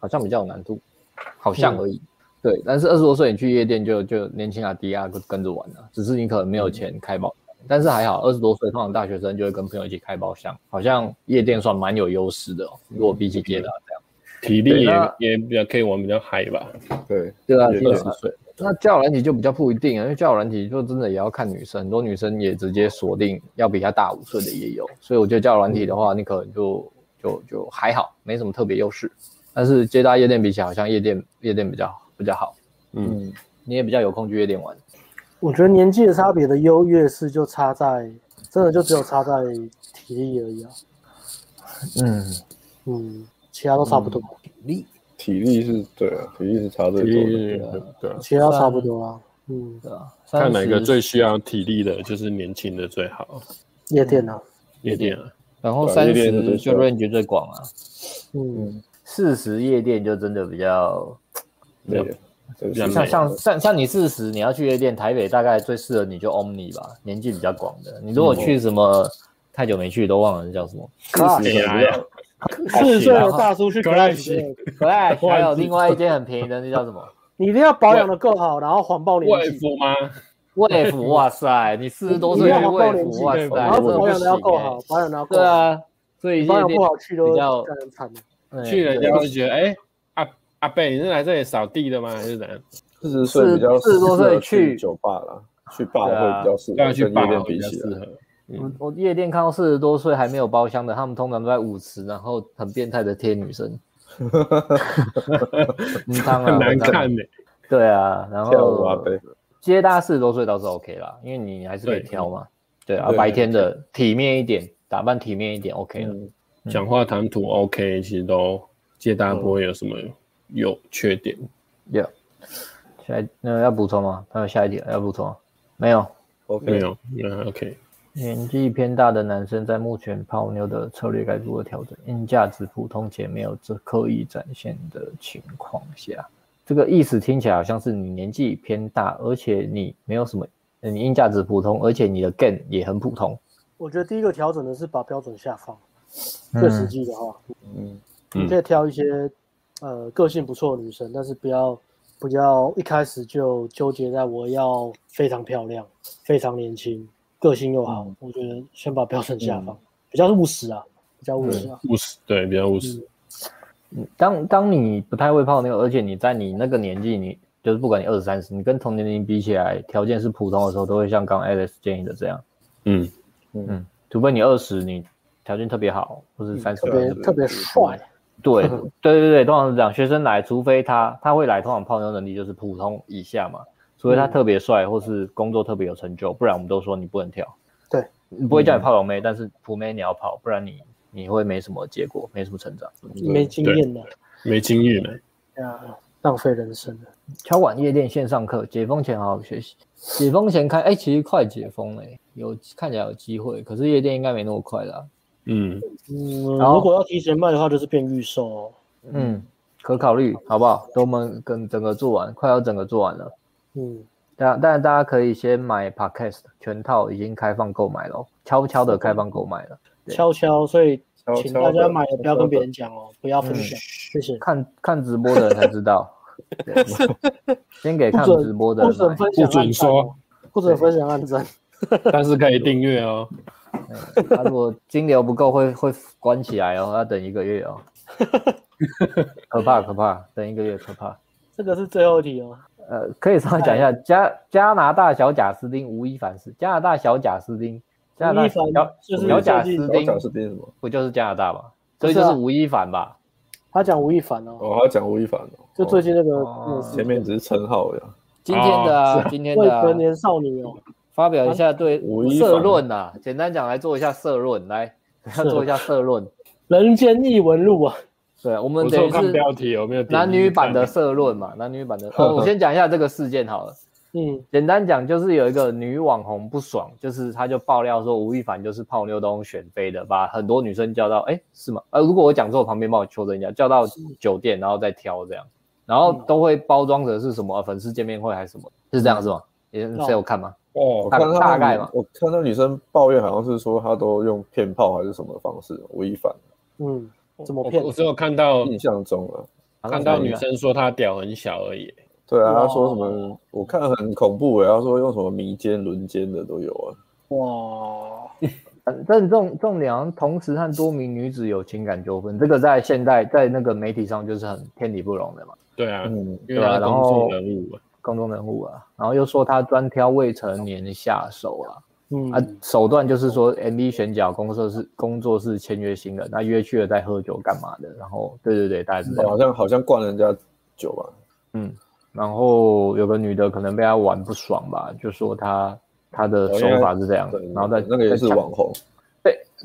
Speaker 4: 好像比较有难度，好像而已。对，但是二十多岁你去夜店就就年轻啊低啊跟跟着玩了、只是你可能没有钱开包，但是还好二十多岁通常大学生就会跟朋友一起开包厢，好像夜店算蛮有优势的、哦，如果比起接搭这样。
Speaker 3: 体力
Speaker 4: 对
Speaker 3: 也
Speaker 4: 那
Speaker 3: 也比较可以玩比较嗨吧，
Speaker 8: 对，
Speaker 4: 对啊，
Speaker 8: 夜
Speaker 4: 对
Speaker 8: 店
Speaker 4: 啊
Speaker 3: 二十岁，
Speaker 4: 那交友软体就比较不一定啊，因为交友软体就真的也要看女生，很多女生也直接锁定要比她大五岁的也有，所以我觉得交友软体的话，你可能就就就还好，没什么特别优势。但是接搭夜店比起来，好像夜店夜店比较比较好，
Speaker 8: 嗯，
Speaker 4: 你也比较有空去夜店玩。
Speaker 2: 我觉得年纪的差别的优越是就差在，真的就只有差在体力而已啊。
Speaker 4: 嗯，
Speaker 2: 嗯，其他都差不多，
Speaker 4: 你
Speaker 8: 体力是对啊，体力是差最
Speaker 3: 体
Speaker 8: 多的。
Speaker 3: 力对啊，
Speaker 2: 其他都差不多啊。嗯，
Speaker 4: 对啊，
Speaker 3: 看哪个
Speaker 4: 30
Speaker 3: 最需要体力的，就是年轻的最好，
Speaker 2: 夜店啊，
Speaker 3: 夜店啊，
Speaker 4: 然后
Speaker 8: 对
Speaker 4: 三
Speaker 8: 夜店是
Speaker 4: 十
Speaker 8: 最
Speaker 4: 就
Speaker 8: 小的
Speaker 4: range 最广啊，
Speaker 2: 嗯，
Speaker 4: 四十夜店就真的比较
Speaker 8: 累啊，对
Speaker 3: 比较
Speaker 4: 像
Speaker 3: 累
Speaker 4: 像像像你四十，你要去夜店，台北大概最适合你就 Omni 吧，年纪比较广的。你
Speaker 3: 嗯
Speaker 4: 如果去什么、太久没去，都忘了那叫什么
Speaker 8: 对
Speaker 4: Clash，
Speaker 3: 哎呀，
Speaker 2: 四十岁的大叔去 Clash，
Speaker 4: Clash，还有另外一间很便宜的，那叫什么
Speaker 2: 你一定要保养的够好，然后环抱
Speaker 3: 外
Speaker 2: 年纪，
Speaker 3: 服吗？
Speaker 4: 卫服？哇塞，你四十多岁去卫服，哇塞，
Speaker 2: 然后
Speaker 4: 真的
Speaker 2: 保
Speaker 4: 不
Speaker 2: 养的要够
Speaker 4: 行
Speaker 2: 好
Speaker 4: 欸。，
Speaker 2: 保养的要够
Speaker 4: 对
Speaker 2: 好，
Speaker 4: 啊，所以夜
Speaker 2: 保养
Speaker 4: 店
Speaker 2: 不好去都
Speaker 4: 比较
Speaker 2: 干人惨的。
Speaker 4: 嗯
Speaker 3: 去人家
Speaker 4: 对
Speaker 3: 会觉得，哎，阿阿贝，你是来这里扫地的吗？还是怎样？
Speaker 8: 四十岁比较
Speaker 4: 四十多
Speaker 8: 适合
Speaker 4: 岁去啊
Speaker 8: 去酒吧啦，去吧会比较适合，
Speaker 3: 要去
Speaker 8: 跟夜
Speaker 3: 吧
Speaker 8: 店
Speaker 3: 比
Speaker 8: 比
Speaker 3: 较
Speaker 8: 起
Speaker 3: 适
Speaker 8: 来，
Speaker 3: 合。
Speaker 4: 我我夜店看到四十多岁还没有包厢的，他们通常都在舞池，然后很变态的贴 女生，很烫啊，
Speaker 3: 很难
Speaker 4: 很烫
Speaker 3: 看的，
Speaker 4: 对啊，然
Speaker 8: 跳舞啊
Speaker 4: 后
Speaker 8: 呗，
Speaker 4: 接搭四十多岁倒是 OK 啦，因为你还是可以挑嘛。对啊，
Speaker 8: 嗯对
Speaker 4: 白天的体面一点，打扮体面一点 OK 了。
Speaker 8: 嗯，
Speaker 3: 讲话谈吐 OK，其实都接搭不会有什么有缺点。
Speaker 4: Yeah，下一那要补充吗？还有下一题要补充吗？没有。
Speaker 3: 没
Speaker 8: OK，
Speaker 4: 啊
Speaker 3: 有，嗯，OK，
Speaker 4: 年纪偏大的男生在目前泡妞的策略该如何调整？因价值普通且没有这刻意展现的情况下，这个意思听起来好像是你年纪偏大，而且你没有什么，呃你因价值普通，而且你的 gain 也很普通。
Speaker 2: 我觉得第一个调整的是把标准下放，最实际的话，
Speaker 8: 嗯，
Speaker 3: 嗯
Speaker 2: 你可以挑一些呃个性不错的女生，但是不要不要一开始就纠结在我要非常漂亮、非常年轻、个性又
Speaker 8: 嗯
Speaker 2: 好。我觉得先把标准下放，比较务实啊，比较务实啊。
Speaker 3: 务实，对，比较务实。
Speaker 4: 当当你不太会泡妞，而且你在你那个年纪，你就是不管你二十三十，你跟同年龄比起来，条件是普通的时候，都会像刚 Alex 建议的这样。
Speaker 3: 嗯，
Speaker 4: 嗯，除非你二十，你条件特别好，或是三十、
Speaker 2: 特别
Speaker 8: 嗯对啊
Speaker 2: 特别帅，
Speaker 4: 对对对对，通常是这样。学生来，除非他他会来，通常泡妞能力就是普通以下嘛，除非他特别帅或是工作特别有成就，不然我们都说你不能跳。
Speaker 2: 对，
Speaker 4: 你不会叫你泡老妹，但是普妹你要泡，不然你你会没什么结果，没什么成长。
Speaker 2: 没经验的，
Speaker 3: 没经验的，
Speaker 2: 对啊。浪费人生了。
Speaker 4: 敲碗夜店线上课，解封前好好学习。解封前开，哎、其实快解封了、有看起来有机会，可是夜店应该没那么快啦。
Speaker 3: 嗯，
Speaker 2: 嗯，
Speaker 4: 然后
Speaker 2: 如果要提前卖的话，就是变预售哦。
Speaker 4: 嗯，可考虑，好不好？等我们跟整个做完，快要整个做完了。
Speaker 2: 嗯，
Speaker 4: 但但大家可以先买 Podcast 全套，已经开放购买了，悄悄的开放购买了。对
Speaker 2: 悄悄，所以
Speaker 8: 悄
Speaker 2: 请
Speaker 8: 悄
Speaker 2: 大
Speaker 8: 的
Speaker 2: 家买也不要跟别
Speaker 8: 悄嗯
Speaker 2: 人讲哦，不要分享，谢谢。
Speaker 4: 看看直播的人才知道。对先给看直播的
Speaker 2: 不
Speaker 4: 人
Speaker 2: 准
Speaker 4: 买，
Speaker 2: 分享，哦
Speaker 3: 不准说，
Speaker 2: 不准分享暗哦赞。
Speaker 3: 但是可以订阅哦。
Speaker 4: 他如果金流不够会会关起来哦，要等一个月 哦。可怕可怕，等一个月可怕。
Speaker 2: 这个是最后一题哦。
Speaker 4: 呃，可以稍微讲一下加加拿大小贾斯汀无一凡是加拿大小贾斯汀，加拿
Speaker 2: 吴
Speaker 4: 大
Speaker 2: 亦凡
Speaker 4: 小
Speaker 2: 就是
Speaker 4: 小
Speaker 2: 最
Speaker 4: 贾
Speaker 2: 近
Speaker 4: 斯
Speaker 8: 然后
Speaker 4: 汀
Speaker 8: 讲是变什么？
Speaker 4: 不就是加拿大嘛？
Speaker 2: 不
Speaker 4: 所
Speaker 2: 是啊
Speaker 4: 以就是吴亦凡吧？
Speaker 2: 他讲吴亦凡哦，
Speaker 8: 哦，他讲吴亦凡哦，
Speaker 2: 就最近那个
Speaker 4: 哦
Speaker 2: 那个事
Speaker 8: 前面只是称号呀。
Speaker 4: 今天的啊，今天
Speaker 2: 未
Speaker 4: 的啊
Speaker 2: 成年少女哦，
Speaker 4: 发表一下对
Speaker 8: 吴亦凡
Speaker 4: 社论啊，简单讲来做一下社论，来要 做一下社论。
Speaker 2: 人间异闻录啊，
Speaker 4: 对，我们
Speaker 3: 我
Speaker 4: 等
Speaker 3: 错
Speaker 4: 于
Speaker 3: 看
Speaker 4: 是
Speaker 3: 标题有没有？
Speaker 4: 男女版的，社论嘛，男女版 的。哦，我先讲一下这个事件好了。
Speaker 2: 嗯，
Speaker 4: 简单讲，就是有一个女网红不爽，就是她就爆料说吴亦凡就是泡妞东选妃的，把很多女生叫到，哎，是吗？呃，如果我讲错，旁边帮我纠正一下，叫到酒店然后再挑这样，然
Speaker 3: 嗯
Speaker 4: 后都会包装成是什么、呃粉丝见面会还是什么，是这样是吗？也
Speaker 3: 嗯
Speaker 4: 谁有看吗？
Speaker 8: 我
Speaker 3: 哦，
Speaker 8: 看
Speaker 4: 大
Speaker 8: 他
Speaker 4: 大概吧
Speaker 8: 我看到女生抱怨，好像是说她都用骗炮还是什么方式，吴亦凡
Speaker 2: 嗯，怎么
Speaker 3: 我
Speaker 2: 骗
Speaker 3: 我？只有看到
Speaker 8: 印象中啊。
Speaker 3: 看到女生说她屌很小而已。
Speaker 8: 对啊，
Speaker 2: 哇
Speaker 8: 他说什么？我看很恐怖欸，他说用什么迷奸、轮奸的都有啊。
Speaker 2: 哇，
Speaker 4: 反正重重点好像同时和多名女子有情感纠纷，这个在现在在那个媒体上就是很天理不容的嘛，
Speaker 3: 对啊，
Speaker 8: 嗯，
Speaker 3: 因为她是公众
Speaker 4: 对啊
Speaker 3: 人物啊。
Speaker 4: 公众人物啊，然后又说他专挑未成年下手啊，
Speaker 2: 嗯
Speaker 4: 啊，手段就是说 MV 选角工作室工作室签约新人，那约去了再喝酒干嘛的，然后对对对，大概是这样
Speaker 8: 好。像好像灌人家酒吧。
Speaker 4: 然后有个女的可能被他玩不爽吧，就说他他的手法是这样
Speaker 8: 对，，
Speaker 4: 然后再
Speaker 8: 那个也是
Speaker 4: 再呛
Speaker 8: 网红，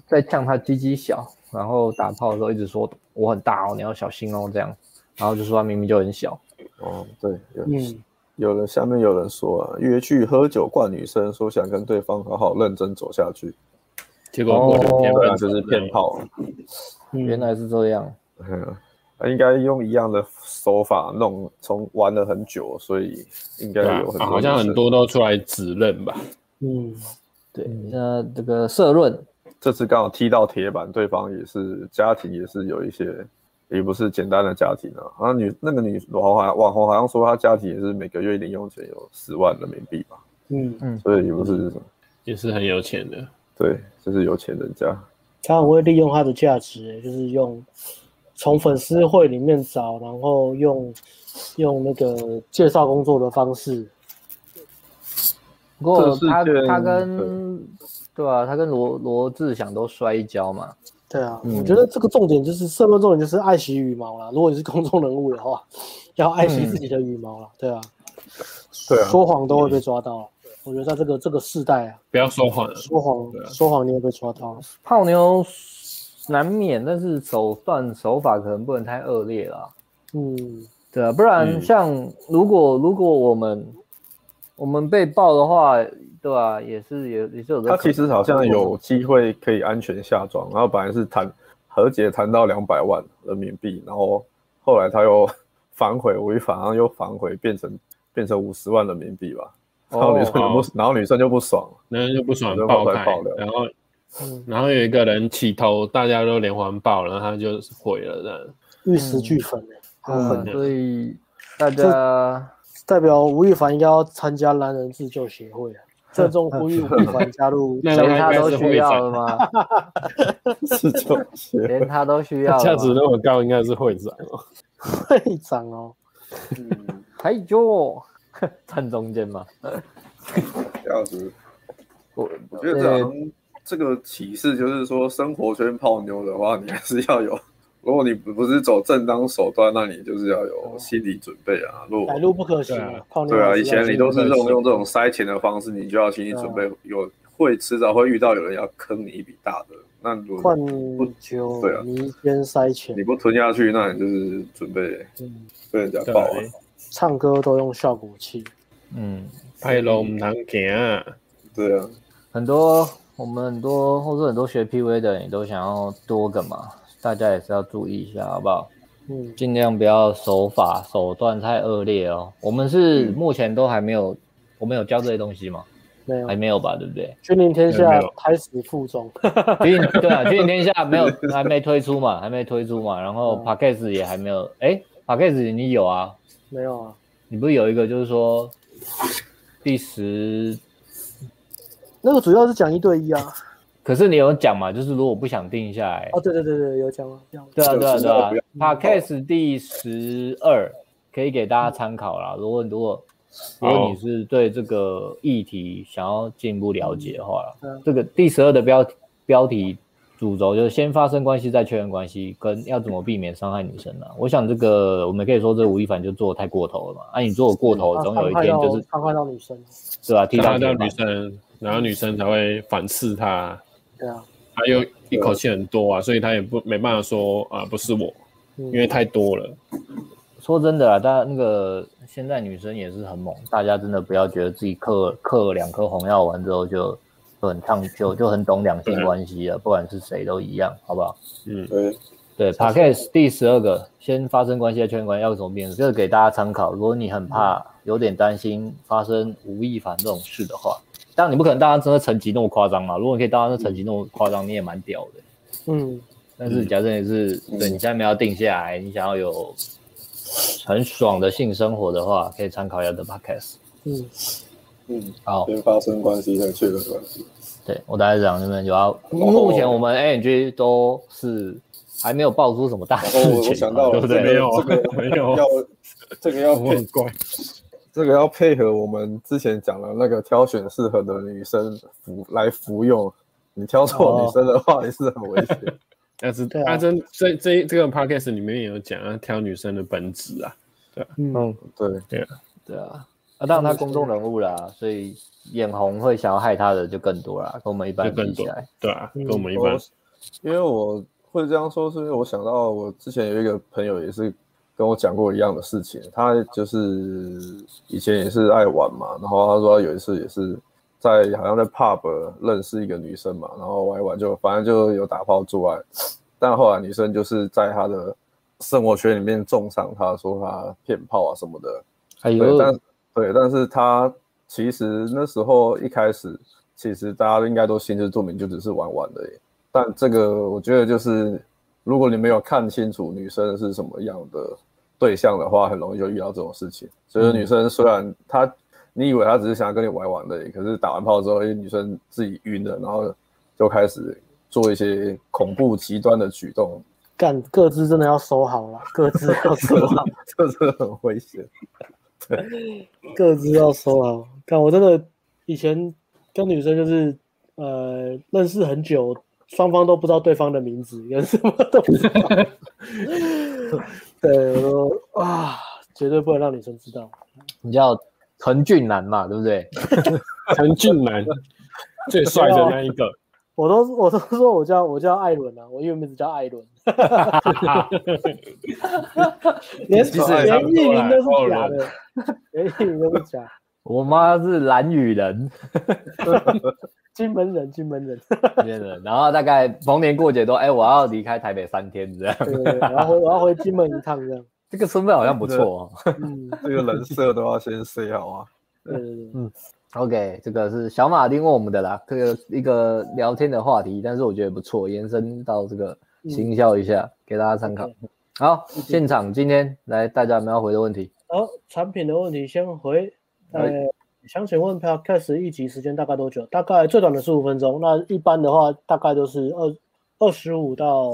Speaker 4: 在呛他鸡鸡小，然后打炮的时候一直说我很大哦，你要小心哦这样，然后就说他明明就很小，
Speaker 8: 哦，对，有
Speaker 2: 嗯，
Speaker 8: 有人下面有人说啊，约去喝酒灌女生，说想跟对方好好认真走下去，
Speaker 3: 结果过两天
Speaker 8: 对啊，
Speaker 3: 分手
Speaker 8: 就是骗炮啊。
Speaker 2: 嗯
Speaker 4: 原来是这样，
Speaker 8: 嗯啊应该用一样的手法弄，从玩了很久，所以应该
Speaker 3: 对啊
Speaker 8: 有很多、
Speaker 3: 啊好像很。多都出来指认吧。
Speaker 2: 嗯，
Speaker 4: 对，那这个社论
Speaker 8: 这次刚好踢到铁板，对方也是家庭，也是有一些，也不是简单的家庭啊。好像女那个女网红还网红好像说她家庭也是每个月零用钱有十万人民币吧，
Speaker 2: 嗯，
Speaker 8: 所以也不是
Speaker 3: 也是很有钱的，
Speaker 8: 对，就是有钱人家。
Speaker 2: 他很会利用他的价值，欸就是用从粉丝会里面找，然后用用那个介绍工作的方式，
Speaker 4: 不过
Speaker 8: 这个
Speaker 4: 他
Speaker 8: 事件
Speaker 4: 他跟对啊，他跟罗罗志祥都摔跤嘛，
Speaker 2: 对啊，
Speaker 8: 嗯
Speaker 2: 我觉得这个重点就是社论重点就是爱惜羽毛啦。如 果你是公众人物的话， 要爱惜自己的羽毛啦，对啊，
Speaker 8: 对啊，
Speaker 2: 说谎都会被抓到啊。我觉得在这个这个世代啊，
Speaker 3: 不要说谎了。
Speaker 2: 说
Speaker 8: 啊
Speaker 2: 谎说谎你也被抓到了。
Speaker 4: 泡妞难免，但是手段手法可能不能太恶劣了，
Speaker 2: 嗯，
Speaker 4: 对啊，不然
Speaker 3: 嗯
Speaker 4: 像如果如果我们我们被爆的话，对吧、也是也也是有这
Speaker 8: 他
Speaker 4: 可能
Speaker 8: 其实好像有机会可以安全下庄，然后本来是谈和解谈到两百万人民币，然后后来他又反悔违反，然后又反悔变成变成五十万人民币吧。然后女生就不，
Speaker 3: 哦
Speaker 8: 然后女生就不爽，
Speaker 3: 然后就不爽
Speaker 8: 就
Speaker 3: 爆
Speaker 8: 爆
Speaker 3: 开
Speaker 8: 爆料，
Speaker 3: 然后
Speaker 2: 嗯
Speaker 3: 然后有一个人起头，大家都连环爆，然后他就毁了这样。
Speaker 2: 玉石俱焚欸好狠
Speaker 4: 嗯，所以大家
Speaker 2: 代表吴亦凡应该要参加男人自救协 会啊，郑重呼吁吴亦凡加入
Speaker 3: 那
Speaker 4: 连他
Speaker 3: 他应该
Speaker 4: 都
Speaker 3: 是
Speaker 4: 需
Speaker 3: 会
Speaker 4: 要
Speaker 3: 长，
Speaker 4: 了吗？
Speaker 8: 是就 邪
Speaker 4: 连他都需要
Speaker 3: 价
Speaker 4: 了
Speaker 3: 值
Speaker 4: 吗？
Speaker 3: 那么高，应该是会长哦。
Speaker 2: 会长哦。
Speaker 8: 嗯
Speaker 4: 哎呦， 站中间嘛，
Speaker 8: 教子。
Speaker 4: 我
Speaker 8: 我觉得这好像这个启示就是说，生活圈泡妞的话，你还是要有，如果你不是走正当手段，那你就是要
Speaker 4: 哦
Speaker 8: 有心理准备啊。如果
Speaker 2: 来路不可行
Speaker 3: 对
Speaker 2: 啊
Speaker 3: 啊，
Speaker 2: 泡妞
Speaker 8: 对啊，
Speaker 2: 还是
Speaker 8: 以前
Speaker 2: 要
Speaker 8: 你
Speaker 2: 注
Speaker 8: 都是这
Speaker 3: 对
Speaker 8: 种
Speaker 3: 是
Speaker 8: 用这种塞钱的方式，你就要心理准备，有会迟早会遇到有人要坑你一笔大的。那如果
Speaker 2: 换
Speaker 8: 不
Speaker 2: 酒
Speaker 8: 对啊
Speaker 2: 迷奸塞钱
Speaker 8: 你，不吞下去，那你就是准备
Speaker 2: 嗯
Speaker 8: 被人家
Speaker 3: 对啊
Speaker 8: 爆啊了。
Speaker 2: 唱歌都用效果器，
Speaker 4: 嗯，
Speaker 3: 拍楼哎唔通行啊，
Speaker 8: 对啊，
Speaker 4: 很多我们很多或者很多学 PV 的人也都想要多个嘛，大家也是要注意一下，好不好？
Speaker 2: 嗯，
Speaker 4: 尽量不要手法手段太恶劣哦。我们是目前都还没有，我们有教这些东西吗？
Speaker 2: 没有
Speaker 4: 还。没有吧，对不对？
Speaker 2: 君临天
Speaker 3: 没
Speaker 2: 下
Speaker 3: 有
Speaker 2: 开始附中，
Speaker 4: 军 对啊，军营天下没有，还没推出嘛，还没推出嘛。然后
Speaker 2: 嗯
Speaker 4: p a c k a g e 也还没有，哎 p a c k a g e 你有啊？
Speaker 2: 没有啊？
Speaker 4: 你不是有一个就是说第十？
Speaker 2: 那个主要是讲一对一 啊。
Speaker 4: 可是你有讲嘛？就是如果不想定下来，
Speaker 2: 哦，对对对对，有讲啊，讲
Speaker 4: 对啊对啊
Speaker 8: 就是
Speaker 4: 对啊
Speaker 8: 不要
Speaker 4: p a c k a g e 第十二可以给大家参考啦。如果如果如果你是对这个议题想要进一步了解的话啦，
Speaker 2: 嗯
Speaker 4: 这个第十二的标题标题主轴就是先发生关系再确认关系，跟要怎么避免伤害女生呢、啊我想这个我们可以说这吴亦凡就做得太过头了嘛。啊，你做得过头，总
Speaker 2: 啊
Speaker 4: 有一天就是
Speaker 2: 伤嗯害到女生，
Speaker 4: 对吧、啊？踢
Speaker 3: 伤
Speaker 4: 到
Speaker 3: 害
Speaker 4: 铁
Speaker 3: 到
Speaker 4: 板
Speaker 3: 女，生，然后女生才会反刺他，
Speaker 2: 对啊，
Speaker 3: 他又一口气很多啊，所以他也不没办法说啊不是我，
Speaker 2: 嗯
Speaker 3: 因为太多了。
Speaker 4: 说真的啊，大家那个现在女生也是很猛，大家真的不要觉得自己嗑嗑两颗红药丸之后就就很畅就就很懂两性关系了，不管是谁都一样，好不好？
Speaker 3: 嗯，
Speaker 8: 对，
Speaker 4: 对 p a c k a g e 第十二个，先发生关系的确认关系要怎么变？这个给大家参考。如果你很怕，有点担心发生吴亦凡这种事的话，当然你不可能大家真的成绩那么夸张嘛。如果你可以大家那成绩那么夸张，你也蛮屌的。
Speaker 2: 嗯，
Speaker 4: 但是假设你是、对
Speaker 8: 嗯
Speaker 4: 你下面要定下来，你想要有很爽的性生活的话，可以参考一下 The Podcast。
Speaker 2: 嗯，
Speaker 8: 嗯，
Speaker 4: 好，
Speaker 8: 先发生关系再确认关 系。
Speaker 4: 对我大概是讲这边主
Speaker 8: 哦
Speaker 4: 要，目前我们 ANG 都是还没有爆出什么大事
Speaker 8: 哦，我
Speaker 4: 情嘛，
Speaker 8: 我
Speaker 4: 对
Speaker 8: 想到了，
Speaker 4: 不
Speaker 8: 这个
Speaker 4: 对？
Speaker 3: 没有啊
Speaker 8: 这个
Speaker 3: 没有
Speaker 8: 要这个要
Speaker 3: 哦我很
Speaker 8: 配
Speaker 3: 怪，
Speaker 8: 这个要配合我们之前讲的那个挑选适合的女生服来服用。你挑错
Speaker 3: 哦
Speaker 8: 女生的话也是很危险。
Speaker 3: 但是
Speaker 2: 对啊
Speaker 3: 阿珍这这这个 podcast 里面也有讲啊，挑女生的本质啊，
Speaker 4: 嗯，
Speaker 8: 对，
Speaker 4: 对啊，啊，当然他公众人物啦，所以眼红会想要害他的就更多啦，跟我们一般
Speaker 3: 就更
Speaker 4: 人比起
Speaker 3: 多
Speaker 4: 来，，
Speaker 3: 对啊，
Speaker 2: 嗯
Speaker 3: 跟我们一般
Speaker 8: 我，因为我会这样说，是因为我想到我之前有一个朋友也是跟我讲过一样的事情，他就是以前也是爱玩嘛，然后他说他有一次也是在好像在 pub 认识一个女生嘛，然后玩一玩就反正就有打炮做爱，但后来女生就是在他的生活圈里面重伤他，说他骗炮啊什么的，
Speaker 4: 哎
Speaker 8: 对，
Speaker 4: 呦
Speaker 8: 但，对，但是他其实那时候一开始，其实大家应该都心知肚明，就只是玩玩的。但这个我觉得就是，如果你没有看清楚女生是什么样的对象的话，很容易就遇到这种事情。所以女生虽然她，你以为她只是想要跟你玩玩的，可是打完炮之后，因为女生自己晕了，然后就开始做一些恐怖极端的举动，
Speaker 2: 干各自真的要收好了， 各自要收 好，
Speaker 8: 这真的很危险。
Speaker 2: 各自要收好。干我真的以前跟女生就是呃认识很久，双方都不知道对方的名字，跟什么都不知 道。对，我说啊，绝对不能让女生知道。
Speaker 4: 你叫陈俊南嘛，对不对？
Speaker 3: 陈俊南最帅的那一个，
Speaker 2: 我都我都说我叫我叫艾伦啊，我英文名字叫艾伦， 连
Speaker 3: 其实也差
Speaker 2: 连
Speaker 3: 不
Speaker 2: 艺
Speaker 3: 多啦
Speaker 2: 名都是假
Speaker 3: 艾
Speaker 2: 的，连艺名都是假的。
Speaker 4: 我妈是蓝雨 人，
Speaker 2: 金门人，金门人，
Speaker 4: 真的然后大概逢年过节都哎，我要离开台北三天这样。
Speaker 2: 对对对，我要回我要回金门一趟这样。
Speaker 4: 这个身份好像不错、哦。
Speaker 2: 嗯，
Speaker 8: 这个人设都要先 say 好啊。
Speaker 2: 对对对，嗯
Speaker 4: OK，这个是小马丁问我们的啦，这个一个聊天的话题，但是我觉得不错，延伸到这个
Speaker 2: 嗯
Speaker 4: 行销一下，给大家参考。好，现场今天来大家有没有要回的问题？
Speaker 2: 好，产品的问题先回。呃，想请问 Podcast 一集时间大概多久？大概最短的十五分钟，那一般的话大概都是二二十五到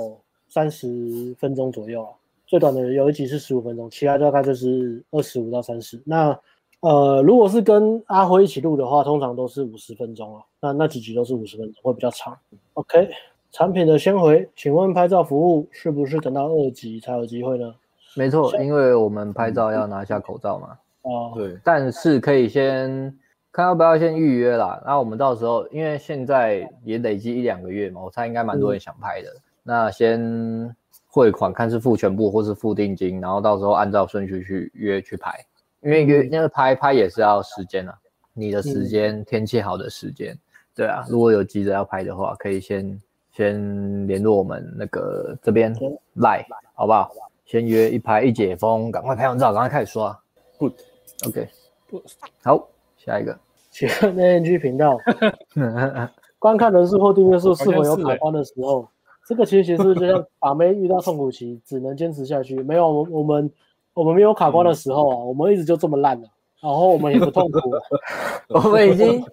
Speaker 2: 三十分钟左右啊。最短的有一集是十五分钟，其他大概就是二十五到三十。那呃，如果是跟阿辉一起录的话，通常都是五十分钟啊。那那几集都是五十分钟，会比较长。OK，产品的先回，请问拍照服务是不是等到二级才有机会呢？
Speaker 4: 没错，因为我们拍照要拿下口罩嘛，
Speaker 2: 啊、
Speaker 8: 对，
Speaker 4: 但是可以先看要不要先预约啦。那我们到时候因为现在也累积一两个月嘛，我猜应该蛮多人想拍的。那先汇款，看是付全部或是付定金，然后到时候按照顺序去约去拍，因为约那个拍拍也是要时间啊，你的时间、天气好的时间，对啊。如果有急着要拍的话，可以先先联络我们那个这边赖，好不好？先约一拍一解封，赶快拍完照，赶快开始刷。
Speaker 8: Good
Speaker 4: OK，好，下一个。
Speaker 2: 请看 ANG 频道观看人数或订阅数是否有
Speaker 8: 欸
Speaker 2: 卡关的时候，这个其实是不是就像把妹遇到痛苦期，只能坚持下去？没有，我我们我们没有卡关的时候啊，我们一直就这么烂了、然后我们也不痛 苦，
Speaker 4: 我们已经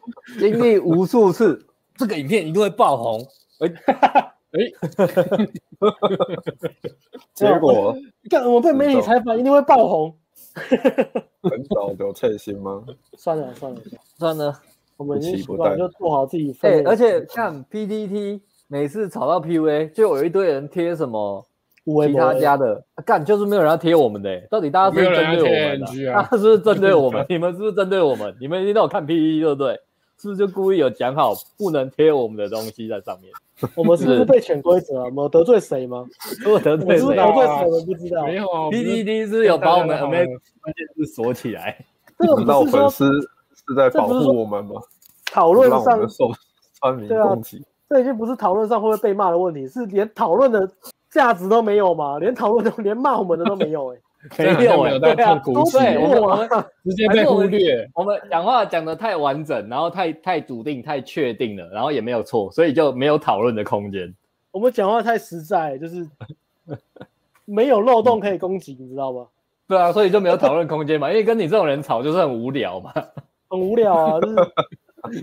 Speaker 4: 经历无数次，这个影片一定会爆红。
Speaker 8: 结果
Speaker 2: 干我们被媒体采访一定会爆红。
Speaker 8: 很早有退薪吗？
Speaker 2: 算了算了算了，
Speaker 4: 算了，
Speaker 2: 我们已经
Speaker 8: 不急
Speaker 2: 习
Speaker 8: 不
Speaker 2: 惯，
Speaker 8: 待
Speaker 2: 就做好自己
Speaker 4: 哎、
Speaker 2: 分内的
Speaker 4: 而
Speaker 2: 事情。
Speaker 4: 且看 PDT 每次吵到 PUA，就有一堆人贴什么
Speaker 2: 无微
Speaker 4: 其
Speaker 2: 不
Speaker 4: 他
Speaker 2: 微
Speaker 4: 家的，啊干、就是没有人要贴我们的、欸，到底大家是不是针对我们
Speaker 3: 没有人要贴
Speaker 4: 的、
Speaker 3: NG 啊
Speaker 4: 大家是不是针对我们？ 你们是不是针对我们？你们一定都有看 PDT 对不对？是不是就故意有讲好不能贴我们的东西在上面？
Speaker 2: 我们是不是被潜规则啊？我们有得罪谁 吗？
Speaker 4: 如果得
Speaker 2: 我们
Speaker 4: 罪
Speaker 2: 是不是
Speaker 8: 啊
Speaker 4: 谁
Speaker 2: 得
Speaker 4: 啊
Speaker 2: 罪谁？我们不知道。
Speaker 3: 没有啊，我不是
Speaker 4: ？PDT 是不是有把我们
Speaker 3: 大家 都好
Speaker 4: Amazing 关键字锁 起来，
Speaker 2: 这个
Speaker 8: 难道
Speaker 2: 不是
Speaker 8: 粉
Speaker 2: 说
Speaker 8: 丝是在
Speaker 2: 这
Speaker 8: 保
Speaker 2: 不是
Speaker 8: 护
Speaker 2: 说
Speaker 8: 我们吗？
Speaker 2: 讨
Speaker 8: 不
Speaker 2: 论
Speaker 8: 让我
Speaker 2: 上
Speaker 8: 们受酸民
Speaker 2: 对啊
Speaker 8: 攻击。
Speaker 2: 这已经不是讨论上会不会被骂的问题，是连讨论的价值都没有嘛？连讨论都连骂我们的 都没有哎、
Speaker 4: 没
Speaker 3: 这好像
Speaker 4: 有
Speaker 3: 没
Speaker 4: 哎、
Speaker 3: 有
Speaker 4: 对
Speaker 3: 到
Speaker 4: 啊
Speaker 3: 痛，苦期，
Speaker 4: 对，我们我们
Speaker 3: 直接被忽略。
Speaker 4: 我们讲话讲的太完整，然后太太笃定、太确定了，然后也没有错，所以就没有讨论的空间。
Speaker 2: 我们讲话太实在，就是 没有漏洞可以攻击，你知道吗？
Speaker 4: 对啊，所以就没有讨论空间嘛，因为跟你这种人吵就是很无聊嘛，
Speaker 2: 很无聊啊，就是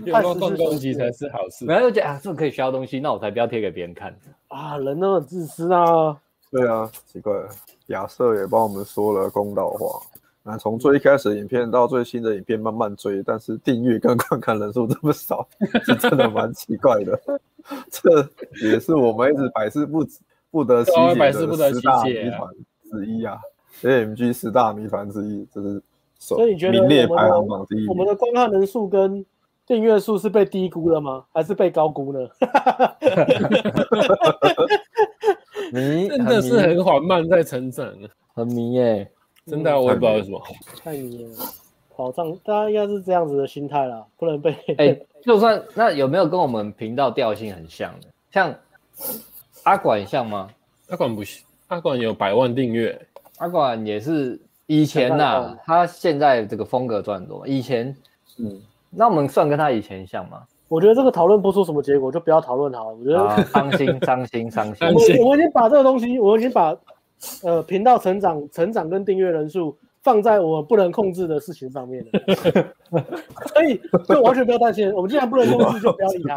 Speaker 3: 有漏洞攻击才是好事。
Speaker 4: 然后就觉得啊，这个可以学到东西，那我才不要贴给别人看。
Speaker 2: 啊，人都很自私啊。
Speaker 8: 对啊，奇怪了，亚瑟也帮我们说了公道话。那从最一开始的影片到最新的影片慢慢追，但是订阅跟观看人数这 么少，是真的蛮奇怪的。 这也是我们一直百思不不得其
Speaker 3: 对啊
Speaker 8: 解
Speaker 3: 百思不得
Speaker 8: 的
Speaker 3: 其
Speaker 8: 十
Speaker 3: 解
Speaker 8: 大
Speaker 3: 啊
Speaker 8: 谜团之一啊！AMG 十大谜团之一，这是首
Speaker 2: 所以你觉得
Speaker 8: 名列
Speaker 2: 我们
Speaker 8: 排
Speaker 2: 的
Speaker 8: 行榜第一
Speaker 2: 我们
Speaker 8: 名。
Speaker 2: 的观看人数跟订阅数是被低估了吗？还是被高估呢？
Speaker 4: 迷
Speaker 3: 真的是很缓慢在成长啊，
Speaker 4: 很迷耶、嗯
Speaker 3: 真的啊我也不知道为什么。
Speaker 2: 太迷了，保障大家应该是这样子的心态啦，不能被
Speaker 4: 哎、就算那有没有跟我们频道调性很像的？像阿管像吗？
Speaker 3: 阿管不行，阿管有百万订阅，
Speaker 4: 阿管也是以前呐、
Speaker 2: 想到
Speaker 4: 他现在这个风格转多，以前
Speaker 8: 嗯，
Speaker 4: 那我们算跟他以前像吗？
Speaker 2: 我觉得这个讨论不出什么结果，就不要讨论好了。我觉得
Speaker 4: 啊，伤心，伤心，伤心
Speaker 3: 伤。心
Speaker 2: 我我已经把这个东西，我已经把呃频道成长、成长跟订阅人数放在我不能控制的事情上面了， 所以就完全不要担心。我们既然不能控制，就不要理他。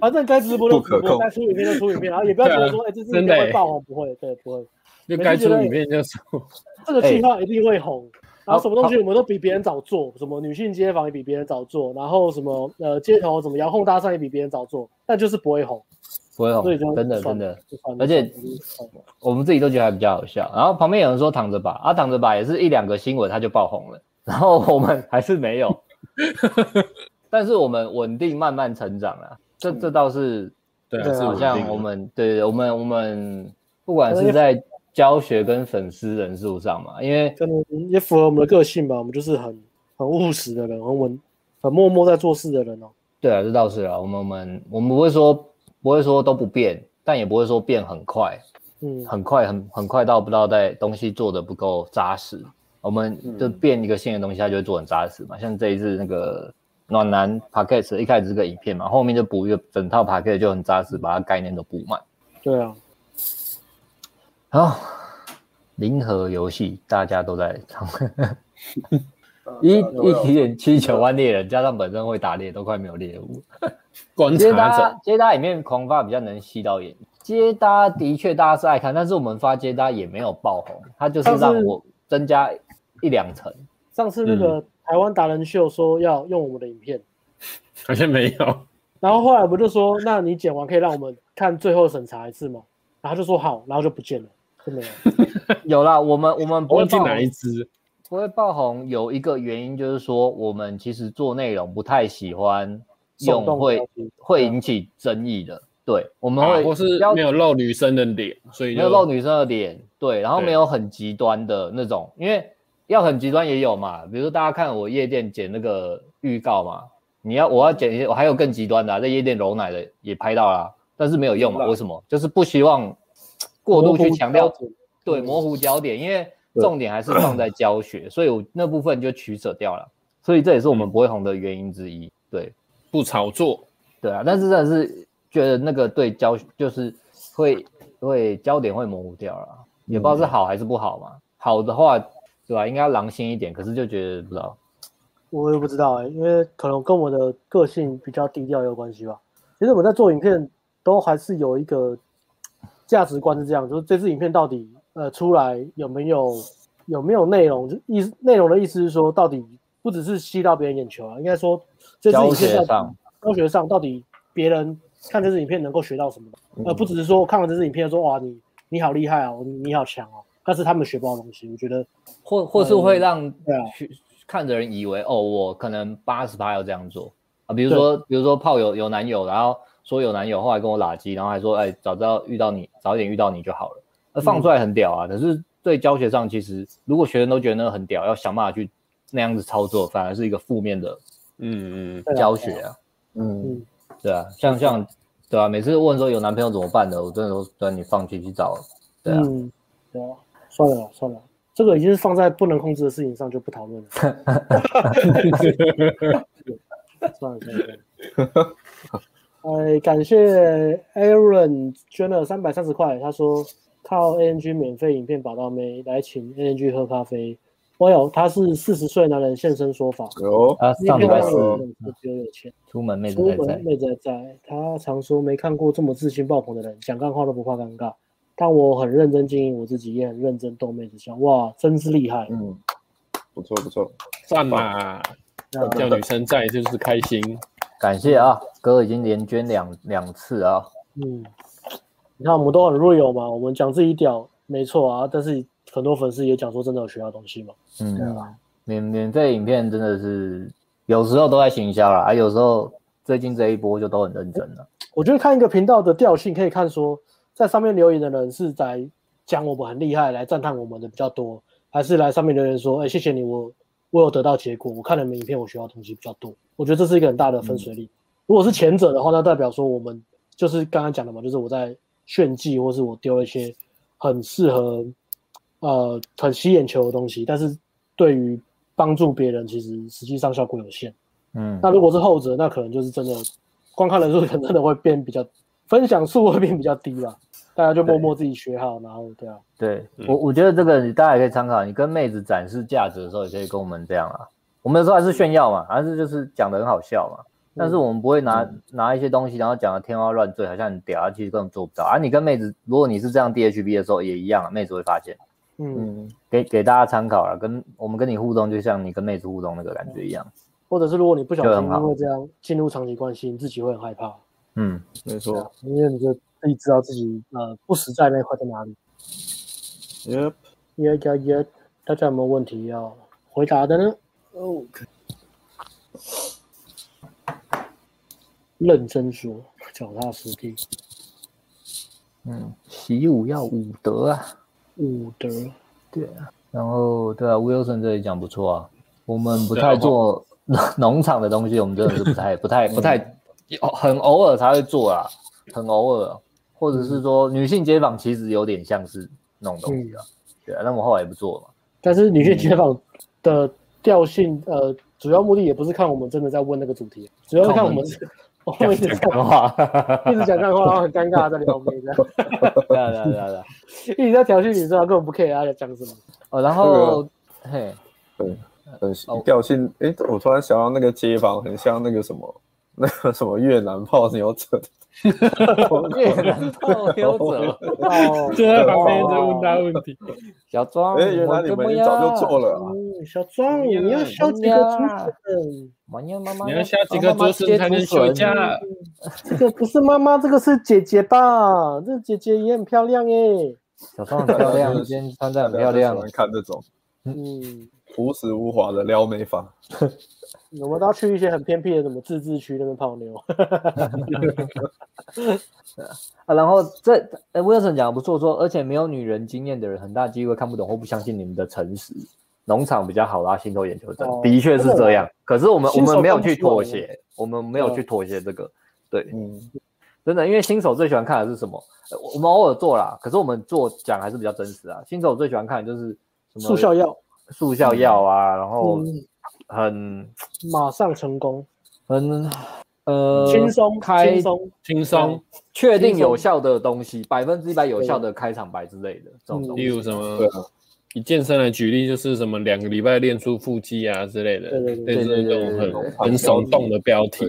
Speaker 2: 反正该直播就直
Speaker 8: 不可
Speaker 2: 播，
Speaker 8: 控
Speaker 2: 该出影片就出影片，然后也不要觉得说，哎、这次应该
Speaker 3: 真的
Speaker 2: 会
Speaker 3: 欸
Speaker 2: 爆红，不会，对，不会，
Speaker 3: 就该出影片就出。
Speaker 2: 这个计划一定会红。然后什么东西
Speaker 4: 哎好
Speaker 2: 我们都比别人早做，什么女性街访也比别人早做，然后什么呃街头什么遥控搭讪也比别人早做，但就是不会红，
Speaker 4: 不会
Speaker 2: 所以
Speaker 4: 红，
Speaker 2: 就
Speaker 4: 哦真的
Speaker 2: 算
Speaker 4: 真
Speaker 2: 了
Speaker 4: 的，，
Speaker 2: 就算了
Speaker 4: 而且
Speaker 2: 算了就算了
Speaker 4: 我们自己都觉得还比较好笑。然后旁边有人说躺着吧，啊，躺着吧也是一两个新闻它就爆红了，然后我们还是没 有，但是我们稳定慢慢成长了，这这倒是
Speaker 3: 对啊，
Speaker 2: 对啊
Speaker 3: 是
Speaker 4: 好
Speaker 3: 嗯稳定
Speaker 4: 像
Speaker 3: 的
Speaker 4: 我们对对，我们我们不管是在教学跟粉丝人数上嘛，因为
Speaker 2: 可能也符合我们的个性吧。我们就是很很务实的人，很稳，很默默在做事的人哦。
Speaker 4: 对啊，这倒是啊，我们我们我们不会说不会说都不变，但也不会说变很快，
Speaker 2: 嗯，
Speaker 4: 很快很很快到不到在东西做的不够扎实，我们就变一个新的东西，它就会做很扎实嘛。像这一次那个暖男 p a c k a g e 一开始是个影片嘛，后面就补一个整套 p a c k a g e 就很扎实，把它概念都补满。
Speaker 2: 对啊，
Speaker 4: 好，零和游戏大家都在唱， 一 一点七九万猎人加上本身会打猎，都快没有猎物。
Speaker 3: 观
Speaker 4: 接
Speaker 3: 察者
Speaker 4: 搭接搭里面狂发比较能吸到眼，接搭的确大家是爱看，但是我们发接搭也没有爆红，它就是
Speaker 2: 但
Speaker 4: 让
Speaker 2: 是
Speaker 4: 我增加一两层。
Speaker 2: 上次那
Speaker 4: 嗯
Speaker 2: 个台湾达人秀说要用我们的影片，
Speaker 3: 好像没有。
Speaker 2: 然后后来我们就说，那你剪完可以让我们看最后审查一次吗？ 然后他就说好，然后就不见了，就没有。
Speaker 4: 有啦，我们我们不
Speaker 3: 我
Speaker 4: 会
Speaker 3: 忘记
Speaker 4: 爆
Speaker 3: 哪一
Speaker 4: 红，
Speaker 3: 只，
Speaker 4: 不会爆红有一个原因就是说，我们其实做内容不太喜欢
Speaker 2: 手动
Speaker 4: 用会
Speaker 2: 标题
Speaker 4: 会
Speaker 2: 嗯
Speaker 4: 引起争议的，对，我们
Speaker 3: 啊
Speaker 4: 会
Speaker 3: 或是
Speaker 4: 要
Speaker 3: 没有露女生的脸，所以
Speaker 4: 没
Speaker 3: 就
Speaker 4: 有露女生的脸，对，然后
Speaker 3: 对
Speaker 4: 没有很极端的那种，因为要很极端也有嘛，比如说大家看我夜店剪那个预告嘛，你要我要剪一些，我还有更极端的、啊，在夜店揉奶的也拍到啦、但是没有用嘛，
Speaker 8: 明白
Speaker 4: 为什么？就是不希望过度去强调
Speaker 2: 啊模糊标题
Speaker 4: 对
Speaker 2: 嗯
Speaker 4: 模糊焦点，因为重点还是放在教学，所以我那部分就取舍掉了，所以这也是我们不会红的原因之一，对。
Speaker 3: 不炒作，
Speaker 4: 对啊，但是真的是觉得那个对焦就是会会焦点会模糊掉了，也不知道是好还是不好嘛。好的话，对啊吧、应该要狼心一点，可是就觉得不知道，
Speaker 2: 我也不知道哎、因为可能跟我的个性比较低调有关系吧。其实我们在做影片都还是有一个价值观是这样，就是这支影片到底呃出来有没有有没有内容，就意思内容的意思是说到底不只是吸到别人眼球啊，应该说这支
Speaker 4: 教
Speaker 2: 影片
Speaker 4: 学
Speaker 2: 到底
Speaker 4: 上
Speaker 2: 教学上到底别人看这支影片能够学到什么，
Speaker 4: 嗯
Speaker 2: 呃，不只是说看完这支影片说哇你你好厉害哦，你你好强哦，但是他们学不到东西，我觉得
Speaker 4: 或或是会让
Speaker 2: 呃对啊
Speaker 4: 去、看的人以为哦，我可能八十趴要这样做啊，比如说比如说炮友有男友，然后说有男友，后来跟我拉鸡，然后还说哎，早知道遇到你，早点遇到你就好了，那
Speaker 2: 嗯
Speaker 4: 放出来很屌啊，可是对教学上其实如果学生都觉得那个很屌，要想办法去那样子操作，反而是一个负面的
Speaker 3: 嗯嗯，
Speaker 2: 对啊
Speaker 4: 教
Speaker 2: 对
Speaker 4: 学
Speaker 2: 啊
Speaker 4: 啊，
Speaker 8: 嗯，
Speaker 4: 对啊，像像对啊，每次问说有男朋友怎么办的，我真的都叫你放弃去找，对啊，
Speaker 2: 嗯，对啊，算了啦算了啦，这个已经是放在不能控制的事情上就不讨论了。算了算了算了。哎，感谢 Aaron 捐了三百三十块，他说靠 ANG 免费影片把到妹来请 ANG 喝咖啡。网友他是四十岁男人现身说法，
Speaker 8: 有哦
Speaker 4: 啊，
Speaker 2: 那
Speaker 4: 上礼
Speaker 2: 天
Speaker 4: 拜
Speaker 2: 晚
Speaker 4: 四
Speaker 2: 上
Speaker 8: 有
Speaker 2: 有有钱。
Speaker 4: 出门妹子
Speaker 2: 嗯出
Speaker 4: 在
Speaker 2: 门
Speaker 4: 在。
Speaker 2: 妹子还在，他常说没看过这么自信爆棚的人，讲干话都不怕尴尬。但我很认真经营我自己，也很认真逗妹子笑，哇，真是厉害！
Speaker 8: 嗯，不错不错，
Speaker 3: 赞啦，
Speaker 2: 那
Speaker 3: 叫女生在就是开心，
Speaker 4: 感谢啊，哥已经连捐两两次啊，
Speaker 2: 嗯，你看我们都很 real 嘛，我们讲自己屌没错啊，但是很多粉丝也讲说真的有学到东西嘛。啊
Speaker 4: 嗯，免免费影片真的是有时候都在行销啦，啊，有时候最近这一波就都很认真了，
Speaker 2: 我觉得看一个频道的调性，可以看说在上面留言的人是在讲我们很厉害，来赞叹我们的比较多，还是来上面留言说，哎、谢谢你，我我有得到结果，我看了你们影片，我学到东西比较多。我觉得这是一个很大的分水岭。如果是前者的话，那代表说我们就是刚刚讲的嘛，就是我在炫技，或是我丢一些很适合呃很吸眼球的东西，但是对于帮助别人，其实实际上效果有限。
Speaker 4: 嗯，
Speaker 2: 那如果是后者，那可能就是真的观看人数可能真的会变比较，分享数会变比较低了，大家就默默自己学好，然后对啊，
Speaker 4: 对我我觉得这个你大家也可以参考，你跟妹子展示价值的时候，也可以跟我们这样啊，我们有时候还是炫耀嘛，还是就是讲的很好笑嘛，但是我们不会拿、拿一些东西，然后讲的天花乱坠，好像很屌，啊其实根本做不到啊。你跟妹子，如果你是这样 DHB 的时候，也一样啊，妹子会发现。
Speaker 2: 嗯，
Speaker 8: 嗯，
Speaker 4: 给给大家参考了，跟我们跟你互动，就像你跟妹子互动那个感觉一样。
Speaker 2: 或者是如果你不小
Speaker 4: 就
Speaker 2: 心
Speaker 4: 很好
Speaker 2: 因为这样进入长期关系，你自己会很害怕，
Speaker 4: 嗯，
Speaker 8: 没错
Speaker 2: 因为你就自己知道自己呃不实在那一块在哪里。
Speaker 8: ，Yep，
Speaker 2: 耶耶耶，大家有没有问题要回答的呢？OK，认真说，脚踏实地，
Speaker 4: 习武要武德啊。
Speaker 2: 武德，
Speaker 4: 然后对啊，Wilson 这里讲不错啊，我们不太做农 场的东西，我们真的是不太 不太不太，
Speaker 8: 嗯
Speaker 4: 哦很偶尔才会做啦，很偶尔，或者
Speaker 8: 嗯
Speaker 4: 是说女性街访其实有点像是那种东西啊。
Speaker 8: 嗯
Speaker 4: 对啊，但我后来也不做了嘛。
Speaker 2: 但是女性街访的调性，呃，主要目的也不是看我们真的在问那个主题，主要是看我们是， 我们一直在
Speaker 4: 干话，
Speaker 2: 一直讲干话，然后很尴尬在撩妹这样，
Speaker 4: 对啊对啊对啊对啊。
Speaker 2: 一直在调戏女生，根本不 care 她在讲什么。
Speaker 4: 哦，然后 嘿，
Speaker 8: 很调性，诶，我突然想到那个街坊很像那个什么， 那个什么越南泡 妞者，
Speaker 4: 越南 泡妞者。
Speaker 2: 哦，
Speaker 3: 就在旁边一直问他问题，
Speaker 4: 小庄，
Speaker 8: 诶，哎原来你们已经早就做了啊，
Speaker 2: 嗯，小壮，你要削几个竹笋？
Speaker 4: 妈呀，妈妈，
Speaker 3: 你要下几个竹笋才能休假，
Speaker 2: 这个不是妈妈，这个是姐姐吧？这姐姐也很漂亮哎、
Speaker 4: 小庄很漂亮，
Speaker 8: 就是
Speaker 4: 今天穿的很
Speaker 8: 大
Speaker 4: 漂
Speaker 8: 家都喜
Speaker 4: 亮。
Speaker 8: 欢看这种，
Speaker 2: 嗯，
Speaker 8: 朴实无华的撩妹法。
Speaker 2: 我们都要去一些很偏僻的什么自治区那边泡妞。
Speaker 4: 啊，然后这呃，Wilson 讲的不错说，而且没有女人经验的人，很大机会看不懂或不相信你们的诚实。农场比较好拉新手眼球证，
Speaker 2: 哦
Speaker 4: 的确是
Speaker 2: 真的
Speaker 4: 这样。可是我们我
Speaker 2: 新手
Speaker 4: 们没有
Speaker 2: 更
Speaker 4: 去
Speaker 2: 需要
Speaker 4: 妥
Speaker 2: 你
Speaker 4: 协，我们没有
Speaker 2: 对
Speaker 4: 去妥协这个，
Speaker 8: 嗯，
Speaker 4: 真的，因为新手最喜欢看的是什么？呃我我们偶尔做啦，可是我们做讲还是比较真实啊。新手最喜欢看的就是什么
Speaker 2: 速效药，
Speaker 4: 速效药啊，然后
Speaker 2: 嗯，
Speaker 4: 很
Speaker 2: 马上成功，
Speaker 4: 很呃
Speaker 2: 轻松，
Speaker 4: 开
Speaker 2: 轻松，
Speaker 3: 轻松，
Speaker 4: 确定
Speaker 2: 轻松
Speaker 4: 有效的东西，百分之一百有效的开场白之类的这种
Speaker 2: 嗯
Speaker 4: 东
Speaker 3: 例
Speaker 4: 西。
Speaker 3: 如什么
Speaker 8: 对啊，
Speaker 3: 以健身来举例，就是什么两个礼拜练出腹肌啊之类的，
Speaker 2: 对对对
Speaker 3: 类似
Speaker 4: 对对
Speaker 3: 这
Speaker 4: 对
Speaker 3: 种
Speaker 4: 对对
Speaker 3: 很很手动的标题。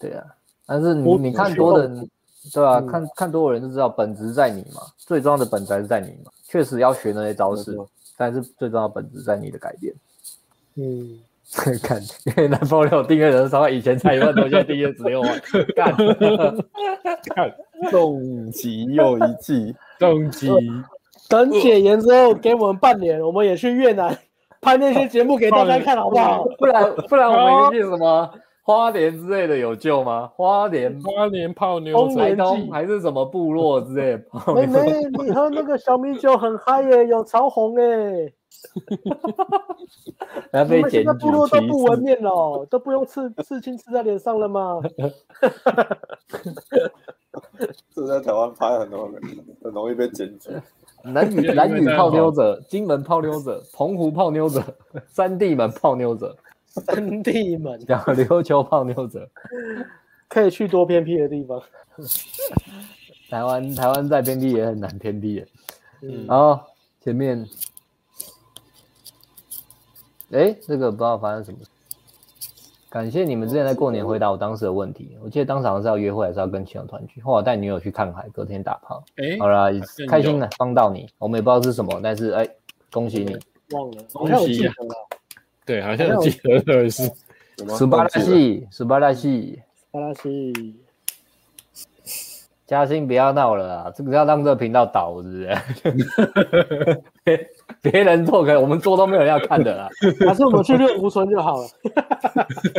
Speaker 4: 对啊，但是你
Speaker 2: 我
Speaker 4: 你
Speaker 2: 我
Speaker 4: 看
Speaker 2: 学
Speaker 4: 多
Speaker 2: 到
Speaker 4: 的人，对啊，
Speaker 2: 嗯
Speaker 4: 看看多的人就知道本质在你嘛，最重要的本质还是在你嘛。确实要学那些招式
Speaker 8: 没错，
Speaker 4: 但是最重要的本质在你的改变。
Speaker 2: 嗯，
Speaker 4: 看，因为南方六订阅人少，以前才一万多，现在订阅只有 万。干，
Speaker 8: 重疾又一季，
Speaker 3: 动机，
Speaker 2: 等解严之后给我们半年，我们也去越南拍那些节目给大家看，好不 好？
Speaker 4: 不然不然我们去什么花莲之类的有救吗？花莲、
Speaker 3: 花莲泡妞
Speaker 2: 丰
Speaker 4: 台
Speaker 2: 年
Speaker 3: 才
Speaker 4: 东还是什么部落之类的？
Speaker 2: 妹 妹，你喝那个小米酒很嗨耶，有潮红哎，
Speaker 4: 然
Speaker 2: 你
Speaker 4: 后被
Speaker 2: 们
Speaker 4: 检
Speaker 2: 现在部
Speaker 4: 举
Speaker 2: 落都
Speaker 4: 歧
Speaker 2: 不文
Speaker 4: 视。
Speaker 2: 明了，都不用刺刺青刺在脸上了 吗？
Speaker 8: 这在台湾拍很容易很容易被检举。
Speaker 4: 男女
Speaker 3: 因为
Speaker 4: 男女
Speaker 3: 在
Speaker 4: 泡妞者、金门泡妞者、澎湖泡妞者、三地门泡妞者、
Speaker 2: 兄弟们，
Speaker 4: 小琉球泡妞者，
Speaker 2: 可以去多偏僻的地方。
Speaker 4: 台湾台湾再偏僻也很难偏僻耶。
Speaker 2: 嗯
Speaker 4: 然后前面，哎，这个不知道发生什么事。感谢你们之前在过年回答我当时的问题。我记得当时好像是要约会，还是要跟亲友团聚，后来带女友去看海，隔天打炮。
Speaker 3: 哎，
Speaker 4: 好啦
Speaker 3: 像，有
Speaker 4: 开心了，帮到你。我们也不知道是什么，但是哎，恭喜你，
Speaker 2: 忘了，
Speaker 4: 啊
Speaker 2: 好像有记得了。
Speaker 3: 对，好像有记得这回事。
Speaker 8: 有吗
Speaker 4: 十八大
Speaker 8: 忘记了
Speaker 4: 戏，十八大戏，
Speaker 2: 巴拉西，
Speaker 4: 嘉欣不要闹了啊！这个要让这个频道倒，是不是？ 别别人做可以，我们做都没有人要看的啦。
Speaker 2: 还是我们去六湖村就 好了。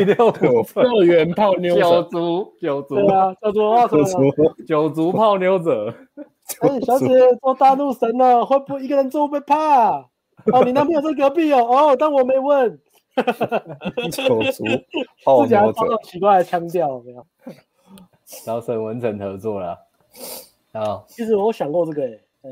Speaker 4: 六
Speaker 8: 我
Speaker 3: 乐园泡妞
Speaker 4: 九
Speaker 3: 者，
Speaker 4: 族，九族
Speaker 2: 对，啊，叫做奥特
Speaker 8: 不出
Speaker 2: 曼。
Speaker 4: 九族泡妞者。
Speaker 2: 哎，小姐做大陆神了，会不会一个人做会不会怕？哦，你男朋友在隔壁哦。哦，但我没问，
Speaker 8: 九族泡
Speaker 2: 自己还
Speaker 8: 妞
Speaker 2: 放
Speaker 8: 者
Speaker 2: 到，奇怪的腔调，有没有？
Speaker 4: 然后沈文成合作了。啊，
Speaker 2: 其实我想过这个、欸，呃，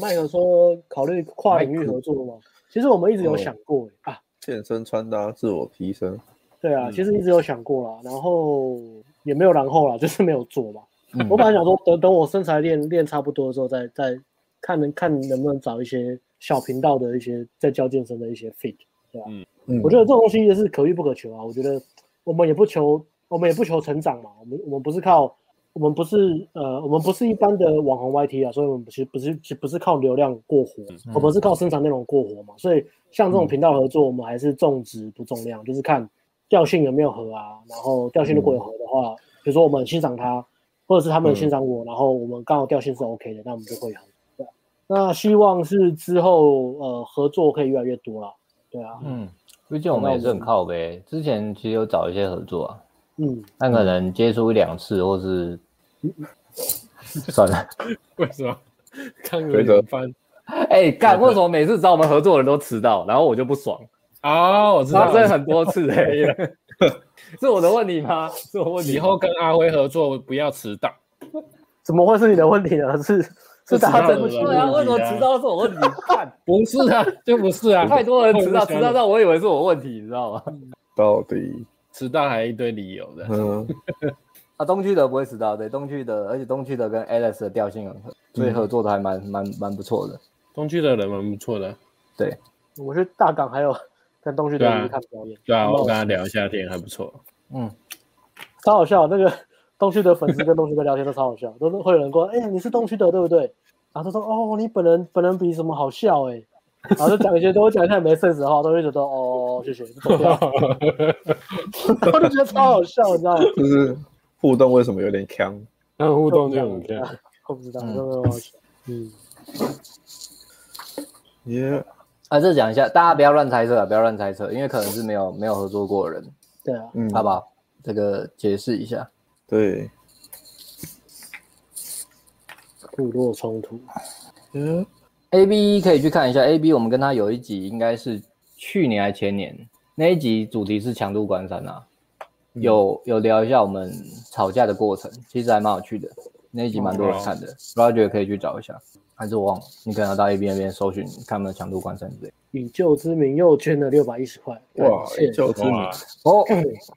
Speaker 2: 麦克说考虑跨领域合作嘛，其实我们一直有想过、欸啊，
Speaker 8: 健身穿搭自我提升，
Speaker 2: 对啊，其实一直有想过啦，然后也没有然后啦，就是没有做嘛。我本来想说等等我身材练练差不多之后再，再看能看能不能找一些小频道的一些在教健身的一些 fit，对吧、
Speaker 8: 嗯
Speaker 2: 我觉得这种东西也是可遇不可求啊。我觉得我们也不求，我们也不求成长嘛。我们我们不是靠，我们不是呃，我们不是一般的网红 YT 啊，所以我们其实不是其实不是靠流量过活，我们是靠生产内容过活嘛。所以像这种频道合作，我们还是重质不重量，就是看调性有没有合啊。然后调性如果有合的话，比如说我们欣赏他，或者是他们欣赏我，然后我们刚好调性是 OK 的，那我们就会合。对啊那希望是之后呃合作可以越来越多了，对啊，
Speaker 4: 嗯，毕竟我们也是很靠呗。之前其实有找一些合作啊，
Speaker 2: 嗯，
Speaker 4: 但可能接触一两次，或是 算了。
Speaker 3: 为什 么？看有点翻。
Speaker 4: 哎，干，为什么每次找我们合作的人都迟到，然后我就不爽？
Speaker 3: 哦，我知道
Speaker 2: 啊
Speaker 4: 发，生很多 次哎、是我的问题吗？是我问题
Speaker 3: 以
Speaker 4: 吗。
Speaker 3: 后跟阿辉合作不要迟到。
Speaker 2: 怎么会是你的问题呢？ 是是大家对不起
Speaker 3: 是
Speaker 4: 对
Speaker 2: 你，
Speaker 4: 啊，为什么迟到是我问题？看，
Speaker 3: 不是啊， 就不是啊，
Speaker 4: 太多人迟到，迟到
Speaker 3: 到
Speaker 4: 到我以为是我问题，你知道吗？
Speaker 8: 到底
Speaker 3: 迟到还一堆理由的。
Speaker 8: 嗯，
Speaker 4: 啊，东区的不会迟到，对，东区的，而且东区的跟 Alex 的调性很合，所以合作的还蛮蛮蛮不错的。
Speaker 3: 东区的人蛮不错的，
Speaker 2: 我去大港还有跟东区
Speaker 3: 对
Speaker 2: 德
Speaker 3: 啊
Speaker 2: 去看表演，
Speaker 3: 对啊，
Speaker 2: 很
Speaker 3: 我
Speaker 2: 好
Speaker 3: 跟他聊一下天还不 错。
Speaker 2: 超好笑。那个东区的粉丝跟东区的聊天都超好笑，都是会有人说：“哎、你是东区的对不对？”然后他说：“哦，你本人本人比什么好笑哎、然后就讲一些都讲一些很没 sense 的话，都会觉得哦，谢谢，走掉 然后就觉得超好笑，你知道吗？
Speaker 8: 就是互动为什么有点强？
Speaker 3: 那互动就很嗯
Speaker 2: 很
Speaker 3: 看，
Speaker 2: 我不知道，真的很好笑。嗯，
Speaker 8: 耶，
Speaker 4: 啊，这讲一下，大家不要乱猜测啊，不要乱猜测，因为可能是没有没有合作过的人，
Speaker 2: 对啊，
Speaker 8: 嗯，
Speaker 4: 好不好？这个解释一下。
Speaker 8: 对，
Speaker 2: 部落冲突，
Speaker 4: 嗯，A B 可以去看一下，A B 我们跟他有一集应该是去年还前年，那一集主题是强度关山啊，有有聊一下我们吵架的过程，其实还蛮有趣的，那一集蛮多人看的、r o g e r 可以去找一下，还是我忘了，你可能要到 A B 那边搜寻看有没有强度关山之类的。
Speaker 2: 以旧之名又捐了六百一十块，
Speaker 8: 哇
Speaker 2: 感，谢
Speaker 8: 一丘之貉
Speaker 3: 哇，
Speaker 4: 哦，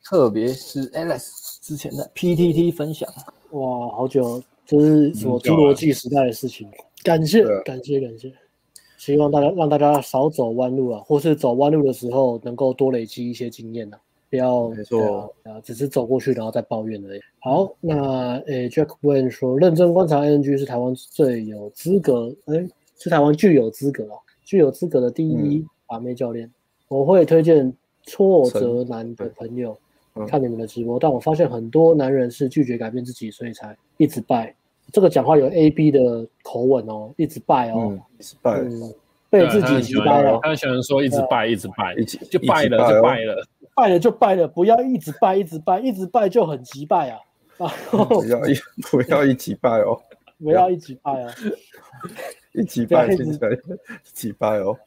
Speaker 4: 特别是 Alex 之前的 P T T 分享，啊
Speaker 2: 哇，好久，这是什么侏罗纪时代的事情？感谢
Speaker 8: 对啊，
Speaker 2: 感谢，感谢。希望大家让大家少走弯路啊，或是走弯路的时候能够多累积一些经验啊，不要
Speaker 8: 没错
Speaker 2: 对啊对啊，只是走过去然后再抱怨而已。好，那诶，Jack Wen 说，认真观察 NG 是台湾最有资格，诶，是台湾具有资格哦，具有资格的第
Speaker 8: 嗯
Speaker 2: 一把妹教练。我会推荐挫折男的朋友
Speaker 8: 嗯
Speaker 2: 看你们的直播，但我发现很多男人是拒绝改变自己，所以才一直败。这个讲话有 A B 的口吻哦，一直败哦
Speaker 8: 嗯，，失败，
Speaker 2: 嗯，被自己击败了，
Speaker 3: 啊他喜欢说一直败，一直败
Speaker 8: 一直，
Speaker 3: 就败
Speaker 8: 一
Speaker 3: 了，就
Speaker 8: 直败哦
Speaker 3: 败了。
Speaker 2: 败了就败了，不要一直败，一直败，一直败就很击败啊，然后
Speaker 8: 不要 一不要一起败哦，
Speaker 2: 不要一直败啊，
Speaker 8: 一起败
Speaker 2: 不要一直
Speaker 8: 听起来一起败哦，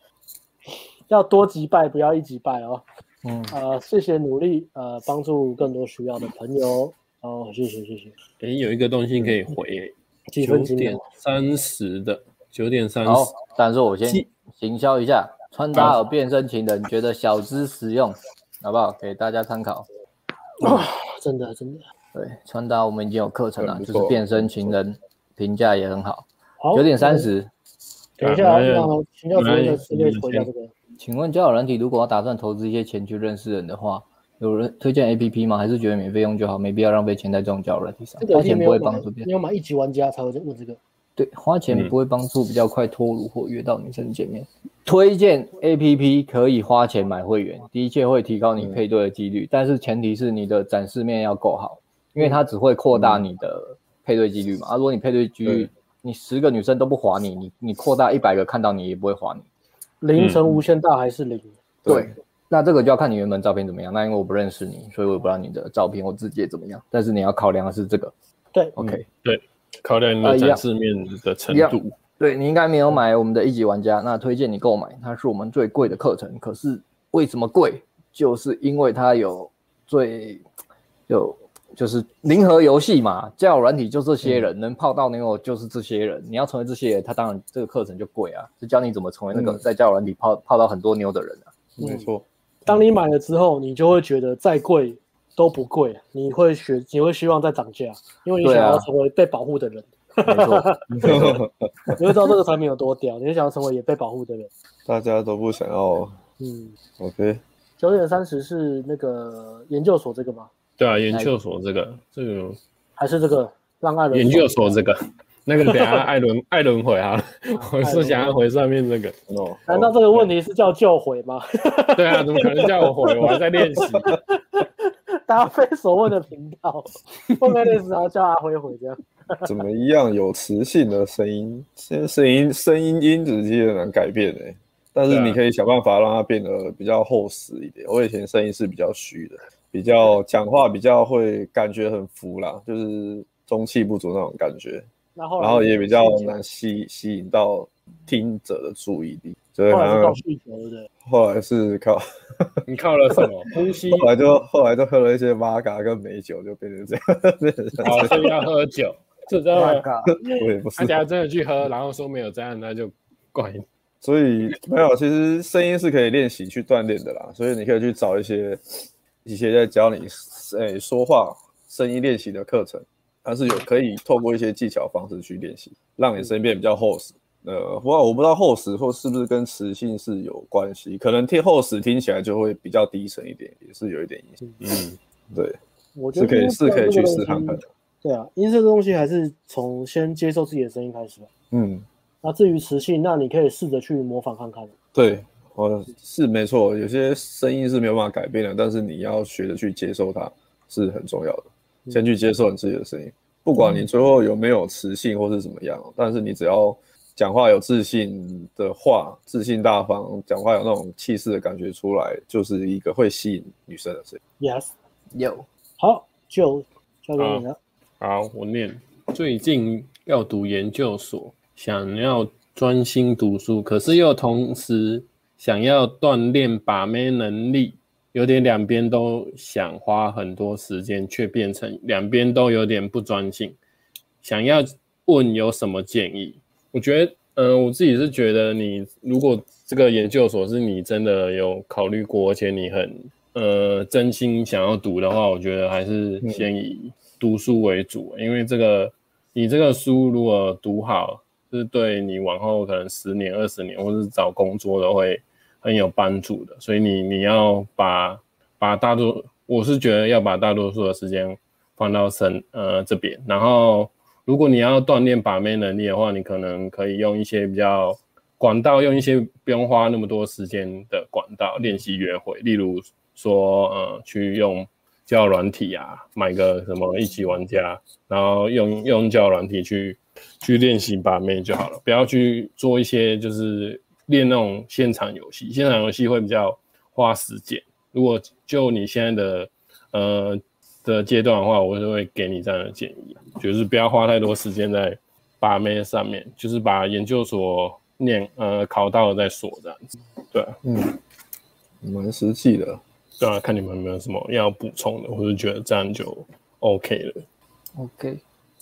Speaker 2: 要多击败，不要一击败哦。
Speaker 4: 嗯，
Speaker 2: 呃，谢谢努力，呃，帮助更多需要的朋友。哦，谢谢谢谢，
Speaker 3: 诶，有一个东西可以回耶，
Speaker 2: 几
Speaker 3: 九
Speaker 2: 分哦几
Speaker 3: 点
Speaker 2: 秒？
Speaker 3: 三十的，九点三
Speaker 4: 好
Speaker 3: 十，，
Speaker 4: 但是我先
Speaker 3: 记
Speaker 4: 行销一下，穿搭有变身情人，觉得小资实用，好不好？给大家参考。
Speaker 2: 真的真的
Speaker 4: 对，穿搭我们已经有课程了，
Speaker 8: 很
Speaker 4: 就
Speaker 8: 不
Speaker 4: 是
Speaker 8: 错
Speaker 4: 变身情人，评价也很好。
Speaker 2: 好，
Speaker 4: 九点三。十，
Speaker 2: 等一下，
Speaker 3: 哎呀
Speaker 2: 让请教主任的
Speaker 3: 哎
Speaker 2: 资料回答这个。
Speaker 4: 请问交友软体如果要打算投资一些钱去认识人的话，有人推荐 A P P 吗？还是觉得免费用就好，没必要浪费钱在这种交友软体上
Speaker 2: 这？个
Speaker 4: 花
Speaker 2: 一定
Speaker 4: 钱
Speaker 2: 没
Speaker 4: 不
Speaker 2: 有
Speaker 4: 会
Speaker 2: 买
Speaker 4: 帮助，别
Speaker 2: 没
Speaker 4: 人，
Speaker 2: 有买一级玩家才会问这个。
Speaker 4: 对，花钱不会帮助比较快脱乳或约到女生见面。推荐 A P P 可以花钱买会员，的确会提高你配对的几率，但是前提是你的展示面要够好，因为它只会扩大你的配对几率嘛。啊，如果你配对几率
Speaker 8: 对，
Speaker 4: 你十个女生都不划你，你你扩大一百个看到你也不会划你。
Speaker 2: 零乘无限大还是零？
Speaker 4: 对，那这个就要看你原本照片怎么样。那因为我不认识你，所以我也不知道你的照片或字节怎么样。但是你要考量的是这个
Speaker 2: 对，
Speaker 4: ，OK？、
Speaker 3: 考量你
Speaker 4: 啊
Speaker 2: 呃
Speaker 3: 的
Speaker 4: 一样
Speaker 3: 展示面的程
Speaker 4: 一样
Speaker 3: 度。
Speaker 4: 对你应该没有买我们的一级玩家，那推荐你购买，它是我们最贵的课程。可是为什么贵？就是因为它有最有就是零和游戏嘛，交友软体就这
Speaker 8: 嗯
Speaker 4: 些人、能泡到女友就是这些人，你要成为这些人，他当然这个课程就贵啊，就教你怎么成为那个
Speaker 8: 嗯
Speaker 4: 在交友软体泡泡到很多妞的人啊。
Speaker 2: 嗯
Speaker 8: 没错，
Speaker 2: 当你买了之后，你就会觉得再贵都不贵，你会学，你会希望再涨价，因为你想
Speaker 4: 对啊
Speaker 2: 要成为被保护的人，
Speaker 4: 没错，
Speaker 2: 你会知道这个产品有多屌，你会想要成为也被保护的人。
Speaker 8: 大家都不想要哦
Speaker 2: 嗯，
Speaker 8: ，OK，
Speaker 2: 九点三十是那个研究所这个吗？
Speaker 3: 对啊，研究所这个，这个
Speaker 2: 还是这个让爱人
Speaker 3: 研究所这 个，那个等一下艾伦 艾伦回啊， 我是想要回上面那个。
Speaker 8: 哦，
Speaker 2: 难道这个问题是叫救回吗？
Speaker 3: 对啊，怎么可能叫我回？我还在 练习。
Speaker 2: 答非所问的频道，后面那时候叫阿辉回这样。
Speaker 8: 怎么样有磁性的声音？现在声音声音音质其实很难改变诶、欸但是
Speaker 3: 对啊
Speaker 8: 你可以想办法让它变得比较厚实一点。我以前声音是比较虚的，比较讲话比较会感觉很浮啦，就是中气不足那种感觉，
Speaker 2: 然后
Speaker 8: 然后也比较难吸吸引到听者的注意力。所以
Speaker 2: 后
Speaker 8: 好
Speaker 2: 来是到
Speaker 8: 像
Speaker 2: 酗酒，对不对？
Speaker 8: 后来是靠，
Speaker 3: 你靠了什么？呼吸
Speaker 8: 后来就后来就喝了一些玛嘎跟美酒，就变成这样。 变成这样
Speaker 3: 好，所以要喝酒，知道
Speaker 2: ，Oh
Speaker 3: 吗？
Speaker 8: 我 也不是
Speaker 3: 他。假如真的去喝，然后说没有这样，那就怪你。
Speaker 8: 所以没有，其实声音是可以练习去锻炼的啦。所以你可以去找一些一些在教你诶、说话声音练习的课程，它是有可以透过一些技巧方式去练习，让你声音变得比较厚实。呃，不过我不知道厚实或是不是跟磁性是有关系，可能听厚实听起来就会比较低沉一点，也是有一点影响。
Speaker 3: 嗯，
Speaker 8: 对，
Speaker 2: 我觉
Speaker 8: 是
Speaker 2: 得
Speaker 8: 可以是可以去试
Speaker 2: 试
Speaker 8: 看看的。
Speaker 2: 对啊，音色这东西还是从先接受自己的声音开始吧。
Speaker 8: 嗯，
Speaker 2: 那至于磁性，那你可以试着去模仿看看。
Speaker 8: 对，我是没错，有些声音是没有办法改变的，但是你要学着去接受它是很重要的。先去接受你自己的声音，不管你最后有没有磁性或是怎么样，但是你只要讲话有自信的话，自信大方，讲话有那种气势的感觉出来，就是一个会吸引女生的声音。
Speaker 2: Yes，
Speaker 7: 有
Speaker 2: 好，就交给你
Speaker 3: 啊
Speaker 2: 了。
Speaker 3: 好，我念。最近要读研究所，想要专心读书，可是又同时想要锻炼把妹能力，有点两边都想花很多时间，却变成两边都有点不专心。想要问有什么建议？我觉得，嗯、我自己是觉得你，如果这个研究所是你真的有考虑过，而且你很呃真心想要读的话，我觉得还是先以读书为主，欸因为这个你这个书如果读好，是对你往后可能十年、二十年，或是找工作都会很有帮助的。所以你你要把把大多，我是觉得要把大多数的时间放到身呃这边，然后如果你要锻炼把妹能力的话，你可能可以用一些比较管道，用一些不用花那么多时间的管道练习约会，例如说呃去用交友软体啊，买个什么一级玩家，然后用用交友软体去去练习把妹就好了，不要去做一些就是练那种现场游戏，现场游戏会比较花时间。如果就你现在的呃的阶段的话，我就会给你这样的建议，啊就是不要花太多时间在把妹上面，就是把研究所念呃考到了再说这样子。对啊
Speaker 8: 嗯，蛮实际的。
Speaker 3: 对啊，看你们有没有什么要补充的，我就觉得这样就 OK 了。
Speaker 7: OK，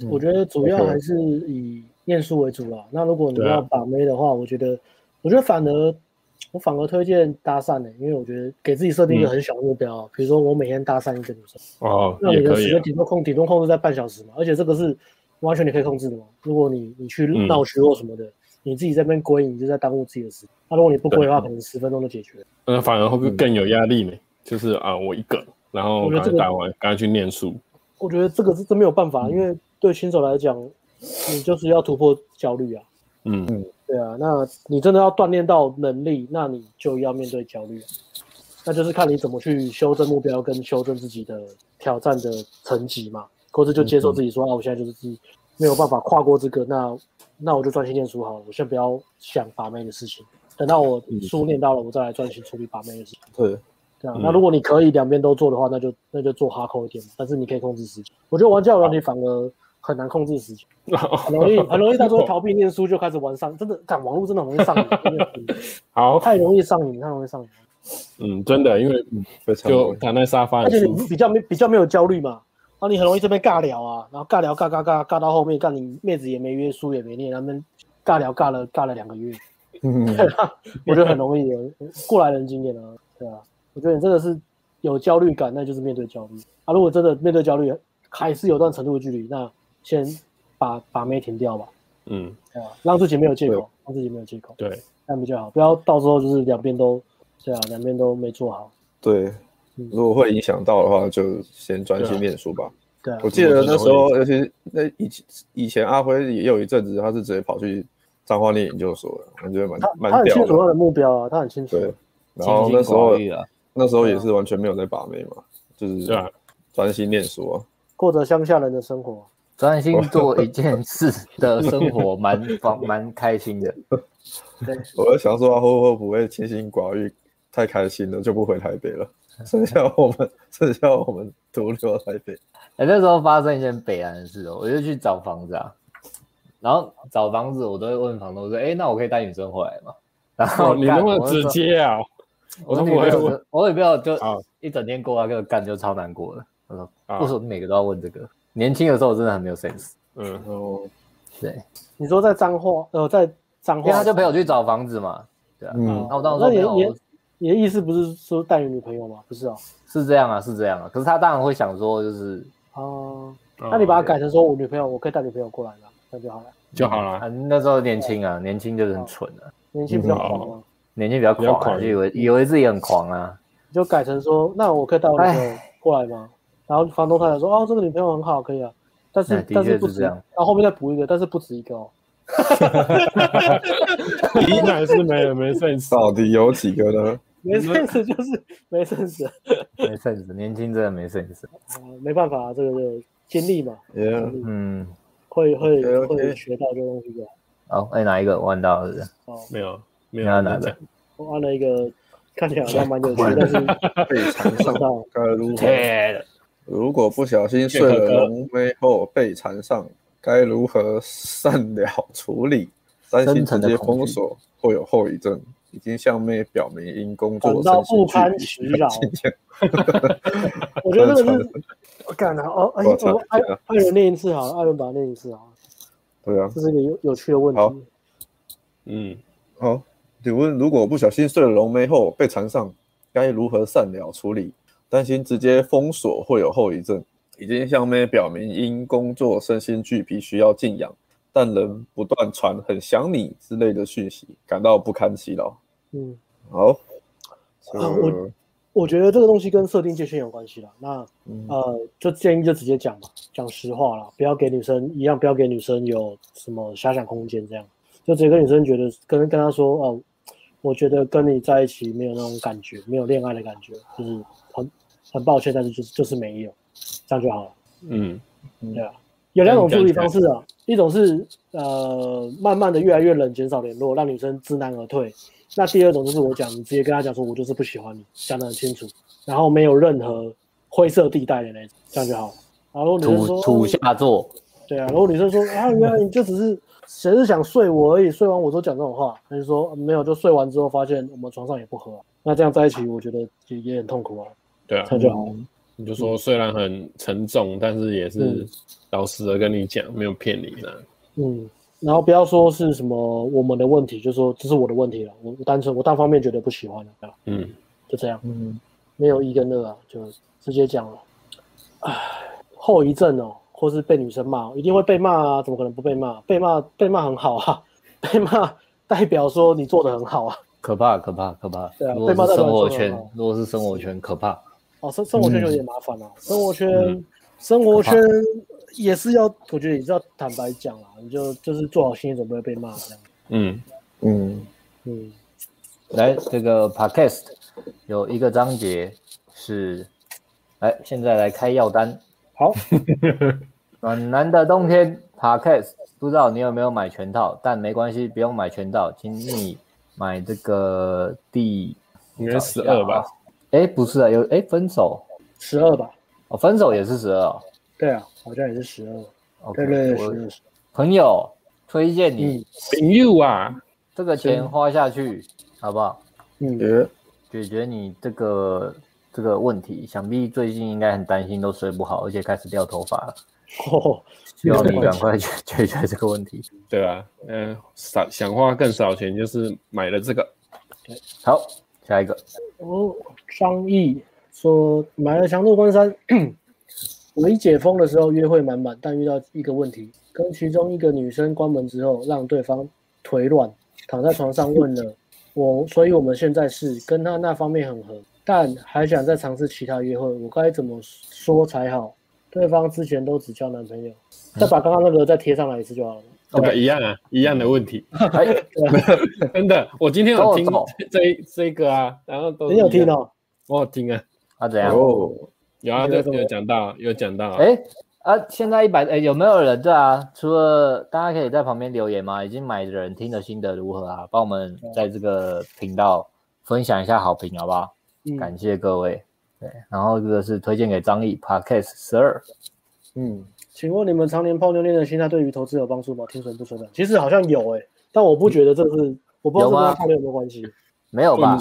Speaker 2: 我觉得主要还是以念书为主啦。那如果你
Speaker 3: 对啊
Speaker 2: 要把妹的话，我觉得，我觉得反而我反而推荐搭讪呢、因为我觉得给自己设定一
Speaker 3: 嗯
Speaker 2: 个很小的目标、啊，比如说我每天搭讪一个女生，
Speaker 3: 哦，
Speaker 2: 那
Speaker 3: 也
Speaker 2: 你的
Speaker 3: 可
Speaker 2: 时
Speaker 3: 以、啊
Speaker 2: 间。顶多控顶多控制在半小时嘛，而且这个是完全你可以控制的嘛。如果你你去
Speaker 3: 嗯
Speaker 2: 闹区或什么的，你自己在那边归，你就在耽误自己的时间。那如果你不归的话，可能十分钟就解决了。
Speaker 3: 那呃反而会不会更有压力呢？就是啊，我一个，然后
Speaker 2: 嗯我觉
Speaker 3: 赶
Speaker 2: 得这
Speaker 3: 快
Speaker 2: 个
Speaker 3: 打完，赶快去念书。
Speaker 2: 我觉得这个是真没有办法，
Speaker 3: 嗯
Speaker 2: 因为对新手来讲，你就是要突破焦虑啊。
Speaker 3: 嗯，
Speaker 2: 对啊，那你真的要锻炼到能力，那你就要面对焦虑啊，那就是看你怎么去修正目标跟修正自己的挑战的层级嘛，或者就接受自己说、啊，我现在就是自己没有办法跨过这个，那那我就专心念书好了，我先不要想把妹的事情，等到我书念到了，我再来专心处理把妹的事情。
Speaker 8: 对，
Speaker 2: 对啊，
Speaker 3: 嗯
Speaker 2: 那如果你可以两边都做的话，那就那就做哈扣一点嘛，但是你可以控制时间。我觉得玩交友软体反而很难控制时间。很容易，很容易，到时候逃避念书就开始玩上，真的，干网络真的很容易上瘾，真的很
Speaker 3: 好，
Speaker 2: 太容易上瘾，太容易上瘾。
Speaker 3: 嗯，真的，因为
Speaker 8: 非常
Speaker 3: 就躺在沙发
Speaker 2: 而
Speaker 3: 很
Speaker 2: 且
Speaker 3: 舒
Speaker 2: 你
Speaker 3: 服。
Speaker 2: 比较没比较没有焦虑嘛，然后你很容易这边尬聊啊，然后尬聊尬尬尬尬到后面，干你妹子也没约，书也没念，然后那边尬聊尬了尬了两个月，
Speaker 8: 嗯
Speaker 2: 我觉得很容易，过来人经验啊，对啊，我觉得你真的是有焦虑感，那就是面对焦虑啊。如果真的面对焦虑还是有段程度的距离，那先把把妹停掉吧，
Speaker 3: 嗯，
Speaker 2: 对啊，让自己没有借
Speaker 8: 对
Speaker 2: 口，让自己没有借口。
Speaker 3: 对，
Speaker 2: 这样比较好，不要到时候就是两边都，对啊，两边都没做好，
Speaker 8: 对，如果会影响到的话，就先专心念书吧。
Speaker 2: 对啊
Speaker 8: 我，记得那时候，尤其是那以前以前阿辉也有一阵子，他是直接跑去彰化念研究所的，我觉得蛮
Speaker 2: 他他
Speaker 8: 蛮
Speaker 2: 很
Speaker 8: 屌
Speaker 2: 清楚他
Speaker 8: 的。
Speaker 2: 的目标啊，他很清楚，
Speaker 8: 对，然后那时候
Speaker 4: 啊
Speaker 8: 那时候也是
Speaker 2: 啊
Speaker 8: 完全没有在把妹嘛，就是
Speaker 3: 对啊，
Speaker 8: 专心念书啊。
Speaker 2: 过着乡下人的生活，
Speaker 4: 专心做一件事的生活蛮蛮蛮开心的。
Speaker 8: 我在想说，他会会不会清心寡欲太开心了，就不回台北了，剩下我们剩下我们独留台北。
Speaker 4: 哎、那时候发生一件北兰的事哦，我就去找房子啊，然后找房子我都会问房东说，哎、那我可以带女生回来吗？然后
Speaker 3: 哦，你那
Speaker 4: 干
Speaker 3: 么
Speaker 4: 我就
Speaker 3: 直
Speaker 4: 说
Speaker 3: 接啊？
Speaker 4: 我
Speaker 3: 我都
Speaker 4: 女
Speaker 3: 不
Speaker 4: 朋
Speaker 3: 会
Speaker 4: 友
Speaker 3: 问
Speaker 4: 就，我女朋友就
Speaker 3: 啊
Speaker 4: 一整天过来给我干，就超难过的。我说，
Speaker 3: 啊
Speaker 4: 为什么每个都要问这个？年轻的时候我真的很没有 sense。
Speaker 3: 嗯，
Speaker 8: 然
Speaker 2: 哦
Speaker 8: 后，
Speaker 4: 对，
Speaker 2: 你说在彰化，呃，在彰
Speaker 4: 因为
Speaker 2: 化，
Speaker 4: 他就陪我去找房子嘛，对啊。
Speaker 8: 嗯，
Speaker 4: 那我当时
Speaker 2: 那
Speaker 4: 说
Speaker 2: 你
Speaker 4: 没
Speaker 2: 的
Speaker 4: 有，
Speaker 2: 你
Speaker 4: 我
Speaker 2: 的你的意思不是说带你女朋友吗？不是哦，
Speaker 4: 是这样啊，是这样啊。可是他当然会想说，就是
Speaker 2: 哦，那
Speaker 3: 那
Speaker 2: 你把它改成说我女朋友，我可以带女朋友过来吗？那就好了，
Speaker 3: 就好
Speaker 4: 啊，
Speaker 3: 了。
Speaker 4: 那时候年轻啊，年轻就是很蠢啊，
Speaker 2: 年轻比较
Speaker 8: 嗯
Speaker 2: 狂嘛，
Speaker 4: 年轻比较
Speaker 3: 比较
Speaker 4: 狂啊，
Speaker 3: 狂
Speaker 4: 就以为以为自己很狂啊。
Speaker 2: 你就改成说那我可以带我女朋友
Speaker 4: 哎
Speaker 2: 过来吗？然后房东太太说哦，这个女朋友很好，可以啊，但
Speaker 4: 哎
Speaker 2: 是
Speaker 4: 的
Speaker 2: 但是
Speaker 4: 确
Speaker 2: 不
Speaker 4: 是
Speaker 2: 止，
Speaker 4: 这样
Speaker 2: 然后后面再补一个，但是不止一个哦。
Speaker 3: 你还是没有没 sense，
Speaker 8: 到底有几个呢？
Speaker 2: 没 sense 就是没 sense，
Speaker 4: 没 sense，年轻真的没 sense。
Speaker 2: 啊，没办法、这个就经历嘛，
Speaker 8: 也、yeah,
Speaker 4: 嗯，
Speaker 2: 会会
Speaker 8: OK，OK
Speaker 2: 会学到这东西的。
Speaker 7: 哦，哎、哪一个？我按到了是不是
Speaker 2: 哦，
Speaker 3: 没有没
Speaker 7: 你要
Speaker 3: 有
Speaker 7: 拿
Speaker 3: 在
Speaker 7: 的
Speaker 3: 讲，
Speaker 2: 我按了一个看起来好像蛮有趣，但是
Speaker 8: 被缠上。
Speaker 2: 到
Speaker 8: 该如何？如果不小心睡了龙飞后被缠上，该如何善了处理？担心直接封锁会有后遗症，已经向妹表明因工
Speaker 2: 感
Speaker 8: 作
Speaker 2: 到
Speaker 8: 身
Speaker 2: 不
Speaker 8: 心
Speaker 2: 堪
Speaker 8: 俱
Speaker 2: 其
Speaker 8: 疲的
Speaker 2: 扰
Speaker 8: 境界。
Speaker 2: 我觉得这 个是，我干了哦，哎，
Speaker 8: 我操
Speaker 2: 我艾艾伦念一次好了，艾伦把它念一次好了，
Speaker 8: 对啊，
Speaker 2: 这是一个有有趣的问
Speaker 8: 好
Speaker 2: 题。
Speaker 3: 嗯，
Speaker 8: 好，请问如果不小心睡了龙妹后被缠上，该如何善了处理？担心直接封锁会有后遗症，已经向妹表明因工作身心俱疲需要静养，但仍不断传很想你之类的讯息，感到不堪其扰。
Speaker 2: 嗯，
Speaker 8: 好，
Speaker 2: 啊
Speaker 8: 这
Speaker 2: 我我觉得这个东西跟设定界限有关系啦。那
Speaker 8: 嗯
Speaker 2: 呃，就建议就直接讲吧，讲实话啦，不要给女生一样，不要给女生有什么遐想空间，这样就直接跟女生觉得跟跟她说哦、我觉得跟你在一起没有那种感觉，没有恋爱的感觉，就是很很抱歉，但是就是就是没有，这样就好了。
Speaker 3: 嗯，
Speaker 2: 对啊，有两种处理
Speaker 3: 这
Speaker 2: 方
Speaker 3: 样讲起
Speaker 2: 式啊，一种是呃慢慢的越来越冷，减少联络，让女生知难而退；那第二种就是我讲，你直接跟她讲说，我就是不喜欢你，讲得很清楚，然后没有任何灰色地带的那种，这样就好了。然后女生
Speaker 4: 土
Speaker 2: 说，
Speaker 4: 土下座，
Speaker 2: 对啊，然后女生说啊，原来你就只是只是想睡我而已，睡完我都讲这种话，她就说嗯没有，就睡完之后发现我们床上也不合啊、那这样在一起，我觉得也也很痛苦啊，
Speaker 3: 对啊
Speaker 2: 这，样就好了。
Speaker 3: 你就说虽然很沉重，但是也是
Speaker 2: 嗯
Speaker 3: 老实的跟你讲，没有骗你的。
Speaker 2: 嗯，然后不要说是什么我们的问题，就说这是我的问题了，我我单纯我单方面觉得不喜欢了，对吧
Speaker 3: 嗯，
Speaker 2: 就这样，
Speaker 8: 嗯，
Speaker 2: 没有一跟二啊，就直接讲了。唉，后遗症哦，或是被女生骂，一定会被骂啊，怎么可能不被骂？被骂被骂很好啊，被骂代表说你做的很好啊。
Speaker 4: 可怕可怕可怕。
Speaker 2: 对啊
Speaker 4: 如
Speaker 2: 被骂
Speaker 4: 果
Speaker 2: 到
Speaker 4: 是
Speaker 2: 软
Speaker 4: 生活
Speaker 2: 床了
Speaker 4: 圈，如果是生活圈，可怕。
Speaker 2: 哦，生生活圈有点麻烦了、啊生活圈、
Speaker 3: 嗯
Speaker 2: 生活圈
Speaker 4: 可
Speaker 2: 也是要，我觉得也是要坦白讲啦，你就就是做好心理准备被骂这样。
Speaker 3: 嗯，
Speaker 8: 嗯，
Speaker 2: 嗯，
Speaker 4: 来，这个 podcast 有一个章节是，来，现在来开药单。
Speaker 2: 好，
Speaker 4: 暖男的冬天 podcast，不知道你有没有买全套，但没关系，不用买全套，请你买这个第
Speaker 3: 应该十二吧？
Speaker 4: 哎，不是啊，有哎分手
Speaker 2: 十二吧，
Speaker 4: 哦，分手也是十二、哦。
Speaker 2: 对啊，好像也是十二。
Speaker 4: OK，
Speaker 2: 对对，
Speaker 4: 我
Speaker 2: 是
Speaker 4: 朋友推荐你、
Speaker 2: 嗯
Speaker 3: 朋友啊，
Speaker 4: 这个钱花下去，好不好？
Speaker 2: 嗯，
Speaker 8: 也
Speaker 4: 解决你这个这个问题，想必最近应该很担心，都睡不好，而且开始掉头发了。
Speaker 2: 哦，
Speaker 4: 希望你赶快解解决这个问题。
Speaker 3: 对吧？嗯，少想花更少钱，就是买了这个。
Speaker 4: 好，下 一个，
Speaker 2: 哦，张毅说买了强度关山， 我一解封的时候约会满满，但遇到一个问题，跟其中一个女生关门之后，让对方腿软，躺在床上问了我，所以我们现在是跟他那方面很合，但还想再尝试其他约会，我该怎么说才好？对方之前都只交男朋友，再把刚刚那个再贴上来一次就好了。
Speaker 3: 对吧？一样啊，一样的问题。
Speaker 4: 哎，
Speaker 3: 真的，我今天有听
Speaker 4: 都有
Speaker 3: 这这个啊，然后都
Speaker 2: 哦你有听
Speaker 3: 到，
Speaker 2: 哦？
Speaker 3: 我有听啊，
Speaker 4: 啊怎样？
Speaker 8: 哦，
Speaker 3: 有啊，
Speaker 2: 你觉哦得
Speaker 3: 这
Speaker 2: 怎么
Speaker 3: 有讲到，有讲到啊。
Speaker 4: 哎、啊，现在一百哎，有没有人对啊？除了大家可以在旁边留言嘛，已经买的人听的心得如何啊？帮我们在这个频道分享一下好评，好不好？
Speaker 2: 嗯，
Speaker 4: 感谢各位。对，然后这个是推荐给张毅 Podcast 十二，
Speaker 8: 嗯，
Speaker 2: 请问你们常年泡妞恋的心态对于投资有帮助吗？听损不损的？其实好像有诶、但我不觉得这是，我不知道这
Speaker 4: 嗯有吗
Speaker 2: 跟泡妞有没有关系。
Speaker 4: 没有吧？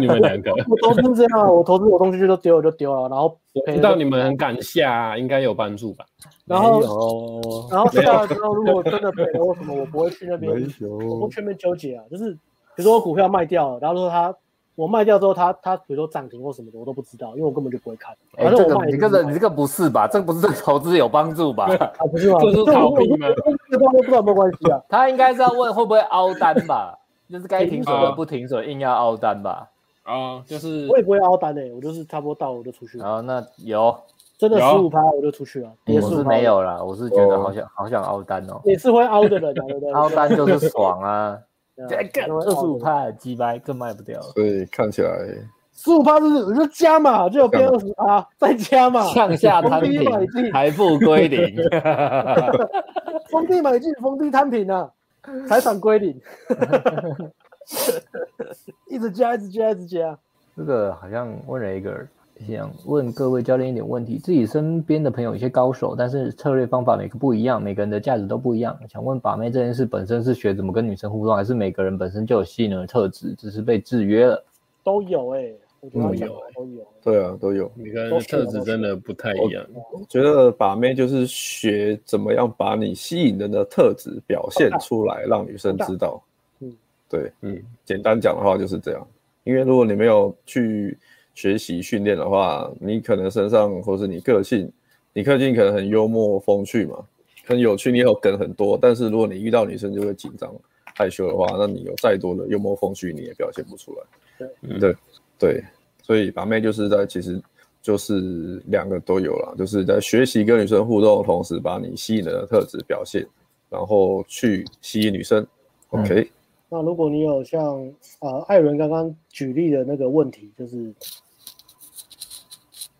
Speaker 3: 你们两个，
Speaker 2: 我投资是这样啊，我投资我东西就丢了就丢了，然后
Speaker 3: 我知道你们很感谢啊，应该有帮助吧？
Speaker 2: 然后
Speaker 4: 没有
Speaker 2: 然后下了之后，如果真的赔了或什么，我不会去那边，我不
Speaker 8: 有
Speaker 2: 会，去那边纠结啊。就是比如说我股票卖掉了，然后说它我卖掉之后，它它比如说涨停或什么的，我都不知道，因为我根本就不会看。
Speaker 4: 哎、
Speaker 2: 反正
Speaker 4: 这
Speaker 2: 我卖了
Speaker 4: 个
Speaker 2: 就
Speaker 4: 你这
Speaker 2: 是
Speaker 4: 个
Speaker 2: 卖
Speaker 4: 你这个不是吧？这个不是对投资有帮助吧？
Speaker 2: 啊不是吗？
Speaker 3: 这是
Speaker 2: 我
Speaker 3: 逃避
Speaker 2: 我
Speaker 3: 吗
Speaker 2: 我不知道不知道有没有关系啊？
Speaker 4: 他应该是要问会不会凹单 吧？就是该停
Speaker 3: 停
Speaker 4: 损
Speaker 3: 损
Speaker 4: 的不停损，硬要凹单吧？
Speaker 3: 啊，就是
Speaker 2: 我也不会凹单诶、欸我就是差不多到我就出去了
Speaker 4: 然，后那有，
Speaker 2: 真的
Speaker 3: 有
Speaker 2: 十五趴我就出去了，也
Speaker 4: 嗯我
Speaker 2: 十五
Speaker 4: 是
Speaker 2: 趴
Speaker 4: 没有啦，我是觉得
Speaker 8: 哦
Speaker 4: 好想好想凹单哦。
Speaker 2: 你是会凹的人啊，对不对？
Speaker 4: 凹单就是 爽啊！哎，干二十五
Speaker 2: 趴，
Speaker 4: 趴鸡掰，更卖 不掉了。
Speaker 8: 所以看起来
Speaker 2: 十五趴就是我就加嘛，就有变二十趴，再加嘛，
Speaker 4: 向 下摊
Speaker 2: 逢低啊买
Speaker 4: 平，
Speaker 2: 进，
Speaker 4: 财富归零。
Speaker 2: 逢低买进，逢低摊平啊，财产归零，一直加，一直加，一直加。
Speaker 4: 这个好像问了一个，想问各位教练一点问题：自己身边的朋友有些高手，但是策略方法每个不一样，每个人的价值都不一样。想问把妹这件事本身是学怎么跟女生互动，还是每个人本身就有吸引人的特质，只是被制约了？
Speaker 2: 都有哎、我觉得他
Speaker 8: 嗯
Speaker 2: 讲
Speaker 3: 有
Speaker 2: 的
Speaker 3: 欸
Speaker 2: 都有欸、
Speaker 8: 对啊，都有。
Speaker 3: 每个人的特质真的不太一样。
Speaker 8: 我觉得把妹就是学怎么样把你吸引人的特质表现出来，让女生知道。
Speaker 2: 嗯，
Speaker 8: 对，
Speaker 3: 嗯，
Speaker 8: 简单讲的话就是这样。因为如果你没有去学习训练的话，你可能身上或是你个性，你个性可能很幽默风趣嘛，很有趣，你有梗很多。但是如果你遇到女生就会紧张害羞的话，那你有再多的幽默风趣，你也表现不出来。
Speaker 3: 对
Speaker 8: 对对，所以把妹就是在其实就是两个都有啦，就是在学习跟女生互动的同时，把你吸引人的特质表现，然后去吸引女生。OK，、
Speaker 3: 嗯
Speaker 2: 那如果你有像呃艾伦刚刚举例的那个问题，就是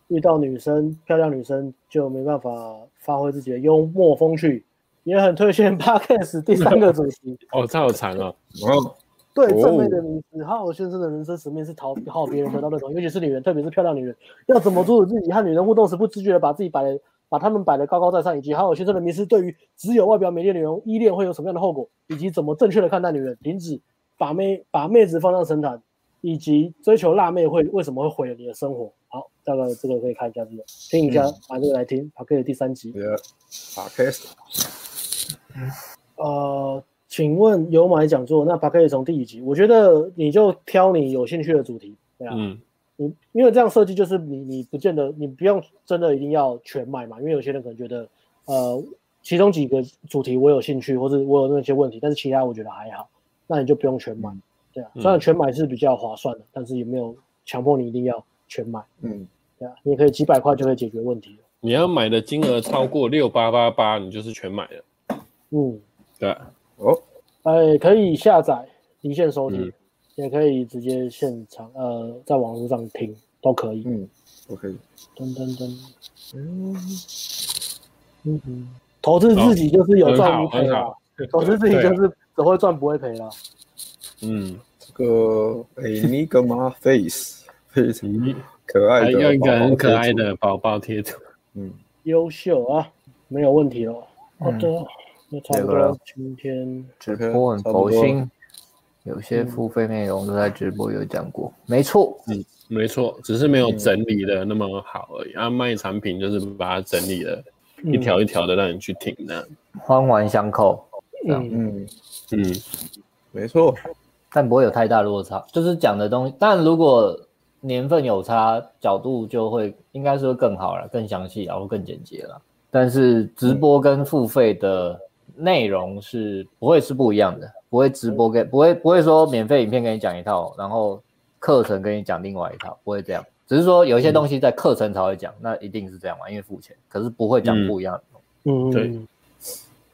Speaker 2: 遇到女生漂亮女生就没办法发挥自己的幽默风趣，也很推荐 Podcast 第三个主题
Speaker 3: 哦，这好长哦。
Speaker 8: 然后
Speaker 2: 对
Speaker 8: 哦
Speaker 2: 正面的迷思。浩尔先生的人生使命是讨好别人，得到认同，尤其是女人，特别是漂亮女人，要怎么做自己和女人互动时不自觉的把自己摆得把她们摆得高高在上，以及浩尔先生的迷思对于只有外表美丽的女人依恋会有什么样的后果，以及怎么正确的看待女人，停止把妹把妹子放上神坛，以及追求辣妹会为什么会毁了你的生活。好，大概这个可以看一下这个，听一下，把这个来听，把这个第三集
Speaker 8: 你。的 Podcast
Speaker 2: 呃，请问有买讲座，那 p a c k a 从第几集？我觉得你就挑你有兴趣的主题，对啊，
Speaker 3: 嗯，
Speaker 2: 你因为这样设计就是你你不见得你不用真的一定要全买嘛，因为有些人可能觉得呃其中几个主题我有兴趣，或者我有那些问题，但是其他我觉得还好，那你就不用全买，对啊，
Speaker 3: 嗯
Speaker 2: 虽然全买是比较划算的，但是也没有强迫你一定要全买，
Speaker 8: 嗯，
Speaker 2: 对啊，你可以几百块就可以解决问题了，
Speaker 3: 你要买的金额超过六八八八，你就是全买了，
Speaker 2: 嗯。
Speaker 3: 对吧？
Speaker 8: 哦，
Speaker 2: 呃，可以下载离线收听，
Speaker 3: 嗯
Speaker 2: 也可以直接现场呃在网络上听都可以。
Speaker 8: 嗯，OK，
Speaker 2: 噔噔噔，嗯哼，投资自己就是有赚无赔
Speaker 3: 很
Speaker 2: 啦，
Speaker 3: 好
Speaker 2: 投资自己就是只会赚不会赔啦。
Speaker 3: 嗯，
Speaker 8: 这个哎 Enigma Face 非常
Speaker 3: 咦
Speaker 8: 可爱
Speaker 3: 还
Speaker 8: 的，
Speaker 3: 用一个很可爱，的宝宝贴图，
Speaker 8: 嗯，
Speaker 2: 优秀啊，没有问题了。好的，那差不多
Speaker 4: 有了
Speaker 2: 了今天
Speaker 8: 直
Speaker 4: 我很佛心，有些付费内容都在直播有讲过，没错，
Speaker 3: 没错，只是没有整理的那么好而已。啊，卖产品就是把它整理了一条一条的让你去听的，
Speaker 4: 环环相扣，
Speaker 2: 嗯
Speaker 8: 嗯，
Speaker 3: 嗯，
Speaker 8: 没错，
Speaker 4: 但不会有太大落差，就是讲的东西。但如果年份有差，角度就会应该是会更好了，更详细，然后更简洁了。但是直播跟付费的内容是不会是不一样的，不会直播跟不会不会说免费影片跟你讲一套，然后课程跟你讲另外一套，不会这样。只是说有一些东西在课程才会讲，那一定是这样嘛，因为付钱，可是不会讲不一样的东西。
Speaker 2: 嗯
Speaker 3: 对
Speaker 2: 嗯，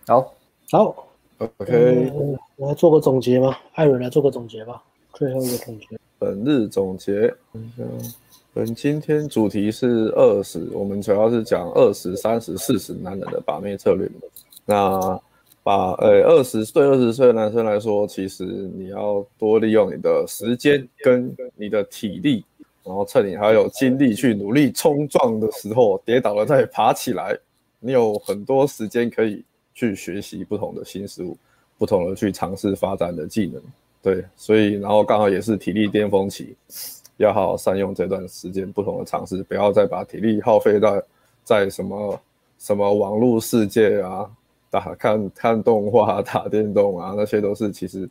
Speaker 4: 好，
Speaker 2: 好
Speaker 8: OK，
Speaker 2: 嗯我来做个总结吧，艾伦来做个总结吧，最后一个总结。
Speaker 8: 本日总结，本今天主题是二十，我们主要是讲二十、三十、四十男人的把妹策略。那把呃二十对二十岁的男生来说，其实你要多利用你的时间跟你的体力，然后趁你还有精力去努力冲撞的时候，跌倒了再爬起来。你有很多时间可以去学习不同的新事物，不同的去尝试发展的技能。对，所以然后刚好也是体力巅峰期，要好好善用这段时间不同的尝试，不要再把体力耗费到在什么什么网络世界啊，打看看动画啊、 打电动啊，那些都是其实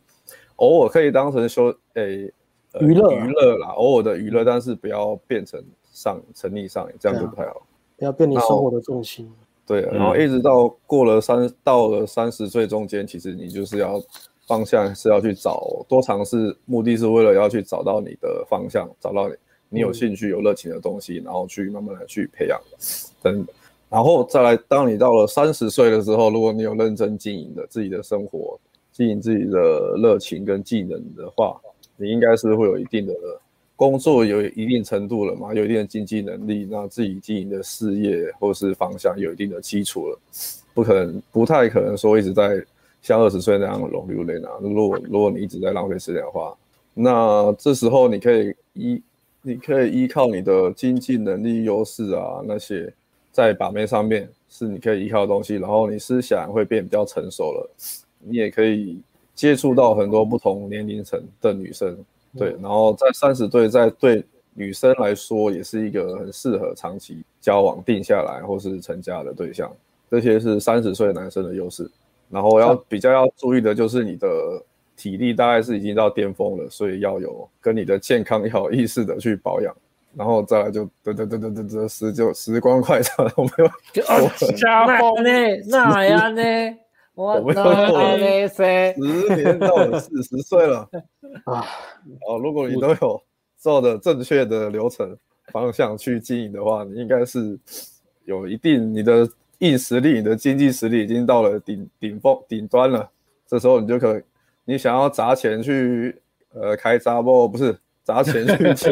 Speaker 8: 偶尔可以当成说诶、呃
Speaker 2: 娱乐啊
Speaker 8: 娱乐啦，偶尔的娱乐，但是不要变成上沉溺上瘾，这样就不太好。
Speaker 2: 不要变你生活的重心。
Speaker 8: 对，啊然后一直到过了三到了三十岁中间，其实你就是要方向是要去找多尝试，目的是为了要去找到你的方向，找到你你有兴趣、有热情的东西，然后去慢慢的去培养，等，然后再来，当你到了三十岁的时候，如果你有认真经营的自己的生活，经营自己的热情跟技能的话，你应该是会有一定的工作有一定程度了嘛，有一定的经济能力，那自己经营的事业或是方向有一定的基础了，不可能不太可能说一直在像二十岁那样的容留类呢？如果如果你一直在浪费时间的话，那这时候你可以依你可以依靠你的经济能力优势啊那些，在把妹上面是你可以依靠的东西，然后你思想会变比较成熟了，你也可以接触到很多不同年龄层的女生，对，然后在三十岁在对女生来说也是一个很适合长期交往、定下来或是成家的对象，这些是三十岁男生的优势。然后要比较要注意的就是你的体力大概是已经到巅峰了，所以要有跟你的健康要有意识的去保养，然后再来就得得得得得得时就时光快 闪，我没有
Speaker 3: 加
Speaker 7: 那
Speaker 3: 风
Speaker 7: 呢？那样呢？我
Speaker 8: 我没有
Speaker 7: 那呢？谁？
Speaker 8: 十年到我四十岁了啊！哦，如果你都有照着正确的流程方向去经营的话，你应该是有一定你的硬实力、你的经济实力已经到了顶顶峰顶端了。这时候你就可以，你想要砸钱去呃开杂货，不是呃砸钱去请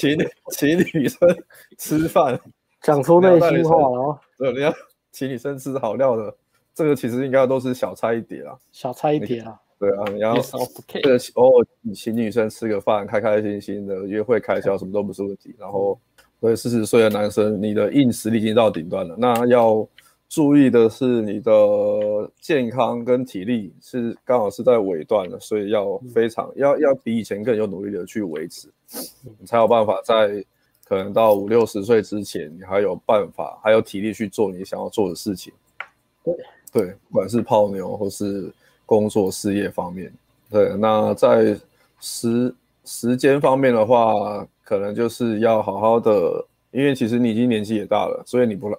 Speaker 8: 请请女生吃饭，
Speaker 2: 讲出内心话了哦，
Speaker 8: 对，你要请女生吃好料的，这个其实应该都是小菜一碟啦。
Speaker 2: 小菜一碟啦。
Speaker 8: 对啊，你要
Speaker 3: Yes, OK
Speaker 8: 这个偶尔哦请女生吃个饭，开开心心的约会开销什么都不是问题。然后，对四十岁的男生，你的硬实力已经到顶端了，那要注意的是你的健康跟体力是刚好是在尾段了，所以要非常、要要比以前更有努力的去维持，你才有办法在可能到五六十岁之前，你还有办法还有体力去做你想要做的事情。对，不管是泡妞或是工作事业方面，对，那在时时间方面的话，可能就是要好好的，因为其实你已经年纪也大了，所以你不浪，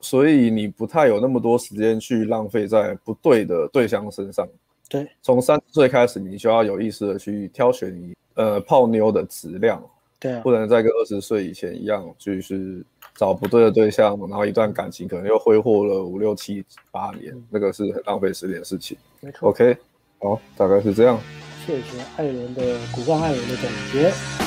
Speaker 8: 所以你不太有那么多时间去浪费在不对的对象身上。
Speaker 2: 对，
Speaker 8: 从三十岁开始，你就要有意识的去挑选你呃泡妞的质量，
Speaker 2: 对啊
Speaker 8: 不，能再跟二十岁以前一样，就是找不对的对象，然后一段感情可能又挥霍了五六七八年，那个是很浪费时间的事情。
Speaker 2: 嗯没错。
Speaker 8: OK，好，大概是这样。
Speaker 2: 谢谢艾伦的骨干艾伦的总结。